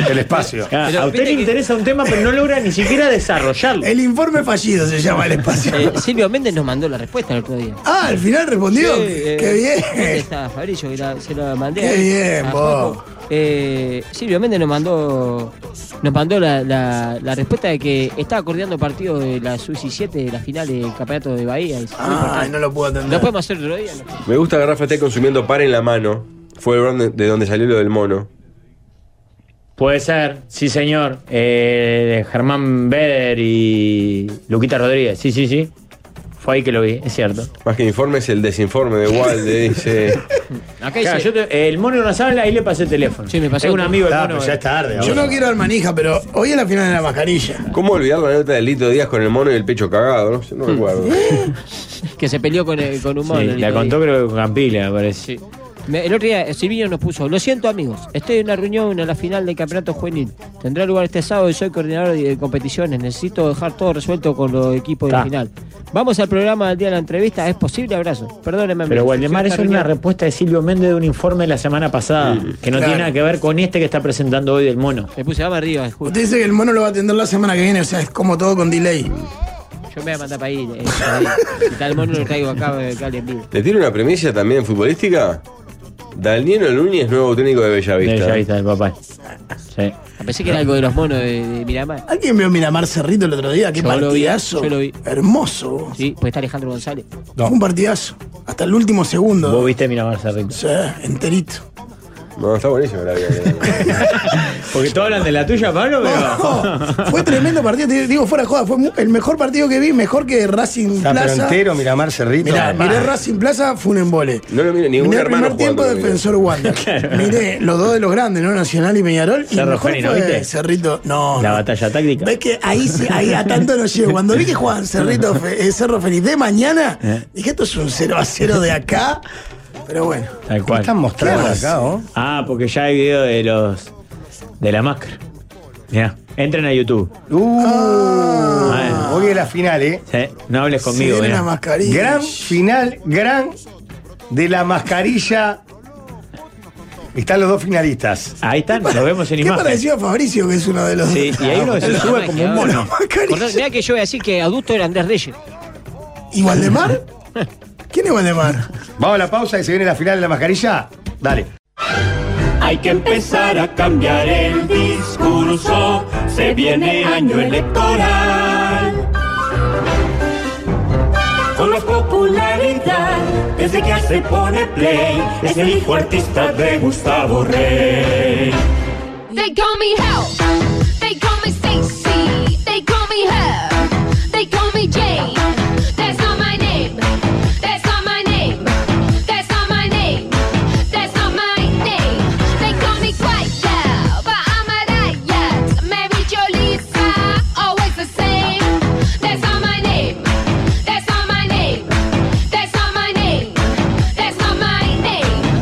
El espacio.
Ah,
Pero
a usted
viste
le
que-
interesa un tema, pero no logra ni siquiera desarrollarlo.
El informe fallido se llama el espacio.
Eh, Silvio Méndez nos mandó la respuesta el otro día.
Ah, al final respondió.
Sí, eh,
Qué
¿Dónde
bien.
está Fabricio? Que la- se la mandé.
Qué
ahí
bien,
a
vos.
Juanjo. Eh, Silvio Méndez nos mandó, nos mandó la, la- la respuesta de que está acordeando partidos de la sub-17 de la final del campeonato de Bahía. Es muy
Ah,
importante.
no lo puedo
¿Lo
atender.
podemos hacer otro día?
Me gusta agarrar Fate consumiendo par en la mano. Fue el brand de- de donde salió lo del mono.
Puede ser, sí señor. Eh, Germán Beder y Luquita Rodríguez, sí, sí, sí. Fue ahí que lo vi, es cierto.
Más que informe es el desinforme de
<laughs>
Walde, dice.
Acá
Claro,
dice,
yo te- el mono Razabal, ahí le pasé el teléfono.
Sí, me pasó
Tengo un
el
amigo el
Ah,
mono.
pero ya es tarde.
Yo
ahora.
no quiero dar manija, pero hoy es la final de la mascarilla.
¿Cómo olvidar la nota de Lito Díaz con el mono y el pecho cagado? No, sé, no recuerdo.
que se peleó con, el- con un
Sí,
mono. el
la
otro día.
contó creo que con Campila, me parece.
Sí. Me- El otro día eh, Silvino nos puso, lo siento amigos, estoy en una reunión a la final del campeonato juvenil. Tendrá lugar este sábado y soy coordinador de de competiciones. Necesito dejar todo resuelto con los equipos de
Ta.
la final. Vamos al programa del día de la entrevista, es posible, abrazo. Perdónenme.
Pero
amigos,
Waldemar,
fui a
eso
esta
es una
reunión.
respuesta de Silvio Méndez de un informe de la semana pasada, que no
Claro.
tiene nada que ver con este que está presentando hoy del mono.
Me puse vamos arriba, es justo.
Usted dice que el mono lo va a atender la semana que viene, o sea, es como todo con delay.
Yo me voy a mandar para ahí. eh, para ahí. Y tal mono lo traigo acá, eh, acá al en vivo.
¿Te tiro una premisa también futbolística? Daniel Núñez, nuevo técnico de Bellavista.
De Bellavista, del papá. Sí.
Ah, Pensé que era algo de los monos de, de Miramar.
¿Alguien vio Miramar Cerrito el otro día? Qué
Yo lo vi,
partidazo.
yo lo vi.
Hermoso.
Sí, pues está Alejandro González.
Fue un partidazo. Hasta el último segundo.
Vos viste Miramar Cerrito.
Sí, enterito.
No, está buenísimo la vida. ¿eh?
Porque todos hablan de la tuya, Pablo, pero.
<laughs> No, fue tremendo partido, te digo fuera de joda, fue mu- el mejor partido que vi, mejor que Racing
Está Ah, pero
Plaza.
entero, Miramar Cerrito.
Mirá, miré Racing Plaza, fue un embole.
No lo miro ningún
Miré el
hermano
primer tiempo
jugando, lo
Defensor Wanda. Miré los dos de los grandes, ¿no? Nacional y Peñarol. Y
Cerro
el mejor
Juani, ¿no
fue
viste?
Cerrito. No.
La
no.
batalla táctica.
Ves que ahí sí, ahí a tanto no llego. Cuando vi que jugaban
<laughs>
Cerrito, Fe- eh, Cerro Feliz de mañana,
Eh,
dije esto es un 0 a 0 de acá. Pero bueno.
Tal
¿Qué
cual.
están mostrando
¿Qué
acá, ¿oh?
Ah, porque ya hay video de los. de la máscara. Mirá, entren a YouTube.
Uh,
Ah.
Hoy es la final, ¿eh?
Sí, No hables
se
conmigo,
viene
mirá.
la mascarilla.
Gran final, gran de la mascarilla. Están los dos finalistas.
Ahí están, lo vemos en
Qué
imagen.
parecido a Fabricio, que es uno de los.
Sí, y hay
Ah,
uno que se sube como un mono.
Acordá- Mirá que yo voy a decir que adusto era Andrés Reyes.
¿Y Waldemar? ¿Quién es Waldemar?
Vamos a la pausa y se viene la final de la mascarilla. Dale.
Hay que empezar a cambiar el discurso. Se viene año electoral. con más popularidad desde que se pone play. Es el hijo artista de Gustavo Rey.
They call me Hell. They call me Stacy. They call me Hell. They call me Jane. That's not my name. That's not my name. That's not my name. That's not my name. They call me Quiet, but I'm a riot. Mary Jo Lisa, always the same. That's not my name. That's not my name. That's not my name. That's not my name.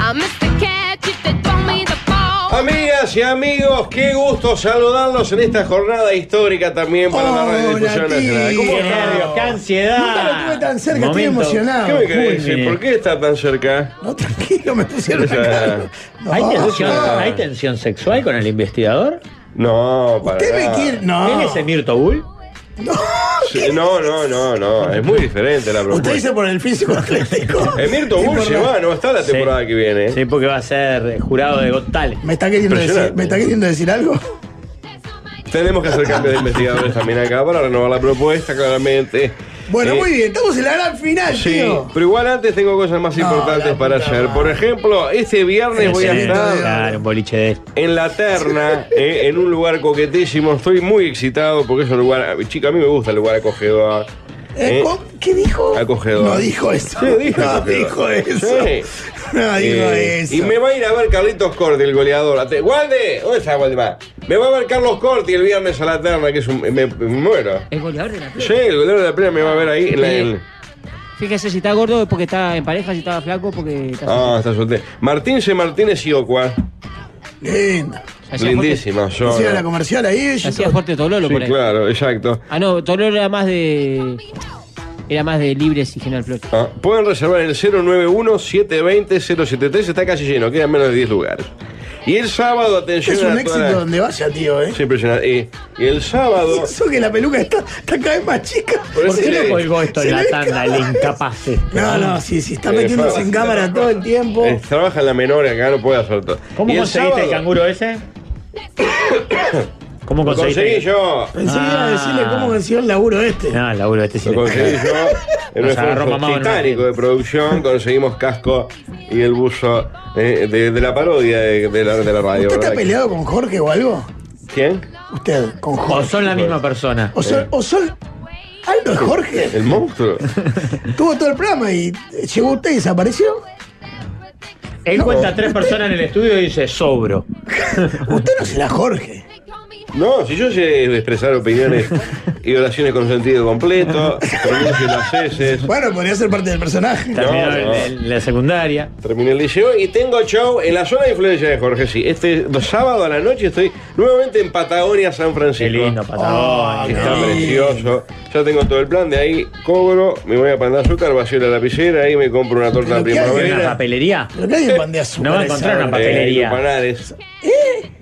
I'm Mr. Catch if they throw me the ball.
Amigas y amigos, qué gusto saludarlos en esta jornada histórica también para la Radio Difusión Nacional. ¿Cómo estás?
¡Qué ansiedad!
Nunca lo tuve tan cerca, estoy
Momento.
emocionado.
¿Qué me querés decir?
Fulmine.
¿Por qué está tan cerca?
No, tranquilo, me pusieron
Esa-
acá.
<laughs> ¿Hay,
No,
tensión,
no.
hay tensión sexual con el investigador?
No, para
¿Usted me nada. quiere- no.
¿Quién es Emirto Bull?
Sí, No, no, no, no. Es muy diferente la
Usted
propuesta.
dice por el físico atlético.
Emirto
Y
Bull
por
se
la-
va, no está la temporada que viene.
Sí, porque va a ser jurado de Got Talent.
¿Me está queriendo decir,
Impresionante.
¿Me está queriendo decir algo?
Tenemos que hacer cambio de investigadores también acá para renovar la propuesta, claramente.
Bueno,
Eh,
muy bien, estamos en la gran final,
Sí,
tío.
pero igual antes tengo cosas más importantes para hacer. Por ejemplo, este viernes voy a estar
Claro, un boliche de este. él.
en la terna, eh, en un lugar coquetísimo. Estoy muy excitado porque es un lugar. Chica, a mí me gusta el lugar acogedor. eh,
Eh, ¿cómo- ¿Qué dijo?
acogedor.
No dijo eso.
Sí, dijo
no
acogedor.
dijo
Sí.
eso. <laughs> No dijo
Eh,
eso.
Y me va a ir a ver Carlitos Corti, el goleador. Ate- ¡Gualde! ¿Dónde está Gualdemar? Me va a ver Carlos Corti el viernes a la terna, que es un. Me, me muero.
El goleador de la plena.
Sí, el goleador de la plena me va a ver ahí. en la- en-
Fíjese si está gordo es porque está en pareja, si está flaco porque está.
Ah, está soltero. Martín C. Martínez y Ocua.
Linda.
Lindísima, yo.
Hacía la comercial ahí. yo-
Hacía fuerte Tololo
Sí,
por ahí.
claro, exacto.
Ah, no, Tololo era más de. Era más de libres y General Flores.
Ah, pueden reservar el 091-720-073, está casi lleno, quedan menos de 10 lugares. Y el sábado, atención
Este Es un
a toda la-
éxito donde vaya, tío, eh.
Sí, impresionante. Eh, Y, el sábado...
<laughs> Eso que la peluca está, está cada vez más chica.
Por eso
¿Por qué
le-
le colgó esto
se
en la
le
tanda, el incapaz? este?
No, no, sí, sí, está
Eh,
metiéndose
Fabra,
en cámara todo el tiempo.
eh, trabaja en la menor acá, no puede hacer todo.
¿Cómo
Y el
conseguiste el
sábado-
canguro ese? ¿Cómo
Lo
conseguiste?
conseguí yo.
Pensé que iba a
Ah.
decirle cómo consiguió el laburo este.
No, el laburo este sí.
Lo conseguí yo. En
<laughs> Nos
nuestro
agarró mamado en una
titánico de producción conseguimos casco y el buzo eh, de, de la parodia de, de la, de la radio.
¿Usted está
¿verdad?
peleado con Jorge o algo?
¿Quién?
Usted, con
O
Jorge.
son la misma persona.
O son, o son- Aldo es Jorge.
Eh. ¿El monstruo?
Tuvo todo el programa y llegó usted y desapareció.
Él cuenta tres personas en el estudio y dice sobro.
Usted no será Jorge.
No, si yo sé expresar opiniones y oraciones con sentido
<laughs>
completo, pronuncio las heces,
Bueno, podría ser parte del personaje.
No,
Terminó
no.
en- en la secundaria.
terminé el liceo y tengo show en la zona de influencia de Jorge. Sí, este sábado a la noche estoy nuevamente en Patagonia, San Francisco.
Qué lindo,
Oh,
Patagonia.
Está
Qué
precioso. Ya tengo todo el plan, de ahí cobro, me voy a Pan de Azúcar, vacío la lapicera, ahí me compro una torta
Pero ¿qué hay
¿En una
primavera.
papelería?
Pero que alguien pandea su
No va a encontrar una
Eh,
papelería.
Lupanares.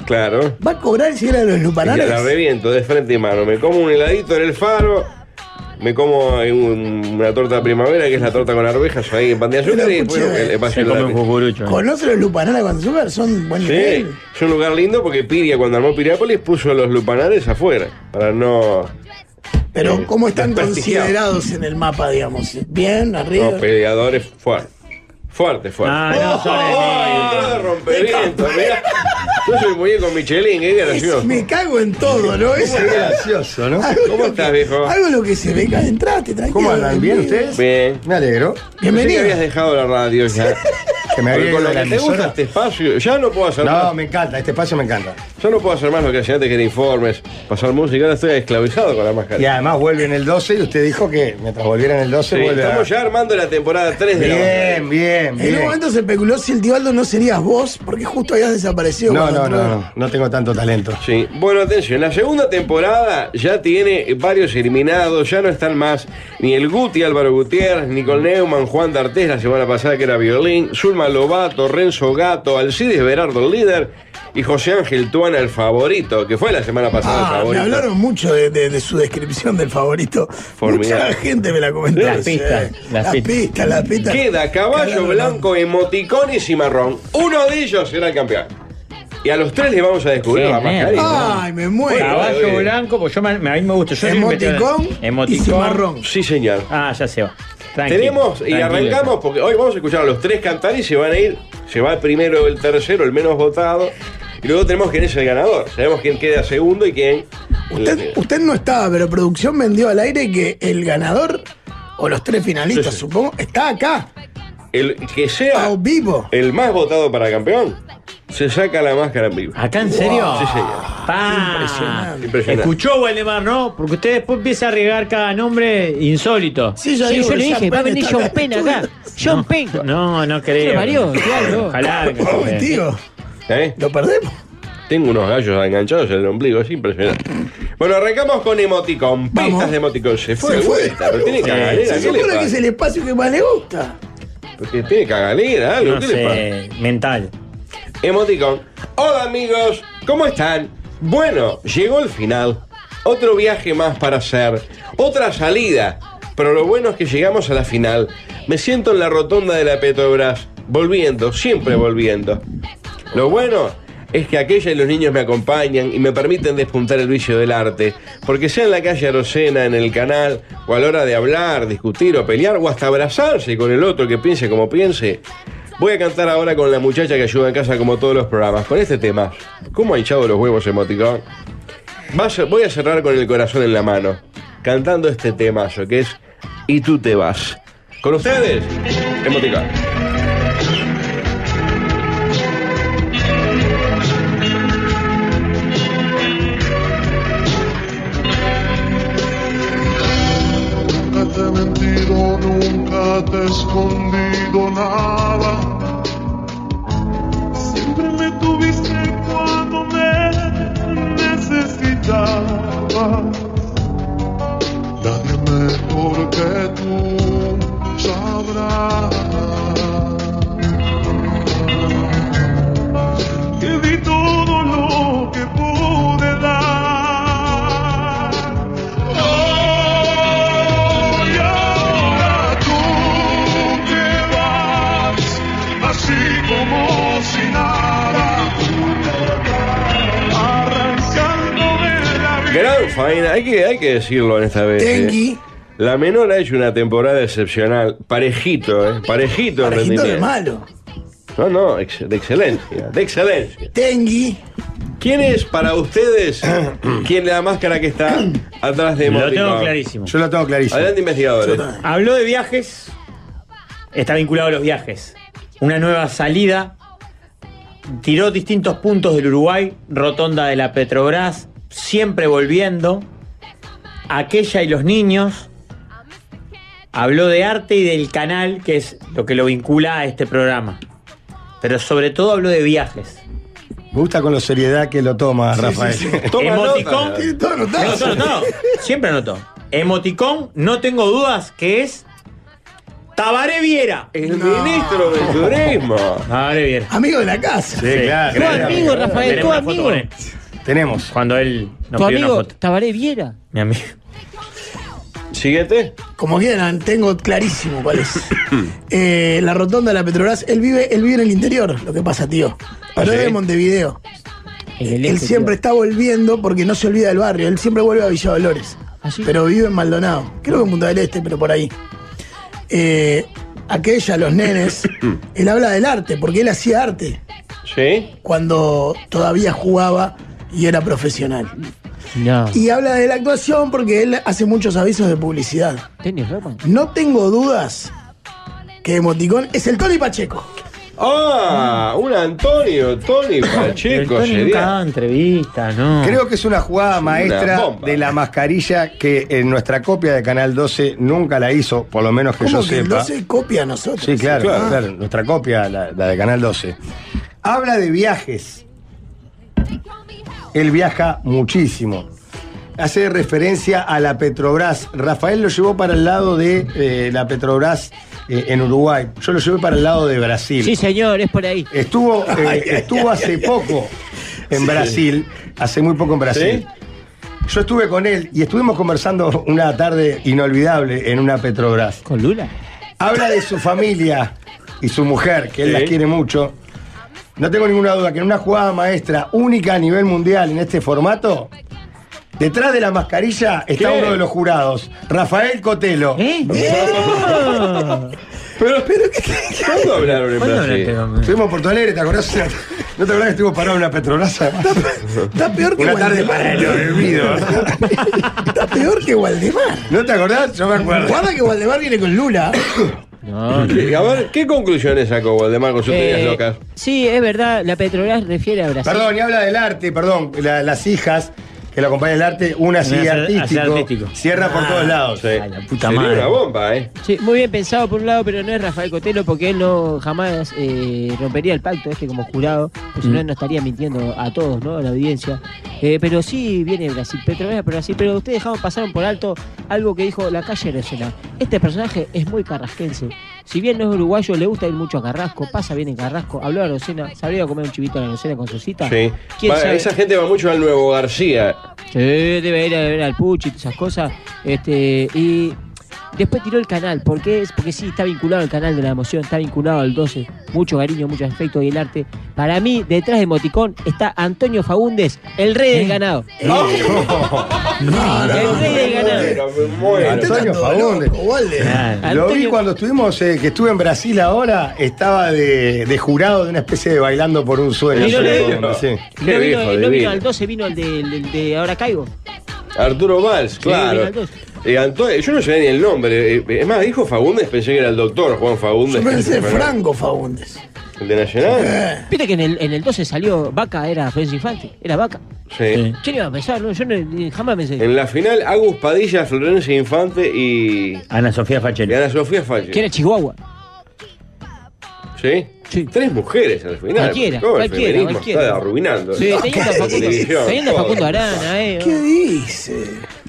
Claro.
¿Va a cobrar si era de los
Y
lupanares?
la reviento de frente y mano. Me como un heladito en el faro. Me como un- una torta de primavera, que es la torta con arvejas, ahí en pan de azúcar,
Pero
y después
escuche,
le- le paso
Se
el
come un
lápiz.
cucurucho.
¿Conoce los lupanares con azúcar? Son buen
Sí,
nivel.
es un lugar lindo porque Piria, cuando armó Piriápolis, puso los lupanares afuera, para no... eh,
Pero ¿cómo están
desprestigiado.
considerados en el mapa, digamos? ¿Bien? ¿Arriba?
no peleadores fuertes. Fuerte, fuerte.
Ah, no, son-
¡Ay, entrada de rompeviento! mirá. Yo soy muñeco Michelin, qué gracioso.
Es- me cago en todo, ¿no? Es-
gracioso, ¿no?
<laughs> algo
¿Cómo
lo
estás,
que-
viejo?
Algo lo que se ve acá, entraste, tranquilo.
¿Cómo andan? ¿Bien ustedes?
Bien.
Me alegro.
Pensé que
Bienvenido.
habías dejado la radio ya.
<laughs> Que me
Porque
había ido
con lo
de la
que te gusta
emisora.
este espacio, ya no puedo hacer más.
No, me encanta, este espacio me encanta.
Yo no puedo hacer más lo que hacía antes que era informes, pasar música, ahora estoy esclavizado con la máscara.
Y además vuelve en el 12 y usted dijo que mientras volviera en el 12
Sí,
vuelve a...
estamos ya armando la temporada 3 de la
Bien, bien,
En un
bien.
momento se especuló si el tío Aldo no serías vos, porque justo habías desaparecido.
No,
cuando
no, no,
entró.
no, no tengo tanto talento.
Sí, bueno, atención, la segunda temporada ya tiene varios eliminados, ya no están más ni el Guti, Álvaro Gutiérrez, Nicol Neumann, Juan D'Artés la semana pasada que era violín, Zulma Lobato, Renzo Gato, Alcides Berardo el líder y José Ángel Tuana el favorito, que fue la semana pasada el
Ah, me
favorito.
hablaron mucho de, de- de su descripción del favorito.
Formidable.
Mucha gente me la comentó. eh,
Las pistas,
Sí.
las
Las
pistas.
pistas, las pistas.
Queda caballo
Claro,
blanco, emoticones y marrón. Uno de ellos será el campeón.
no.
Y a los tres le vamos a descubrir la mascarita.
Ay, me muero.
Caballo
Oye, oye.
blanco, pues yo me- me- a mí me gusta. Yo soy
Emoticón
investigador. Emoticón.
y cimarrón. Sí, señor.
Ah, ya se va. Tranquilo,
Tenemos y
tranquilo.
arrancamos porque hoy vamos a escuchar a los tres cantar y se van a ir. Se va el primero, el tercero, el menos votado. Y luego tenemos quién es el ganador. Sabemos quién queda segundo y quién.
Usted, usted no estaba, pero producción vendió al aire que el ganador, o los tres finalistas,
Sí, sí.
supongo, está acá.
El que sea
vivo.
el más votado para campeón se saca la máscara en vivo.
¿Acá en serio?
Sí, señor.
Impresionante.
Impresionante.
Escuchó Waldemar, ¿no? Porque usted después empieza a arriesgar cada nombre insólito.
Sí, ya Sí, digo, yo le Sean dije, va a Penn venir está Sean acá. Penn acá. Sean Penn.
No, no creo.
Se mareó, claro.
Ojalá venga
Oh,
Sean Penn.
Lo perdemos. ¿Eh? Tengo unos gallos enganchados en el ombligo, es impresionante. Bueno, arrancamos con emoticón. Pistas de emoticón. Se fue,
Se
de
fue.
vuelta, pero tiene cagalera.
Se
¿qué le
supone que es
pasa?
el espacio que más le gusta.
Porque tiene cagalera, algo.
No
¿Qué
sé,
le
mental.
Emoticón. Hola amigos, ¿cómo están? Bueno, llegó el final. Otro viaje más para hacer. Otra salida. Pero lo bueno es que llegamos a la final. Me siento en la rotonda de la Petrobras. Volviendo, siempre volviendo. Lo bueno es que aquella y los niños me acompañan y me permiten despuntar el vicio del arte, porque sea en la calle Arocena, en el canal, o a la hora de hablar, discutir o pelear, o hasta abrazarse con el otro que piense como piense. Voy a cantar ahora con la muchacha que ayuda en casa como todos los programas, con este tema. ¿Cómo ha hinchado los huevos emoticón? Vas a- voy a cerrar con el corazón en la mano, cantando este temazo que es Y tú te vas. Con ustedes, emoticón.
Nunca te he mentido, nunca te he escondido nada. Siempre me tuviste cuando me necesitabas. Nadie mejor que tú sabrás. Que di todo lo que pude dar. Hoy ahora tú te vas, así como si nada, arrancando de la vida.
Gran faena, hay que, hay que decirlo en esta vez. ¿eh?
Tengi.
La menor ha hecho una temporada excepcional. Parejito, ¿eh? Parejito, en
Parejito de
rendimiento.
malo.
No, no, ex- de excelencia. De excelencia.
Tengui.
¿Quién es para ustedes <clears throat> quién la máscara que está
<clears throat>
atrás de
Lo
Emoticon?
tengo clarísimo.
Yo lo tengo clarísimo.
Adelante, investigadores.
Habló de viajes. Está vinculado a los viajes. Una nueva salida. Tiró distintos puntos del Uruguay. Rotonda de la Petrobras. Siempre volviendo. Aquella y los niños. Habló de arte y del canal, que es lo que lo vincula a este programa. Pero sobre todo habló de viajes.
Me gusta con la seriedad que lo toma, Rafael.
Emoticón. Tengo todo anotado. Siempre anotó. Emoticón, no tengo dudas que es Tabaré Viera.
El ministro del turismo.
Tabaré Viera.
Amigo de la casa.
Sí, claro.
Tu
Gran
amigo, Rafael,
Tenemos
tu
una foto
amigo.
con él.
Tenemos.
Cuando él nos
tu
pidió una
amigo
foto.
Tabaré Viera.
Mi amigo.
Siguiente.
Como quieran, tengo clarísimo cuál es.
Mm.
Eh, la rotonda de la Petrobras, él vive, él vive en el interior, lo que pasa, tío. Pero
¿Ah,
es
sí?
de Montevideo. él
este,
siempre está volviendo porque no se olvida del barrio. Él siempre vuelve a Villa Dolores. Pero vive en Maldonado. Creo que en Punta del Este, pero por ahí. Eh, aquella, los nenes. él habla del arte, porque él hacía arte
Sí.
cuando todavía jugaba y era profesional.
No.
Y habla de la actuación porque él hace muchos avisos de publicidad.
Dennis Rodman.
No tengo dudas que Emoticón es el Tony Pacheco.
Ah, un Antonio,
<clears throat>
Tony Pacheco. sería-
entrevista, ¿no?
Creo que es una jugada
Una
maestra
bomba.
de la mascarilla que en nuestra copia de Canal 12 nunca la hizo, por lo menos que
¿Cómo
yo
que el
sepa.
12 copia a nosotros?
Sí, claro,
Ah.
claro, nuestra copia, la, la de Canal 12. Habla de viajes. Él viaja muchísimo. Hace referencia a la Petrobras. Rafael lo llevó para el lado de eh, la Petrobras eh, en Uruguay. Yo lo llevé para el lado de Brasil.
Sí, señor, es por ahí.
<laughs>
Estuvo, eh, estuvo hace poco en
Sí.
Brasil, hace muy poco en Brasil. Yo estuve con él y estuvimos conversando una tarde inolvidable en una Petrobras.
¿Con Lula?
Habla de su familia y su mujer, que él
Sí.
las quiere mucho. No tengo ninguna duda que en una jugada maestra única a nivel mundial en este formato, detrás de la mascarilla está
¿Qué?
uno de los jurados, Rafael Cotelo.
<laughs> Pero,
pero,
¿Cuándo hablaron en ¿Cuándo Brasil? hablaste, hombre?
Estuvimos en Porto Alegre, ¿te acordás? ¿No te acordás que estuvimos parados en una petrolaza? Está, peor
que
Una
Waldemar.
tarde para el olvido.
Está peor que Waldemar.
¿No te acordás? Yo me acuerdo.
Guarda que Waldemar viene con Lula.
¿Qué- A ver, ¿qué conclusiones sacó Waldemar con sus teorías
Eh,
locas?
Sí, es verdad, la Petrobras refiere a Brasil.
Perdón, y habla del arte, perdón, la- las hijas que lo acompañan el arte, una sigue
hacia-
artístico,
hacia artístico.
cierra por
Ah,
todos lados.
puta eh. Sería madre. una bomba, ¿eh?
Sí, muy bien pensado por un lado, pero no es Rafael Cotelo porque él no jamás eh, rompería el pacto este como jurado, pues si no, no estaría mintiendo a todos, ¿no? A la audiencia. Eh, pero sí viene Brasil, Petrobras por Brasil, pero ustedes dejaron pasaron por alto algo que dijo la calle Aracena. Este personaje es muy carrasquense. Si bien no es uruguayo, le gusta ir mucho a Carrasco, pasa bien en Carrasco, habló a Arocena, sabría comer un chivito a la Arocena con su cita.
Sí.
¿Quién
Va-
sabe?
esa gente va mucho al Nuevo García.
Sí, Eh, debe ir a ver al Puchi y todas esas cosas. Este, y después tiró el canal, porque es, porque sí, está vinculado al canal de la emoción, está vinculado al 12, mucho cariño, mucho afecto y el arte. Para mí, detrás de Moticón está Antonio Fagundes, el rey
Eh.
del ganado.
Eh. <laughs>
el rey del ganado.
Antonio Fagundes.
Ah,
Lo vi cuando estuvimos, eh, que estuve en Brasil ahora, estaba de, de jurado de una especie de bailando por un sueño.
Y no le-
Sí.
No vino, no vino al 12, vino el de, el de Ahora Caigo.
Arturo Valls,
vino
claro.
al dos.
Eh, Anto- yo no sé ni el nombre. eh, Es más, dijo Fagundes, pensé que era el doctor Juan Fagundes.
Yo pensé Franco
Fagundes.
¿El de Nacional?
Viste que en el, en el 12 salió Vaca, era Florencio Infante, era Vaca.
Sí.
Yo no iba a pensar, no, yo no- ni- jamás pensé.
En la final, Agus Padilla, Florencia Infante y.
Ana Sofía Fachelli.
Y Ana Sofía Falle.
Que era Chihuahua.
¿Sí? Tres mujeres al final.
Cualquiera,
¿Cómo el
cualquiera,
feminismo
cualquiera.
está arruinando?
Sí, teniendo a Facundo,
Televisión,
teniendo a
todo.
Facundo Arana, eh.
¿Qué dice?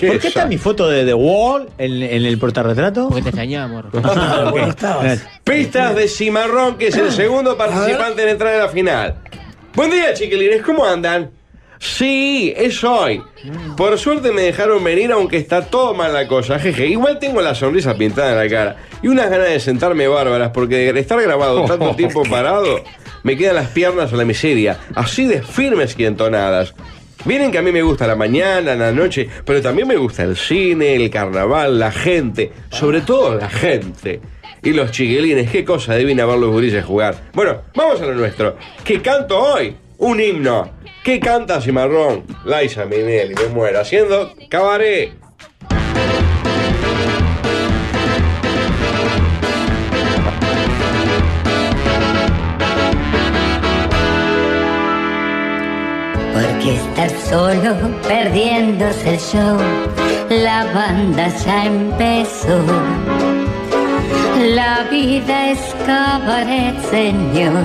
¿Por qué está mi foto de The Wall en, en el portarretrato? Ah, Porque
te extrañamos.
<laughs>
Pistas de Cimarrón, que es el segundo participante en entrar a la final. Buen día, chiquilines, ¿cómo andan? Sí, es hoy. Por suerte me dejaron venir, aunque está todo mal la cosa, jeje. Igual tengo la sonrisa pintada en la cara y unas ganas de sentarme bárbaras, porque de estar grabado tanto tiempo parado, me quedan las piernas a la miseria, así de firmes y entonadas. Vienen que a mí me gusta la mañana, la noche, pero también me gusta el cine, el carnaval, la gente, sobre todo la gente. Y los chiquilines, qué cosa divina ver los gurises jugar. Bueno, vamos a lo nuestro. ¿Qué canto hoy? Un himno. ¿Qué canta Cimarrón? Laisa Minelli, me muero. Haciendo cabaret.
Porque estar solo perdiéndose el show, la banda ya empezó. La vida es cabaret, señor,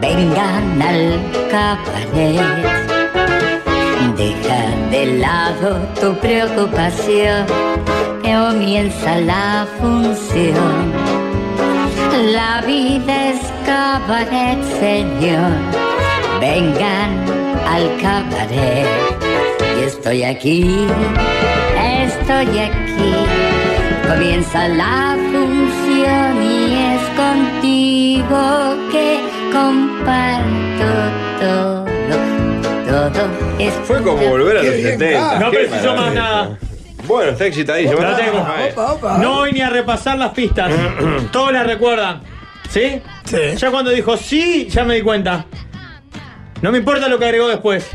vengan al cabaret. Deja de lado tu preocupación, que comienza la función. La vida es cabaret, señor. Vengan al cabaret. Y estoy aquí, estoy aquí. Comienza la función y es contigo que comparto todo. Todo es
Fue como volver a
Qué
los
bien,
70.
no
qué
preciso
maravilla.
más nada.
Bueno, está excitadísimo.
Opa,
Ah,
tengo.
ahí.
No voy ni a repasar las pistas.
<clears throat>
Todos las recuerdan. ¿Sí? Sí. Ya cuando dijo sí, ya me di cuenta. No me importa lo que agregó después.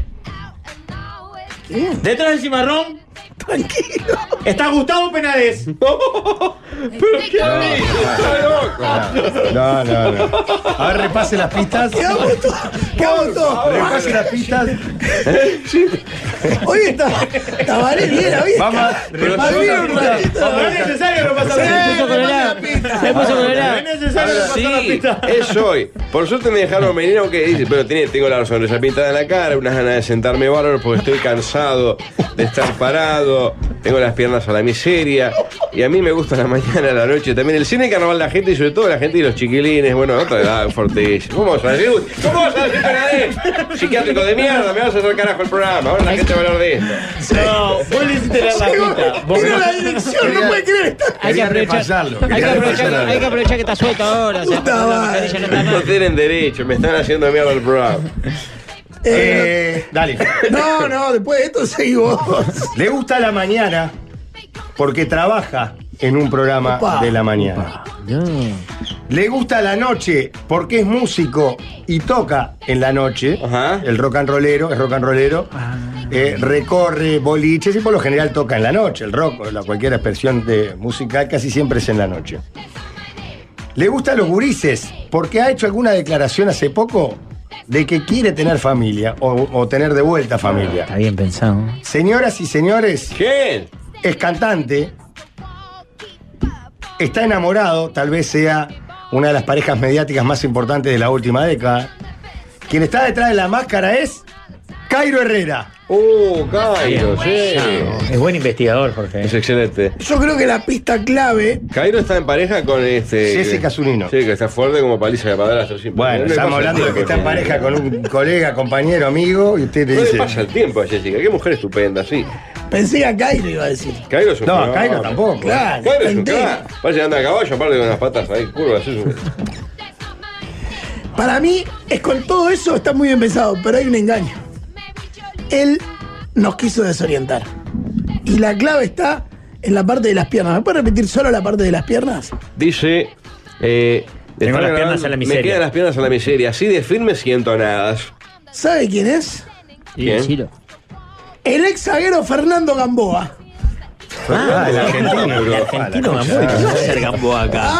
Detrás del cimarrón. Tranquilo. Está Gustavo Penades.
<laughs>
Pero qué
No, no, no. A ver, repase las pistas. ¿Qué hago
todo? ¿Qué hago todo?
Repase las pistas.
Hoy está. Tabaré
¿eh?
bien, hoy está.
Vamos, repase las pistas.
es necesario repasar
Sí,
las pistas.
repasa la pista. Se puso colorado.
No Ah. es necesario
Ahora
repasar las
Ah, sí,
pistas.
es hoy. Por suerte me dejaron venir, aunque dice, pero tiene- tengo la sonrisa pintada en la cara, unas ganas de sentarme bárbaro porque estoy cansado de estar parado, Tengo las piernas a la miseria. Y a mí me gusta la mañana, la noche. También el cine carnaval, la gente y sobre todo la gente y los chiquilines. Bueno, otra edad, Fortis. ¿Cómo vas a decir? Uy, ¿Cómo vas a decir para de? Psiquiátrico de mierda, me vas a hacer carajo el programa. Ahora la gente va a hablar de esto.
No, vos le hiciste la
bajita. Vos-
Mira la dirección, no puede creer.
Hay que aprovechar,
repasarlo,
hay que
quería
aprovechar,
repasarlo.
hay que aprovechar que está suelto ahora. o sea,
Puta
la
madre.
mascarilla no está
No tienen derecho, me están haciendo mierda el programa. Eh,
Eh, dale.
Eh, No, no, después de esto seguimos.
Le gusta la mañana porque trabaja en un programa
Opa.
de la mañana. Le gusta la noche porque es músico y toca en la noche. El rock and rollero, es rock and rollero. Eh, recorre boliches y por lo general toca en la noche. El rock o la, cualquier expresión de música casi siempre es en la noche. Le gustan los gurises porque ha hecho alguna declaración hace poco de que quiere tener familia o, o tener de vuelta familia.
Está bien pensado.
Señoras y señores.
¿Quién?
Es cantante. Está enamorado, tal vez sea una de las parejas mediáticas más importantes de la última década. Quien está detrás de la máscara es Cairo Herrera.
¡Oh,
Cairo, sí. Es buen investigador, Jorge. Es
excelente.
Yo creo que la pista clave.
Cairo está en pareja con este.
Jessica Zunino.
Sí, que está fuerte como paliza de padrastro. sí.
Bueno,
No le
estamos
pasa el
hablando de que
tiempo,
está en
sí.
pareja con
<laughs>
un colega, compañero, amigo, y usted le
No
dice.
le pasa el tiempo a Jessica, qué mujer estupenda, sí.
Pensé que a Cairo iba a decir.
Cairo es un
No,
crack.
Cairo tampoco.
Claro,
Cairo es un
entero.
crack. Va llegando a caballo, aparte con las patas ahí curvas. es un-
Para mí, es con todo eso está muy bien pensado, pero hay un engaño. Él nos quiso desorientar. Y la clave está en la parte de las piernas. ¿Me puedes repetir solo la parte de las piernas?
Dice. eh,
Tengo
está
las
grabando-
piernas a la miseria.
Me quedan las piernas a la miseria, así de firmes y entonadas.
¿Sabe quién es?
¿Quién?
El ex zaguero Fernando Gamboa.
Ah, el argentino, bro.
Argentino Gamboa, ¿qué va a hacer Gamboa acá?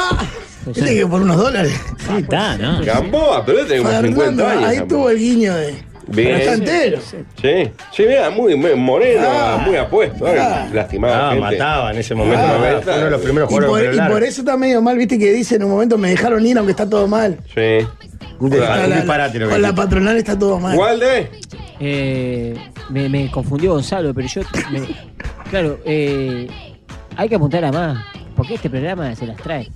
Viste que por unos dólares.
Pues, Sí, está, ¿no?
Gamboa, pero él tiene como 50
Fernando,
años.
ahí
Gamboa.
tuvo el guiño de.
Bien.
Pero está entero.
Sí, sí, mira, muy, muy moreno, muy apuesto. ¿eh?
Ah.
lastimado.
Ah, mataba en ese momento.
Ah.
Fue uno de los primeros
Y por,
jugadores
y por
de
eso está medio mal, viste que dice en un momento me dejaron ir aunque está todo mal.
Sí.
Un
Con
disparate, un
la-
disparate lo que
con la
dijiste.
patronal está todo mal.
¿Walde?
Eh, me, me confundió Gonzalo, pero yo. me- claro, eh, hay que apuntar a más. Porque este programa se las trae.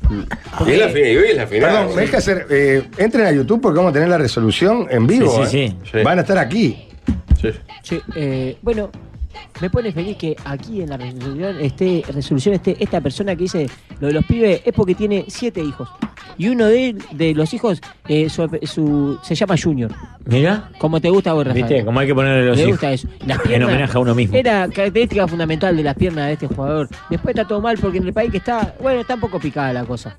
Y es la final, y hoy es la final.
Perdón, me deja hacer. eh, entren a YouTube porque vamos a tener la resolución en vivo.
Sí, sí,
eh.
sí. Sí.
Van a estar aquí.
Che, eh, bueno, me pone feliz que aquí en la resolución esté, resolución esté esta persona que dice lo de los pibes es porque tiene siete hijos. Y uno de, de los hijos eh, su- su- se llama Junior.
Mira,
Como te gusta a vos, Rafael.
¿viste? Como hay que ponerle los
Me
hijos.
gusta eso. Las
<laughs> En
piernas- Eh.
homenaje a uno mismo.
Era característica fundamental de las piernas de este jugador. Después está todo mal porque en el país que está, bueno, está un poco picada la cosa.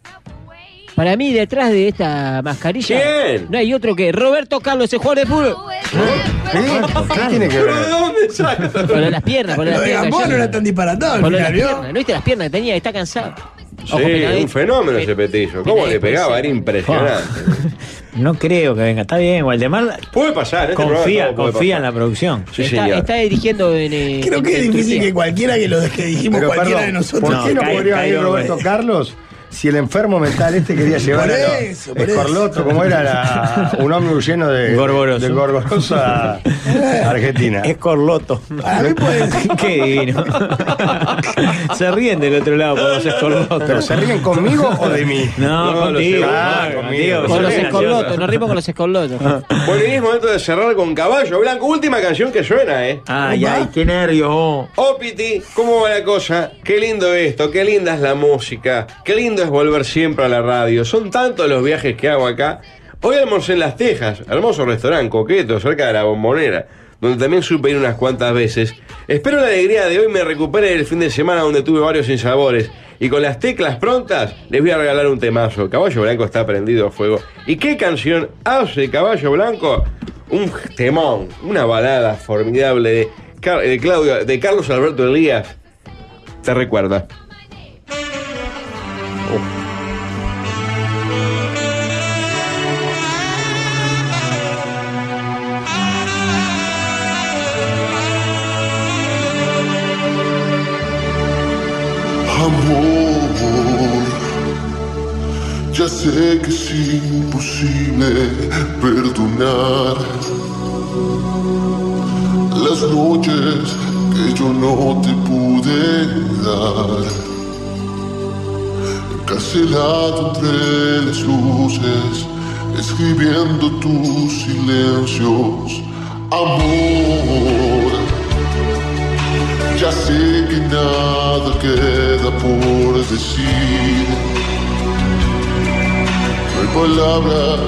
Para mí, detrás de esta mascarilla,
¿Quién?
no hay otro que Roberto Carlos, ese jugador de fútbol.
¿Eh?
¿Qué tiene que
¿Pero
ver?
de dónde sale?
Con las piernas, con
Lo
las
de
piernas.
Gamboa no era tan disparatado al
Con las
final, ¿vio?
piernas, ¿no viste las piernas que tenía? Está cansado.
Sí,
Ojo,
un
pegadito.
fenómeno ese petillo. ¿Cómo le pegaba? Era impresionante.
No creo que venga. Está bien, Waldemar.
Puede pasar, este programa
Confía,
todo puede
confía en
pasar.
la producción.
Sí,
está,
señor.
está dirigiendo en. eh,
Creo
en-
que es
en
difícil
Turquía.
que cualquiera que los que dijimos,
Pero
cualquiera
perdón,
de nosotros.
¿Por qué no,
Cairo,
podría ir
Cairo,
Roberto
güey.
Carlos si el enfermo mental este quería
<laughs>
llevar
Por
a
eso, por eso.
Escorloto, como
<laughs>
era la- Ah, un ómnibus lleno de
Gorgoroso.
de gorgoroso a
<laughs>
Argentina?
Es Corloto.
A mí puede
Qué divino. se ríen del otro lado por los escorlotos.
¿Pero
<laughs>
se ríen conmigo o de mí?
No,
No,
contigo.
los
Ah,
escorlotos,
contigo.
Con los
Sí,
escorlotos, nos rimos con los
Ah.
escorlotos.
Bueno, y es momento de cerrar con Caballo Blanco. Última canción que suena, ¿eh?
Ay, ay, qué nervios. vos.
Opiti, Oh, ¿cómo va la cosa? Qué lindo esto, qué linda es la música, qué lindo es volver siempre a la radio. Son tantos los viajes que hago acá. Hoy almorcé en Las Tejas, hermoso restaurante coqueto cerca de la bombonera, donde también supe ir unas cuantas veces. Espero la alegría de hoy me recupere del fin de semana donde tuve varios sinsabores. Y con las teclas prontas les voy a regalar un temazo. Caballo Blanco está prendido a fuego. ¿Y qué canción hace Caballo Blanco? Un temón, una balada formidable de Car- eh, Claudio, de Carlos Alberto Elías, te recuerda.
Amor, ya sé que es imposible perdonar las noches que yo no te pude dar. Encarcelado entre las luces, escribiendo tus silencios, amor. Ya sé que nada queda por decir. No hay palabras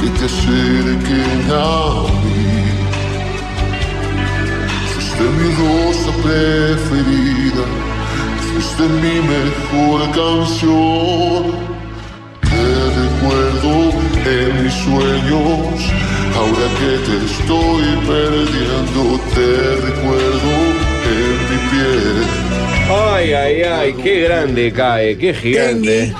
que te acerquen a mí. Fuiste mi rosa preferida, fuiste mi mejor canción. Te recuerdo en mis sueños, ahora que te estoy perdiendo, te recuerdo en mi piel.
Ay, ay, ay, qué grande cae, qué gigante.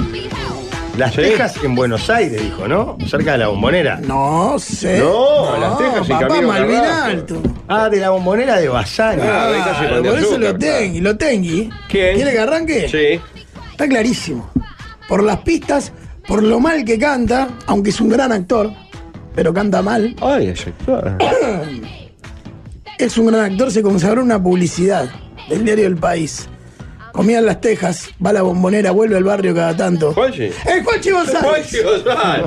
Las Tejas en Buenos Aires, dijo, ¿no? Cerca de la bombonera.
No sé.
No, las Tejas en
papá,
camino a
Malvin
Carrasco.
Alto.
Ah, de la bombonera de Bazán.
Ah, por eso lo tengui, lo tengui. ¿Quiere que arranque?
Sí.
Está clarísimo. Por las pistas, por lo mal que canta, aunque es un gran actor, pero canta mal.
Ay, es actor.
<clears throat> es un gran actor, se consagró en una publicidad del diario El País. Comía en las Tejas, va a la bombonera, vuelve al barrio cada tanto.
Juanchi.
¡El Juanchi González!
Juanchi
<laughs>
González.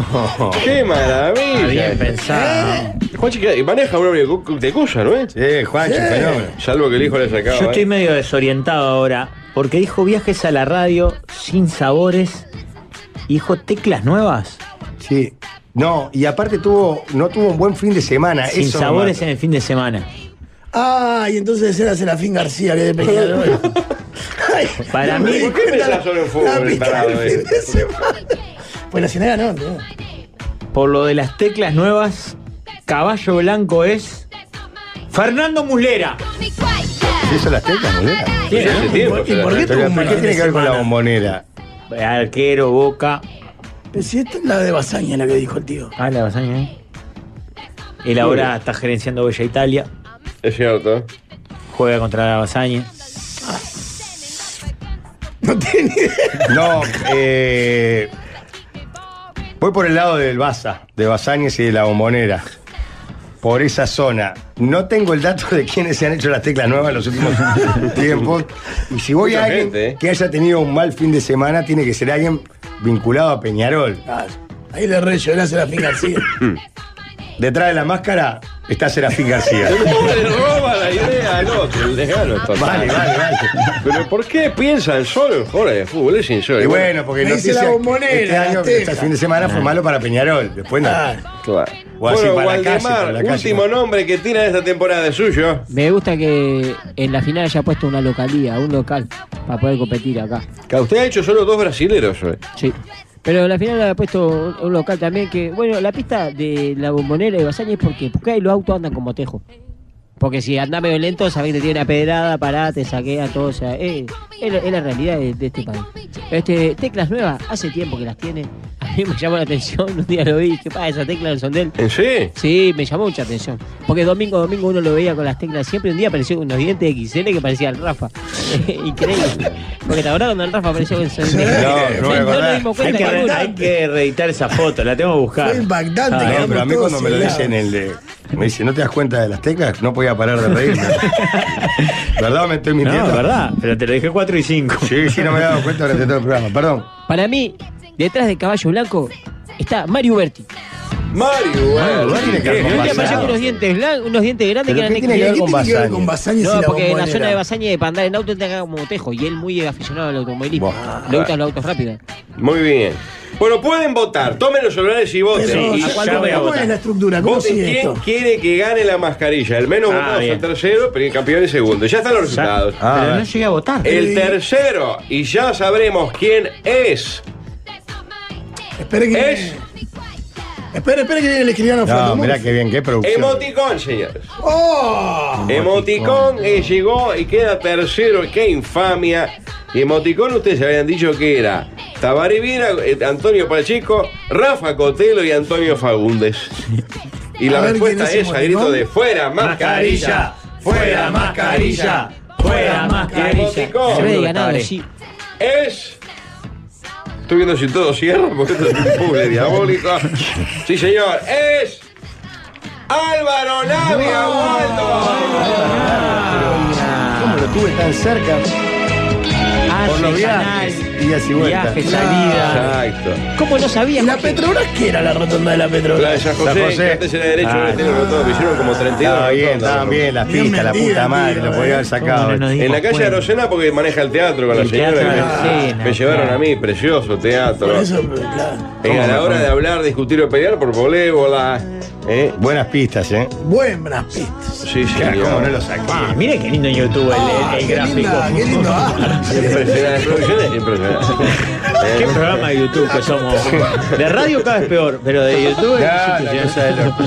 ¡Qué maravilla! ¿Eh?
Bien pensado.
Juanchi que maneja un horario de Cuya, ¿no es?
Sí, Juanchi,
Sí. fenómeno.
Salvo que el hijo le sacaba.
Yo estoy
¿eh?
medio desorientado ahora, porque dijo viajes a la radio sin sabores y dijo teclas nuevas.
Sí. No, y aparte tuvo, no tuvo un buen fin de semana.
Sin
eso me
sabores
mata.
en el fin de semana.
Ah, y entonces era Serafín García que de Peñarol. Ay,
Para
no
mí-
me di
¿Por qué
cuenta
pensás
la-
solo en fútbol,
la mitad
tarado,
del
eh?
fin de semana. Pues Nacional ganó, ¿no?
Por lo de las teclas nuevas, caballo blanco es. Fernando Muslera.
¿Eso las teclas, Muslera?
Sí, hace tiempo se las teclas.
¿Por qué tiene que ver con la bombonera?
Arquero, boca.
Pero si esta es la de Basaña la que dijo el tío.
Ah, la Basaña, ¿eh? Él ahora está gerenciando Bella Italia.
Es cierto.
Juega contra la Basaña.
No tiene
No, eh, voy por el lado del Baza, de Bazañez y de la bombonera. Por esa zona. No tengo el dato de quiénes se han hecho las teclas nuevas en los últimos
<laughs>
tiempos. Y si voy a
Mucha
alguien
gente, ¿eh?
que haya tenido un mal fin de semana, tiene que ser alguien vinculado a Peñarol.
Ahí le re lloré a Serafín García.
<laughs> Detrás de la máscara está
<laughs>
Serafín García.
¿Cómo le roba la idea al otro? Déjalo, total.
Vale,
Ah,
vale, vale.
¿eh? Pero ¿por qué piensan solo en jugadores de fútbol? Es insólito.
Y bueno, porque
Me dice
noticia
la Ah.
que
bombonera,
este año,
las
este
tejas.
fin de semana fue malo para Peñarol. Después nada.
Claro.
O así
Bueno,
para la calle,
Waldemar,
para la calle.
último nombre que tira de esta temporada es suyo.
Me gusta que en la final haya puesto una localía, un local, para poder competir acá.
Claro, Usted ha hecho solo dos brasileros hoy.
Sí. Pero en la final haya puesto un- un local también que, bueno, la pista de la bombonera de Basaña ¿por qué? Porque ahí los autos andan como tejo. Porque si andás medio lento, sabés que te tiene una pedrada, pará, te saquea, todo. O sea, eh, es, la- es la realidad de, de este país. Este, teclas nuevas, hace tiempo que las tiene. A mí me llamó la atención, <laughs> un día lo vi, dije, pa, esa tecla del sondel.
¿En sí?
Sí, me llamó mucha atención. Porque domingo domingo uno lo veía con las teclas siempre. Un día apareció con unos dientes de XL que parecía el Rafa. <laughs> Increíble. Porque la verdad cuando el Rafa apareció con el sondel.
No, no me acordaba.
nos dimos
Hay
cuenta
que,
que
re-
era
hay que reeditar esa foto, la tengo que buscar.
Fue impactante,
Ah,
No, pero a mí cuando me lo dicen el de. Me dice, ¿no te das cuenta de las teclas? No podía parar de reírme. ¿Verdad o me estoy
No,
mintiendo?
es verdad, pero te lo dije 4 y 5.
Sí, sí, no me había dado cuenta durante todo el programa. Perdón.
Para mí, detrás de Caballo Blanco está Mario Berti.
Mario,
Ah,
Mario Berti tiene que ver con
Un día
Basaña.
apareció con unos dientes, blan- unos dientes grandes que
¿Pero
eran
qué tiene que
XL.
ver con ¿Qué tiene que ver Basaña? con Basaña
No,
si la
porque en la
bombonera?
zona de Basaña para andar en auto te acá como tejo. Y él muy aficionado al automovilismo. Le gustan los autos rápidos.
Muy bien. Bueno, pueden votar. Tomen los celulares y voten.
Pero,
y
¿a cuál voy? ¿Cómo es la estructura? ¿Cómo
Voten
sigue
quién
esto?
quiere que gane la mascarilla. El menos
Ah,
votado es
bien. Ah,
el tercero, pero el campeón es segundo. Ya están los resultados. Ah.
pero no llegué a votar.
Eh,
El tercero, y ya sabremos quién es.
Espere que.
Es
Espere, espere que viene el escribano
No,
Franco
mirá
Murphy.
qué bien, qué producción.
Emoticón, señores.
¡Oh!
Emoticón eh, llegó y queda tercero. ¡Qué infamia! Y Emoticón, ustedes habían dicho que era Tabaré Viera, eh, Antonio Pacheco, Rafa Cotelo y Antonio Fagundes. Y la
A ver,
respuesta
¿quién es
es a grito
Emoticón?
de fuera mascarilla, fuera mascarilla, fuera mascarilla. Y
Se ve ganado,
Emoticón
sí.
es... Estoy viendo si todo cierra porque esto es un puzzle diabólico. Sí, señor, es... Álvaro Navia Waldo.
Ah.
estuve tan cerca. Por los viajes, días y vueltas.
viajes, salidas.
Exacto.
¿Cómo no sabías?
¿La Petrobras qué era la rotonda de la Petrobras?
La de San José, que antes era derecho, ahora tiene rotonda, hicieron como 32
Ah. Estaba bien,
rotondas.
estaban bien las pistas, la puta madre, lo podía haber sacado.
En la calle Arocena porque maneja el teatro con la
El teatro
señora. que
de
me-
Arocena,
me llevaron
claro.
a mí, precioso teatro.
Por eso,
Eh, a la hora de hablar, discutir o pelear por volébola.
Buenas pistas, ¿eh?
Buenas pistas.
Sí, sí.
Claro, ¿cómo no lo saqué?
Ah, mire qué lindo en YouTube el- el, el gráfico.
Ah, qué lindo. Ah.
Impresionante, impresionante, impresionante.
Qué programa de YouTube que somos. De radio cada vez peor, pero de YouTube
Ya, la cosa de loco.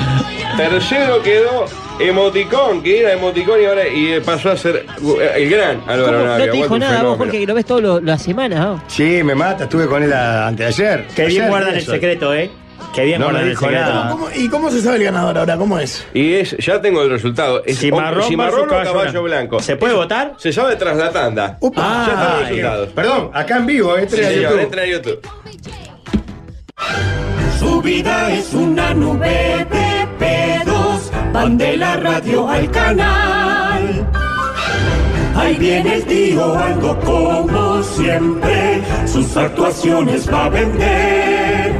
Tercero quedó Emoticón, que era Emoticón y ahora y eh, pasó a ser eh, el gran
¿Cómo?
Álvaro
No
Navia.
te dijo
Aguante un
nada vos,
fenómeno.
Jorge, que lo ves todas las semanas. ¿no?
Sí, me mata, estuve con él a- anteayer.
Qué bien
Ayer,
guardan el
eso.
secreto, ¿eh? Qué bien
No me
guardan el
dijo
secreto.
nada.
¿Cómo- ¿Y cómo se sabe el ganador ahora? ¿Cómo es?
Y es, ya tengo el resultado. Es
Cimarrón
o- cimarrón o
versus
caballo,
caballo
blanco. ¿Se puede votar? Se sabe tras la tanda. ya están los resultados.
Perdón, acá en vivo, ¿eh?
Sí,
Tres a
señor,
YouTube.
entra a YouTube.
Su vida es una nube de pedos. Van de la radio al canal. Ahí viene el tío, algo como siempre. Sus actuaciones va a vender.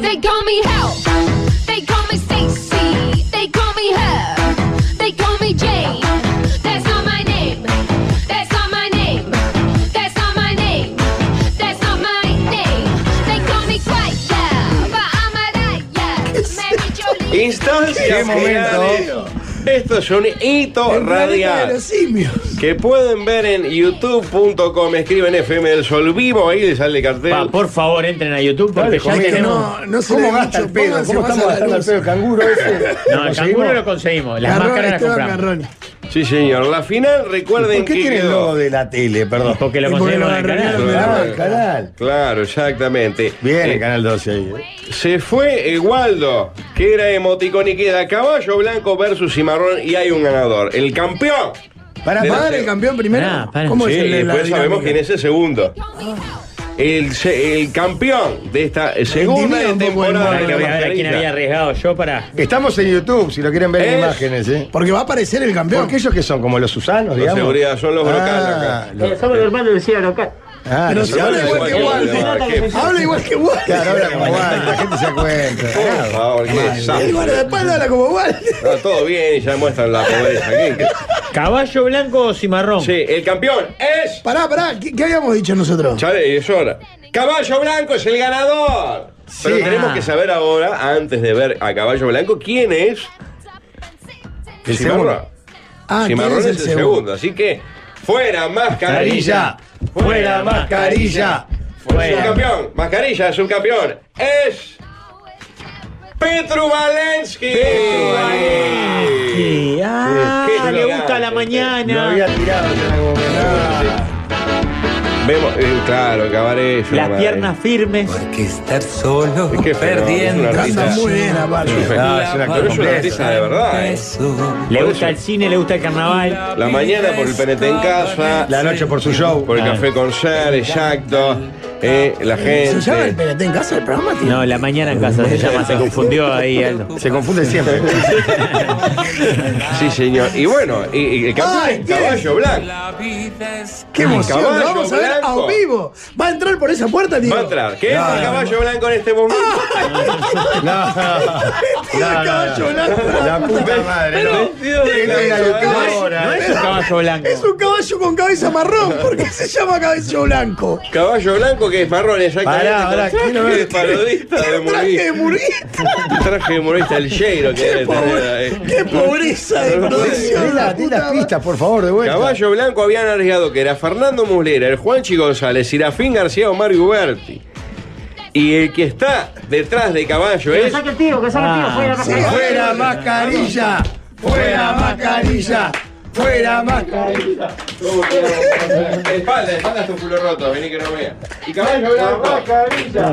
They call me help. They call me Stacy. They call me her. They call me Jane. That's not my name. That's not my name. That's not my name. That's not my name. They call me Guaya, but I'm a liar. Mary Jolie.
Instancias
Qué momento.
finales. Estos son hitos radiales. Que pueden ver en youtube.com. Escriben FM del Sol Vivo. Ahí les sale el cartel.
Pa, por favor, entren a YouTube porque ya tenemos.
¿Cómo gasta el pedo? ¿Cómo estamos gastando el pedo? ¿Canguro ese?
No, el canguro lo conseguimos. Las máscaras las compramos.
Sí, señor. La final, recuerden
¿Por qué
que.
tiene el
quedó-
logo de la tele? Perdón.
Porque lo
Y porque
conseguimos
lo
en el canal.
arreglaron del
Claro.
lado del canal.
Claro, exactamente.
Bien,
Eh,
el canal 12 ahí. ¿eh?
Se fue eh, Waldo, que era emoticón y queda caballo blanco versus cimarrón y hay un ganador. El campeón.
Para
De la
pagar el campeón primero.
Pará, pará.
¿Cómo
Sí,
es
y
el de la
después sabemos quién
dinámica?
es el segundo. El, se- el campeón de esta eh, segunda
Vendimia un poco el
temporada.
Ahora
de
que voy a ver a quién
Mascarita.
había arriesgado yo para.
Estamos en YouTube, si lo quieren ver en
Es-
imágenes, ¿eh?
Porque va a aparecer el campeón.
Porque ellos que son como los Susanos,
Los
digamos. Ah,
seguridad, son los brocales acá.
los-
Eh,
Somos hermanos del cielo local.
eh. ah,
Pero
los
si habla
seguridad.
igual que Waldo. Habla igual que Waldo.
Claro, habla como Waldo, la gente se cuenta.
Por favor, qué
El
desastre.
guardaespaldas habla como <laughs> Waldo.
No, todo bien y ya muestran la pobreza. ¿Qué- qué-
¿Caballo blanco o cimarrón?
Sí, el campeón es.
Pará, pará. Ah, ¿Qué, qué habíamos dicho nosotros?
Chale, es hora. Caballo Blanco es el ganador. Pero tenemos que saber ahora, antes de ver a Caballo Blanco, quién es
El
Cimarrón.
segundo.
Ah, ¿quién
Cimarrón es el segundo. Así que, fuera mascarilla.
Carilla.
Fuera mascarilla.
Fuera.
Es un campeón. Mascarilla es un campeón. Es. Petru Valensky.
Eh. Ah,
Sí, qué
le gusta
elegante.
la
Lo
mañana.
había tirado. yo era como que-
Vemos, eh, claro, cabaret. yo
Las
madre.
piernas firmes.
Porque estar solo
Es que es fenómeno,
perdiendo.
es un
Anda
artista.
muy bien, aparte.
Ah, es un
Pero
actor
es una
completo.
artista de verdad. eh.
Le
Por
gusta el
eso.
cine, le gusta el carnaval.
La mañana por el PNT en casa.
La noche por su show.
Por el
Ah.
café con ser, exacto. eh, la
¿Se llama el
gente.
PNT en casa el programa, tío?
No, la mañana en casa se llama, se confundió ahí Aldo.
Se confunde siempre.
Sí, señor. Y bueno, y, y el campeón
Ay,
es
¿qué?
caballo blanco.
¡Qué emoción!
Caballo
lo vamos a ver
blanco.
a vivo. Va a entrar por esa puerta, tío.
Va a entrar. ¿Qué es el caballo blanco en este momento?
<laughs> No, no,
caballo
no.
blanco.
La puta madre. no.
Vestido de
Tengo que ir a la
caballo.
locutora,
No
¿eh?
es un caballo blanco.
Es un caballo con cabeza marrón. ¿Por qué se llama cabello blanco?
Caballo blanco que es marrón, exactamente.
Pará,
con
pará,
traje
quiero ver
de
qué-
parodista de
Tiene traje de
Murguía.
murguita.
Traje de Murguista, el Sheiro que debe tener.
Pobre-
eh.
¡Qué pobreza de
Dí
producción!
la- dí las pistas, por favor, de vuelta.
Caballo Blanco habían arriesgado que era Fernando Muslera, el Juanchi González, Irafín García o Mario Uberti. Y el que está detrás de Caballo es
el tío, que saque el tío, fuera
Si fuera mascarilla, fuera mascarilla, fuera mascarilla.
Espalda, espalda tu culo roto, vení que no vea. Y Caballo Blanco es
No,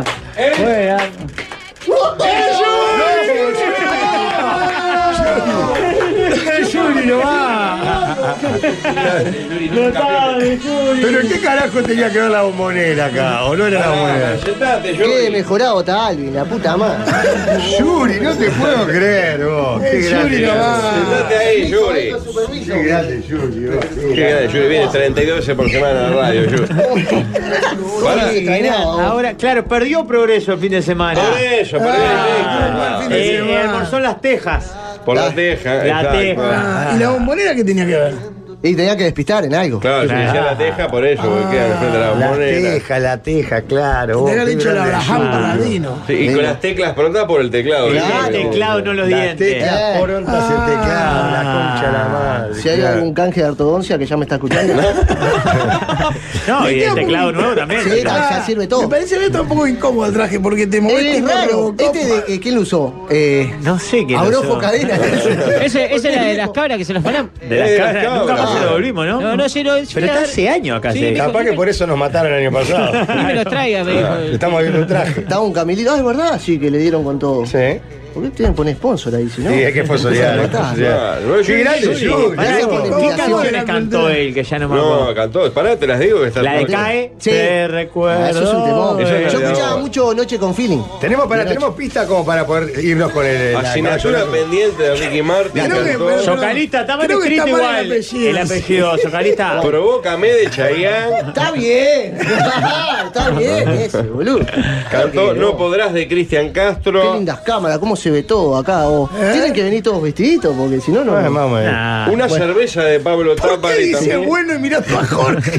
El Yuri no va. Pero qué carajo tenía que ver la bombonera acá, o no era la bombonera.
Qué mejorado está Alvin, la puta madre.
Yuri, no te puedo creer vos. Qué
El
grande.
Yuri no va.
Sentate ahí, Yuri.
Qué grande, Yuri. vos.
Qué grande, Yuri. Viene 32 veces por semana a la radio, Yuri. <laughs> Pará.
ahora, claro, perdió progreso el fin de semana.
Por eso, por
Ah,
eso.
eh, almorzó en las tejas.
Por la teja.
La
exacto.
teja.
¿Y la bombonera qué tenía que ver?
Y tenía que despistar en algo.
Claro, se decía la teja por eso, porque queda enfrente de
Ah,
la
La
bombonera.
teja, la teja, claro. vos,
Te había
qué
dicho la
grande
Abraham
Yuri.
Paladino.
Sí, y con las teclas prontas por el teclado.
Claro.
¿viste?
Teclado, no los
Las
dientes.
Eh.
Eh. Ah.
teclas prontas, el teclado, la concha de la madre.
Si hay
claro.
algún canje de ortodoncia que ya me está escuchando.
<laughs>
No, y el teclado
muy-
nuevo también.
Sí, ya sirve todo.
Me parece que está un poco incómodo el traje porque te moviste
Es raro. ¿Este de eh, quién lo usó? Eh,
no sé qué.
Abrojo Cadena.
Ese, ese era de las cabras que se las paran.
De las
Eh,
cabras,
las
nunca
cabras.
más se lo volvimos, ¿no?
No, no, si no.
Pero está hace años acá.
Sí,
se-
dijo-
Capaz que por eso nos mataron el año pasado.
Ni me los traiga,
<laughs>
me dijo.
Le Estamos viendo un
<laughs>
traje.
Estaba un camelito. Ah, es verdad, sí, que le dieron con todo.
Sí.
¿Por qué tienen que poner sponsor ahí? Si no,
Sí, hay que sponsorear, hay que sponsorear.
Claro.
Qué grande
Yuri.
Yuri.
Pará,
Gracias
¿qué-
por la
¿Qué
invitación.
canciones cantó él? Que ya no me
No,
acuerdo.
cantó. Pará, te las digo que está
La de
todo-
CAE,
Sí.
te
Ah, eso es un
recuerdo.
temón.
Eso es
Yo
la de
escuchaba
ahora.
mucho Noche con Feeling.
Tenemos para, tenemos pistas como para poder irnos con el. la-
Asignatura
la-
pendiente de Ricky Martin.
Claro que-
cantó.
pero-
Socalista, está mal
Creo que
escrito
está mal
igual.
el apellido.
El apellido, Socalista.
Provócame de Chayanne.
Está bien. Está bien ese, boludo.
Cantó
Claro que
No podrás de Cristian
Qué
Castro.
lindas cámaras, cómo se ve todo acá. vos. Tienen que venir todos vestiditos porque si no, no.
Eh,
Ah, vamos a ver.
Nah.
Una
bueno.
cerveza de Pablo
¿Por qué
Tápari
dice
también.
bueno y mirá para Jorge?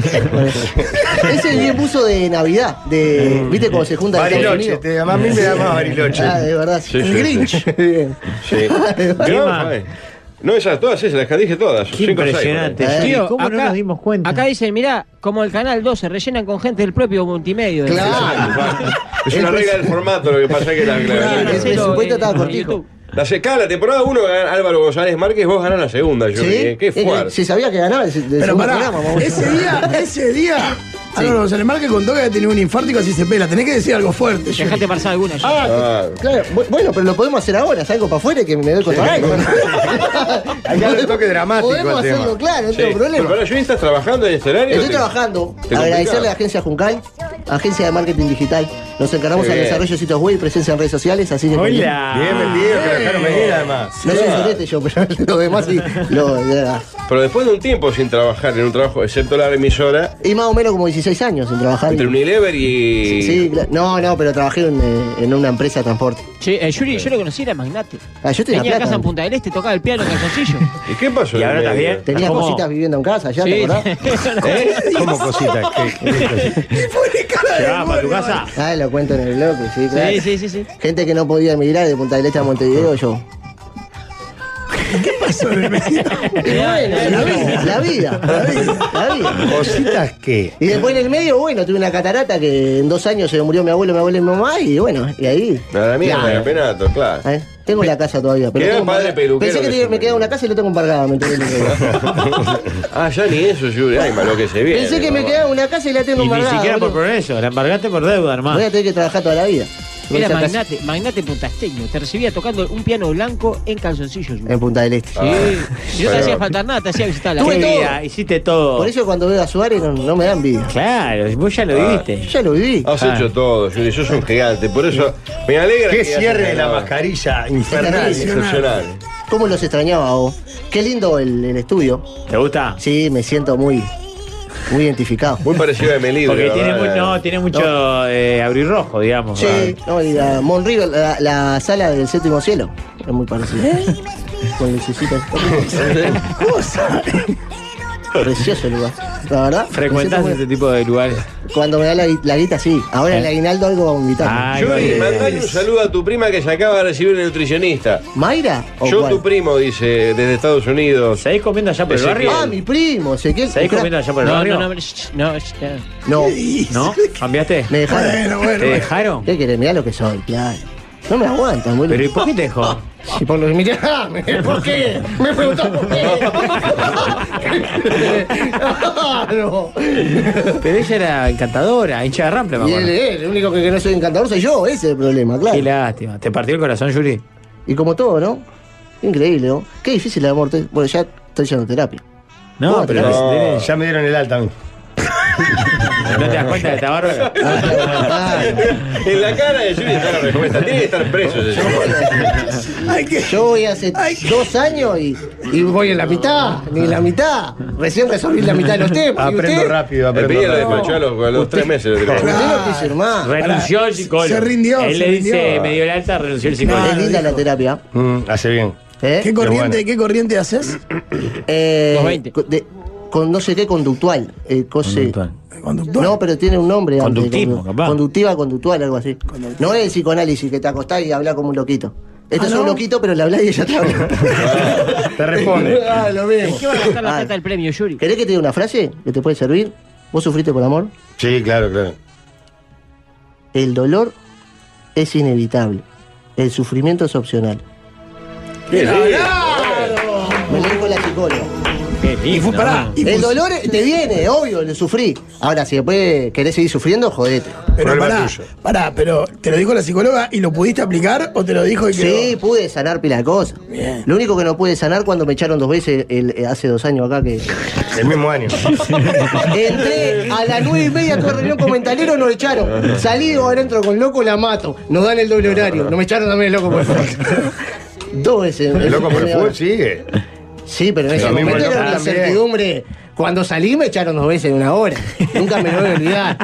Ese bien puso de Navidad, de. ¿Viste cómo se junta en Estados
Bariloche,
Unidos?
te, a mí me da más Bariloche.
Ah, de verdad.
Sí, sí,
el
sí.
Grinch.
Sí.
¿Qué
No,
más?
joder. No, esas todas, esas las dije todas.
Qué
cinco o seis,
impresionante.
Eh,
Yuri,
Tío,
¿Cómo no nos dimos cuenta?
Acá dicen, mirá, como el canal 12, rellenan con gente del propio multimedia.
Claro.
por ahí. Ah, Es una regla del formato, lo que pasa es que la, la-
Claro, el presupuesto estaba cortijo.
la secada, la temporada 1 Álvaro González Márquez, vos ganás la segunda, yo ¿eh?
¿Sí?
Qué fuerte.
Se sabía que ganaba el, el
Pero
segundo
pará,
programa, vamos.
ese día, ese día, Álvaro González Márquez contó que había tenido un infarto y casi se pela. Tenés que decir algo fuerte. Yuri.
Dejate pasar alguna. yo.
Ah,
Claro, bu- bueno, pero lo podemos hacer ahora, salgo para afuera y que me doy contra algo.
Hay que darle un toque dramático
Podemos
al tema.
hacerlo, claro, no
sí.
tengo
Pero
problema.
para Yuri, ¿estás trabajando en este horario?
Estoy
Sí.
trabajando.
Te complicás.
Agradecerle a la agencia Juncal, agencia de marketing digital. Nos encargamos
Qué
al
bien.
desarrollo de sitios web y presencia en redes sociales, así que.
Bien
Hola.
vendido, que lo dejaron venir además.
No soy un sorete yo, pero <laughs> lo demás sí. Lo, ya.
Pero después de un tiempo sin trabajar en un trabajo, excepto la emisora,
y más o menos como 16 años sin trabajar.
entre Unilever y.
Sí, cla- no, no, pero trabajé en, eh, en una empresa de transporte.
Che, eh, Yuri, yo lo conocí, era magnate.
Ah, yo tenía
Tenía
plata.
casa en Punta del Este, tocaba el piano en calzoncillo.
¿Y qué pasó?
¿Y
en
ahora estás
Unilever?
bien?
Tenía
¿Cómo?
cositas viviendo en casa allá, ¿te
<laughs>
acordás?
¿Eh?
Como cositas. que- que-
Y pone cara de
¿Te vas para tu
bueno.
casa?
Ah, lo cuento en el blog, sí, claro.
Sí, sí, sí, sí.
Gente que no podía emigrar de Punta del Este a Montevideo, yo. ¿Qué pasó en el medio? bueno, la vida, la vida, la vida.
Cositas que.
Y después en el medio, bueno, tuve una catarata que en dos años se murió mi abuelo, mi abuela y mi mamá, y bueno, y ahí.
Nada, la mierda,
Claro.
campeonato, claro.
¿Eh? Tengo la casa todavía. Pero
Quedó
tengo
el padre
embargada.
peluquero
Pensé que
que
te-
se
me quedaba una casa y lo tengo embargada, me enteré luego.
Ah, ya
¿eh?
ni eso, Yuri. Ay, malo que se viene.
Pensé que me
mamá.
quedaba una casa y <laughs> la tengo
Y ni
embargada.
siquiera por
boludo.
progreso, la embargaste por deuda, hermano.
Voy a tener que trabajar toda la vida.
Era
Esa casa
magnate, magnate puntasteño. Te recibía tocando un piano blanco en calzoncillo. Yuri.
En Punta del Este.
Sí. Y no te
pero-
hacía faltar nada, te hacía visitar la
Ah. Qué
Tuve
gente.
todo.
vida, hiciste todo.
Por eso cuando veo a Suárez no, no me da envidia.
Claro, vos ya lo viviste.
Ya lo viví.
Ah, Has
Ah.
hecho todo, Yuri. Sos un gigante. Por eso me alegra.
Qué
que hayas
cierre de la
ganado.
mascarilla infernal.
Terrible.
Excepcional.
¿Cómo los extrañaba vos? Qué lindo el, el estudio.
¿Te gusta?
Sí, me siento muy, muy identificado.
Muy parecido a Emelido.
Porque
la
tiene,
verdad.
mu- no, tiene mucho eh, abrirrojo, digamos.
Sí, no, y la Monriver, la, la sala del séptimo cielo, es muy parecida.
¿Eh?
Con lucecitas. Precioso el lugar. La verdad. me
¿Frecuentás ¿Eh?
siento muy-
este tipo de lugares?
Cuando me da la, gui- la guita, sí. Ahora el aguinaldo algo vamos a invitar.
Ay,
Yuri,
Ay,
mandale un saludo a tu prima que se acaba de recibir de nutricionista.
¿Mayra? ¿O
Yo,
cuál?
tu primo, dice, desde Estados Unidos.
¿Seguís comiendo allá por el
Ese
barrio?
Ah, mi primo, Ezequiel.
¿Seguís comiendo allá por el
No, no,
barrio?
no, shh, no, shh, no.
No,
¿No? ¿Cambiaste?
me dejaron.
Bueno,
¿Te
bueno.
dejaron?
¿Qué querés? Mirá lo que soy, claro. No me aguantan, boludo.
¿Pero y por qué te dejó?
<laughs> Y por los <laughs> mirame, ¿por qué? Me preguntó por qué. Claro.
Pero ella era encantadora, hincha de Rampla,
Y
me
él,
acuerdo.
él, el único que que no soy encantador soy yo, ese es el problema,
Qué
claro.
lástima. ¿Te partió el corazón, Yuri?
Y como todo, ¿no? Increíble, ¿no? Qué difícil la muerte. Bueno, ya estoy yendo a terapia.
No,
pero-
no, ya me dieron el alta a mí.
¿No te das cuenta de esta barba?
En la cara de Yuri está la respuesta. Tiene que estar preso ese señor.
Yo voy hace dos años y, y voy en la mitad, ni la mitad. Recién resolví la mitad de los temas. ¿Y
Aprendo
usted?
rápido,
El
aprendo
pibe lo
rápido.
despachó a los, a los tres meses.
<laughs>
Lo
Usted
tiró.
no quiso ir más.
Renunció el psicólogo.
se rindió,
Él
se
le dice,
rindió.
me dio el alta, renunció el
No,
psicólogo.
es linda la terapia.
Mm, hace bien.
¿eh?
¿Qué corriente, ¿qué corriente haces?
Eh,
220.
co- de- con no sé qué conductual. eh, cose- No, pero tiene un nombre. antes,
Conductismo,
como-
capaz.
Conductiva, conductual, algo así. No es el psicoanálisis que te acostás y hablas como un loquito. Esto
Ah,
es
¿no?
un loquito, pero le hablás y ella te habla.
<laughs>
Te <laughs> responde.
<laughs> Ah, lo mismo. Ah.
¿En qué va a gastar la
Ah,
plata del premio, Yuri?
¿Querés que te diga una frase que te puede servir? ¿Vos sufriste por amor?
Sí, claro, claro.
El dolor es inevitable. El sufrimiento es opcional. Me lo dijo la psicóloga.
Y fue pará. y
el
pus-
dolor te viene, obvio, lo sufrí. Ahora, si después querés seguir sufriendo, jodete.
Pero pará, pará, pero ¿te lo dijo la psicóloga y lo pudiste aplicar o te lo dijo y
Sí, pude sanar pila de cosas.
Bien.
Lo único que no pude sanar cuando me echaron dos veces el- eh, hace dos años acá que.
El mismo año.
Entré a las nueve y media con reunión con mentalero, nos echaron. Salí, digo, ahora entro con loco, la mato. Nos dan el doble horario. No me echaron también loco por el
<laughs>
fútbol. Dos veces.
El loco por el fútbol sigue.
Sí, pero en ese
Lo mismo
momento
el
era
loco
una
también.
incertidumbre. Cuando salí me echaron dos veces en una hora. Nunca me lo voy a olvidar.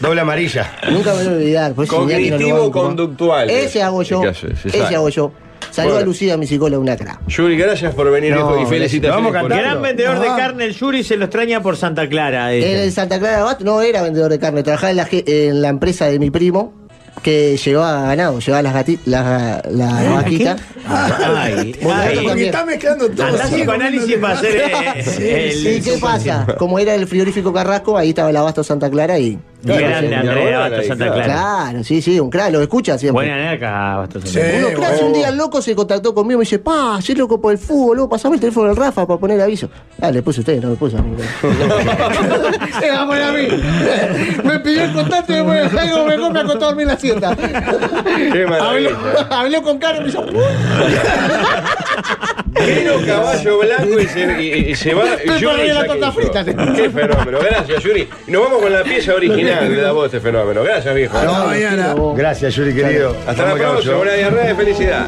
Doble amarilla.
Nunca me lo voy a olvidar. Por eso Iñaki no lo
Cognitivo
banco, ¿no?
conductual.
Ese hago yo.
¿Qué haces?
Ese
Exacto.
hago yo. Saludo a
Bueno.
Lucía, mi psicóloga, una cra.
Yuri, gracias por venir
No,
viejo, y felicitaciones. por-
Gran vendedor de
Ah.
carne, el Yuri se lo extraña por Santa Clara.
Era
dice.
de Santa Clara de Abasto, no era vendedor de carne, trabajaba en la, ge- en la empresa de mi primo que llevaba ganado, llevaba las, gati- las, las vaquitas.
¿Eh? Ay,
Vos
ay.
también.
Porque está mezclando todo.
Andá psicoanálisis para hacer eh,
Sí,
el.
¿Y qué pasa? Como era el frigorífico Carrasco, ahí estaba el Abasto Santa Clara y.
Grande Andrea Abasto Santa
Claro.
Clara.
sí, sí, un crack, lo escucha siempre.
Buena nerca, Abasto Santa Clara.
Uno crack, un día el loco se contactó conmigo y me dice, pa, soy loco por el fútbol, loco, pasame el teléfono del Rafa para poner aviso. Ah, le puse a usted, no me puso a <laughs> mí. Se va a poner a mí. Me pidió el contacto y me dejó, me compra con todo dormir la siesta.
Qué
Habló,
maravilla.
habló con cara y me hizo.
Vino caballo blanco y se, y- y se va.
Estoy
Yuri
perdiendo
ya
la torta
quiso.
frita, te-
Qué fenómeno. Gracias, Yuri. Y nos vamos con la pieza original
<laughs>
de la voz de este fenómeno. Gracias, viejo.
No, mañana.
Gracias, Yuri, querido.
Hasta la
Vamos,
próxima.
caballo.
Buena diarrea de felicidad.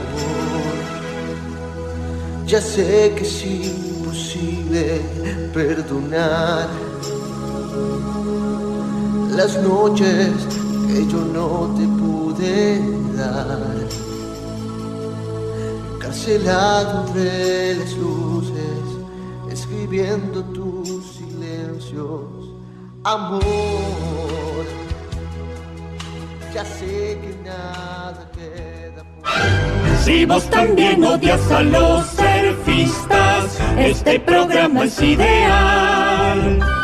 Ya sé que es imposible perdonar las noches que yo no te pude dar. Carcelado entre las luces, escribiendo tus silencios, amor. Ya sé que nada queda
Si vos también odias a los surfistas, este programa es ideal.